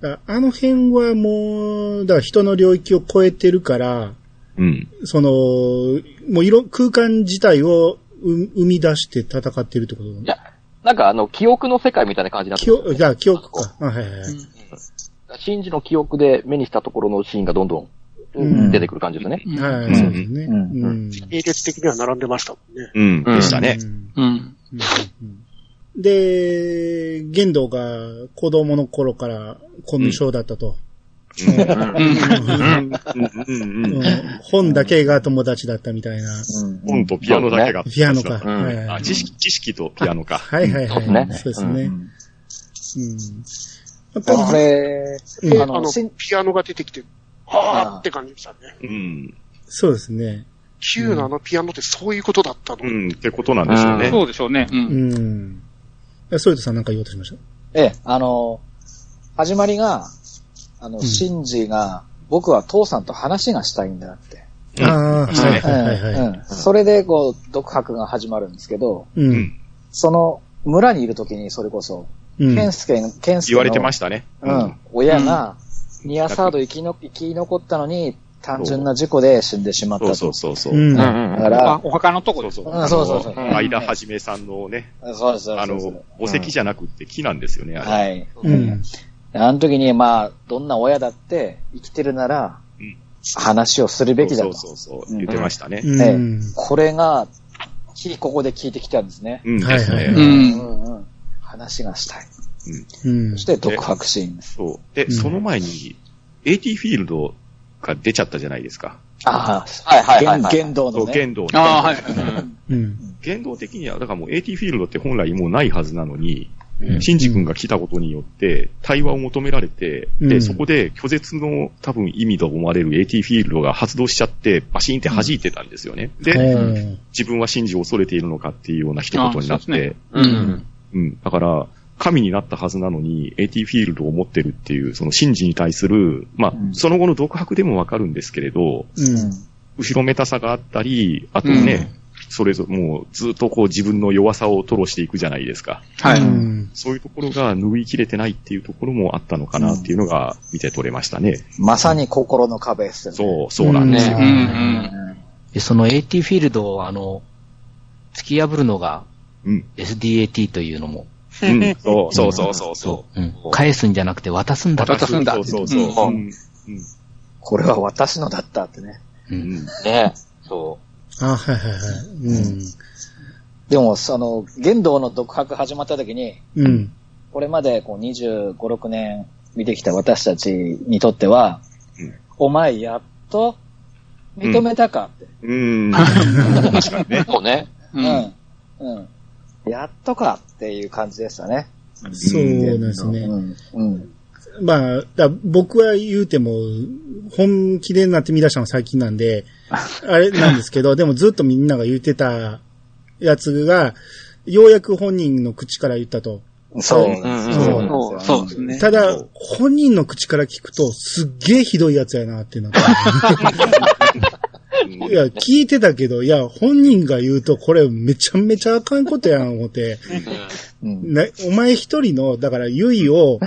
Speaker 1: だあの辺はもう、だから人の領域を超えてるから、
Speaker 4: うん。
Speaker 1: その、もういろ、空間自体をう生み出して戦ってるってこと
Speaker 6: いやなんかあの、記憶の世界みたいな感じになって
Speaker 1: 記憶、
Speaker 6: る。
Speaker 1: じゃあ記憶か。あはいはいはい。
Speaker 6: シンジの記憶で目にしたところのシーンがどんどん
Speaker 1: うん
Speaker 6: 出てくる感じですね。
Speaker 1: は
Speaker 4: う
Speaker 1: い、
Speaker 4: ん
Speaker 1: そうですね。
Speaker 7: うん
Speaker 1: うん
Speaker 2: 系列的には並んでましたもんね。
Speaker 4: うん。でしたね。
Speaker 1: うん
Speaker 5: うん。
Speaker 1: で、玄道が子供の頃からコミュ障だったと。
Speaker 4: うんうんうん。
Speaker 1: うん本だけが友達だったみたいな。
Speaker 7: うん。
Speaker 4: 本とピアノだけが。
Speaker 1: ピアノか。
Speaker 6: うん
Speaker 1: はいは
Speaker 4: あ
Speaker 1: い
Speaker 4: 知識、知識とピアノか。
Speaker 1: はいはい
Speaker 6: そうですね
Speaker 1: はい。そうですね。うん。やっぱり
Speaker 7: あれ、
Speaker 1: うん
Speaker 2: で、
Speaker 7: あ
Speaker 2: あ
Speaker 7: の
Speaker 2: の、
Speaker 7: しん
Speaker 2: ピアノが出てきて、はぁーって感じでしたね。
Speaker 4: うん。
Speaker 1: そうですね。
Speaker 2: Q のあのピアノってそういうことだったの。
Speaker 4: うん。ってことなんですよね。
Speaker 5: そうでしょうね。う。
Speaker 1: うんん。えソイトさんなんか言おうとしまし
Speaker 7: ええ、あの、始まりが、あの、
Speaker 1: ん
Speaker 7: シンジが、僕は父さんと話がしたいんだって。
Speaker 4: うん
Speaker 1: た。ああ、
Speaker 4: そう
Speaker 1: は
Speaker 4: で
Speaker 1: い
Speaker 4: す
Speaker 1: はいはいは
Speaker 7: うんうんそれで、こう、独白が始まるんですけど、
Speaker 1: い。う。
Speaker 4: うんん。
Speaker 7: その、村にいるときに、それこそ、
Speaker 1: うん。
Speaker 7: ケンスケの、ケンスケ
Speaker 4: 言
Speaker 7: の、
Speaker 4: われてましたね。
Speaker 7: うん。、親が、ニアサード生きの生き残ったのに、単純な事故で死んでしまった
Speaker 4: そ
Speaker 7: と。
Speaker 4: うそうそうそう
Speaker 1: ん。
Speaker 4: う。
Speaker 6: うん
Speaker 1: は
Speaker 6: うん
Speaker 7: だ
Speaker 6: うん
Speaker 7: か
Speaker 5: あ
Speaker 7: ら、
Speaker 5: お墓のと
Speaker 4: そ
Speaker 5: こで
Speaker 4: う
Speaker 5: す。
Speaker 4: そう。
Speaker 7: うんそうそうそう
Speaker 4: あの相田はじめさんのね、
Speaker 7: そうですそうです
Speaker 4: あの
Speaker 7: そうです、
Speaker 4: 墓石じゃなくって木なんですよね、あれ。
Speaker 7: はい。
Speaker 1: うん。
Speaker 7: あの時に、まあ、どんな親だって、生きてるなら
Speaker 4: うん、
Speaker 7: 話をするべき
Speaker 4: そ
Speaker 7: だと
Speaker 4: う。そうそうそう。言ってましたね。
Speaker 1: う
Speaker 7: ね
Speaker 1: ん。
Speaker 7: これが、きここで聞いてきたんですね。
Speaker 4: うん。です
Speaker 1: はいは
Speaker 4: ね
Speaker 1: い。
Speaker 5: う。
Speaker 7: うんんうん。話がしたい。
Speaker 1: うん
Speaker 7: そし。て、独白シーンです。
Speaker 4: そう。で、
Speaker 1: うん
Speaker 4: その前に、AT フィールドが出ちゃったじゃないですか。
Speaker 7: あ
Speaker 6: は
Speaker 7: あ、
Speaker 6: いはいはい、
Speaker 7: 言
Speaker 6: はい。
Speaker 7: 言動
Speaker 4: そ
Speaker 7: の
Speaker 4: う、
Speaker 7: ね。
Speaker 4: 剣道の。
Speaker 5: ああ、はい。
Speaker 1: うん。
Speaker 4: 言動的には、だからもう AT フィールドって本来もうないはずなのに、
Speaker 7: うん
Speaker 4: シンジ君が来たことによって、対話を求められて、
Speaker 1: うん
Speaker 4: で、そこで拒絶の多分意味と思われる AT フィールドが発動しちゃって、バシーンって弾いてたんですよね。で、
Speaker 1: うん
Speaker 4: 自分はシンジを恐れているのかっていうような一言になっ
Speaker 5: あそうで
Speaker 4: て、
Speaker 6: うん。
Speaker 4: うん。だから、神になったはずなのに、AT フィールドを持ってるっていう、その神事に対する、まあ、
Speaker 7: うん
Speaker 4: その後の独白でもわかるんですけれど、
Speaker 1: うん。
Speaker 4: 後ろめたさがあったり、あとね、それぞれもうずっとこう自分の弱さを吐露していくじゃないですか。
Speaker 5: は
Speaker 1: う
Speaker 5: い。
Speaker 1: ん
Speaker 4: そういうところが拭いきれてないっていうところもあったのかなっていうのが見て取れましたね。
Speaker 7: まさに心の壁ですよね。
Speaker 4: そう、そうなんですよ。
Speaker 5: うんうん。
Speaker 3: で、その AT フィールドを、あの、突き破るのが
Speaker 4: うん。
Speaker 3: SDAT というのも、
Speaker 4: うん。そうそうそうそうそう。
Speaker 3: うん返すんじゃなくて渡すんだと。
Speaker 5: 渡すんだ
Speaker 4: そうそうそう。
Speaker 6: うん
Speaker 4: うん
Speaker 7: これは私のだったってね。
Speaker 3: う
Speaker 4: うんん。
Speaker 6: ねそ
Speaker 1: あ、はいはいはい。
Speaker 7: でも、その、言動の独白始まった時に、
Speaker 1: うん。うん。
Speaker 7: これまでこう25、6年見てきた私たちにとっては、
Speaker 4: うん
Speaker 7: お前やっと認めたかって。
Speaker 4: うん。
Speaker 6: う。そうね。
Speaker 5: う。
Speaker 7: うんん。うん。やっとかっていう感じでしたね。
Speaker 1: そうなんですね。
Speaker 7: うん。うん。
Speaker 1: まあ、だ僕は言うても、本気でなって見出したのは最近なん で、あれなんですけど、でもずっとみんなが言ってたやつが、ようやく本人の口から言ったと。
Speaker 7: そう
Speaker 6: う
Speaker 7: なんで
Speaker 6: んうん
Speaker 7: すよ。
Speaker 5: そうそうですね。
Speaker 1: ただ、本人の口から聞くと、すっげえひどいやつやなって なった。いや、聞いてたけど、いや、本人が言うと、これめちゃめちゃあかんことやん、思って。
Speaker 7: うん。
Speaker 1: ね、お前一人の、だから、ゆいを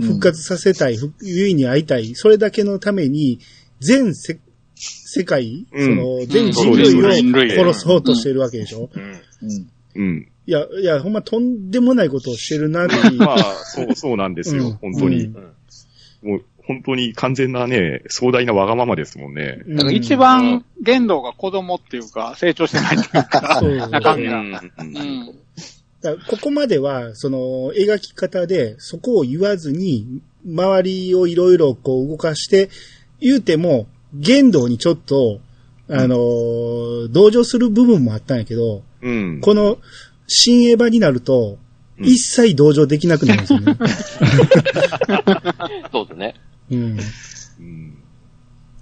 Speaker 1: 復活させたい、ふゆいに会いたい、それだけのために、全せ、世界、
Speaker 4: うん
Speaker 1: その、全
Speaker 4: そ
Speaker 1: 人
Speaker 4: うです
Speaker 1: 類を
Speaker 5: 人類
Speaker 1: 殺そうとしてるわけでしょ、
Speaker 7: うん。
Speaker 4: うん。
Speaker 1: いや、いや、ほんまとんでもないことをしてるなっていう。
Speaker 4: まあ、そう、そうなんです
Speaker 1: う
Speaker 4: よ
Speaker 1: ん。
Speaker 4: 本当に
Speaker 1: うん。
Speaker 4: もう、本当に完全なね、壮大なわがままですもんね。
Speaker 1: うん
Speaker 5: だから一番言動が子供っていうか、成長してないっていうか、
Speaker 1: そう
Speaker 5: 中身が。うん。
Speaker 6: ん。
Speaker 1: だからここまでは、その、描き方で、そこを言わずに、周りをいろいろこう動かして、言うても、言動にちょっと、あのー同情する部分もあったんやけど、
Speaker 4: うん。
Speaker 1: この、新エヴァになると、
Speaker 4: うん
Speaker 1: 一切同情できなくなるんですよ ね。
Speaker 6: そうですね。
Speaker 1: うん、
Speaker 4: うん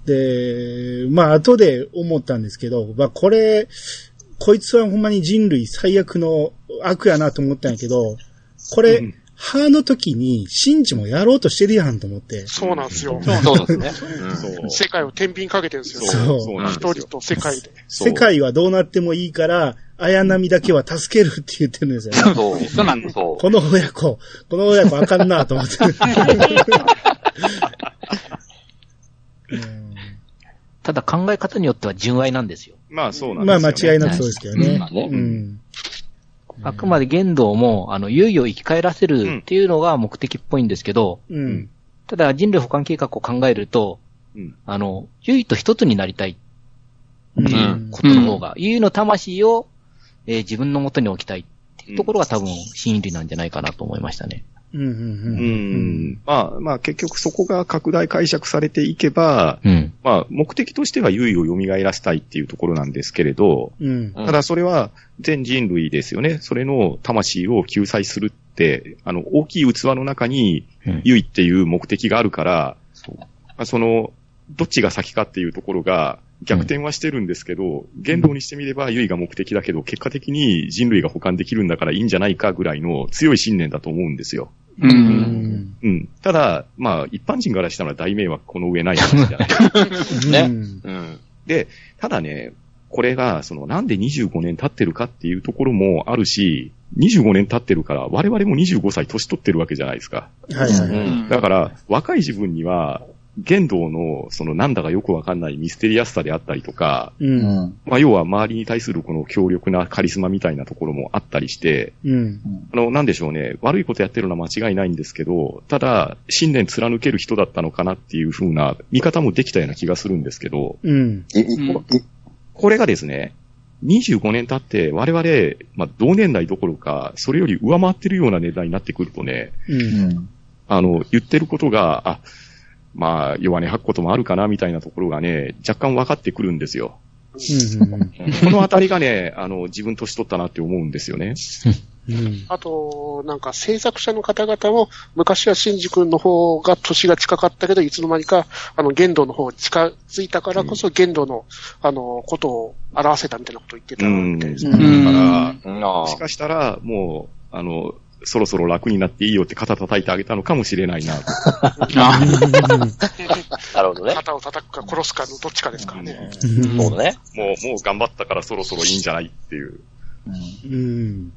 Speaker 1: で、まあ、後で思ったんですけど、まあ、これ、こいつはほんまに人類最悪の悪やなと思ったんやけど、これ、
Speaker 4: うん
Speaker 1: ハーの時に、シンジもやろうとしてるやんと思って。
Speaker 2: そうなんですよ。
Speaker 6: そうですね。
Speaker 4: そう。
Speaker 2: 世界を天秤かけてるんですよ。
Speaker 1: そう
Speaker 4: そうなんです
Speaker 2: 一
Speaker 4: よ
Speaker 2: 人。と世界で。
Speaker 4: そう
Speaker 1: 世界はどうなってもいいから、綾波だけは助けるって言ってるんですよね。
Speaker 6: そう。
Speaker 5: そうなんです
Speaker 6: そう。
Speaker 1: この親子、この親子あかんなと思って。うん
Speaker 3: ただ考え方によっては純愛なんですよ。
Speaker 4: まあ、そうなん
Speaker 1: まあ間
Speaker 4: ですよ
Speaker 1: 違い
Speaker 4: ね。
Speaker 1: なくそうですけどね
Speaker 6: まあ。ね
Speaker 1: う。ん。
Speaker 3: あくまで言動も、あの、猶予を生き返らせるっていうのが目的っぽいんですけど、
Speaker 1: うん。
Speaker 3: ただ人類保管計画を考えると、
Speaker 4: うん
Speaker 3: あの、ユイと一つになりたい
Speaker 1: うん
Speaker 3: っていうことの方が、ユイの魂を、えー自分の元に置きたいっていうところが多分真理なんじゃないかなと思いましたね。
Speaker 1: うんうん
Speaker 4: う
Speaker 1: うん
Speaker 4: ん。まあ、まあ結局そこが拡大解釈されていけば、
Speaker 3: うん。
Speaker 4: まあ目的としては優位を蘇らせたいっていうところなんですけれど、
Speaker 1: うん。
Speaker 6: うん
Speaker 4: ただそれは全人類ですよね。それの魂を救済するって、あの、大きい器の中に
Speaker 3: うん
Speaker 4: 優位っていう目的があるから、まあその、どっちが先かっていうところが逆転はしてるんですけど、言動にしてみれば優位が目的だけど、結果的に人類が保管できるんだからいいんじゃないかぐらいの強い信念だと思うんですよ。
Speaker 1: う
Speaker 5: う。
Speaker 1: んん。
Speaker 4: うん。ただ、まあ、一般人からしたら大迷惑この上ない話 じゃな
Speaker 1: う
Speaker 4: い。
Speaker 6: ね
Speaker 1: ん
Speaker 6: うん。
Speaker 4: で、ただね、これが、その、なんで25年経ってるかっていうところもあるし、25年経ってるから、我々も25歳年取ってるわけじゃないですか。
Speaker 1: はいは
Speaker 6: う
Speaker 1: い。
Speaker 6: ん。
Speaker 4: だから、若い自分には、言動の、その、なんだかよくわかんないミステリアスさであったりとか、
Speaker 1: う。
Speaker 7: うんん。
Speaker 4: まあ、要は周りに対するこの強力なカリスマみたいなところもあったりして、
Speaker 1: うん。
Speaker 4: あの、なんでしょうね、悪いことやってるのは間違いないんですけど、ただ、信念貫ける人だったのかなっていう風な見方もできたような気がするんですけど、
Speaker 1: うん。
Speaker 7: い、い、
Speaker 5: うん
Speaker 7: い、
Speaker 4: これがですね、25年経って我々、まあ、同年代どころか、それより上回ってるような年代になってくるとね、
Speaker 1: うん。
Speaker 7: うん。
Speaker 4: あの、言ってることが、あ、まあ、弱音吐くこともあるかな、みたいなところがね、若干分かってくるんですよ。
Speaker 1: うん。
Speaker 4: このあたりがね、あの、自分年取ったなって思うんですよね。
Speaker 1: うん。
Speaker 2: あと、なんか制作者の方々も、昔はシンジ君の方が年が近かったけど、いつの間にか、あの、言動の方に近づいたからこそ、言動の、あの、ことを表せたみたいなことを言ってたみたいですね。
Speaker 5: うん
Speaker 4: だから、
Speaker 6: な
Speaker 4: もしかしたら、もう、あの、そろそろ楽になっていいよって肩叩いてあげたのかもしれ ないなと。
Speaker 6: なるほどね。
Speaker 2: 肩を叩くか殺すかのどっちかですからね。
Speaker 6: そうだね。
Speaker 4: もう、もう頑張ったからそろそろいいんじゃないっていう。
Speaker 1: うん。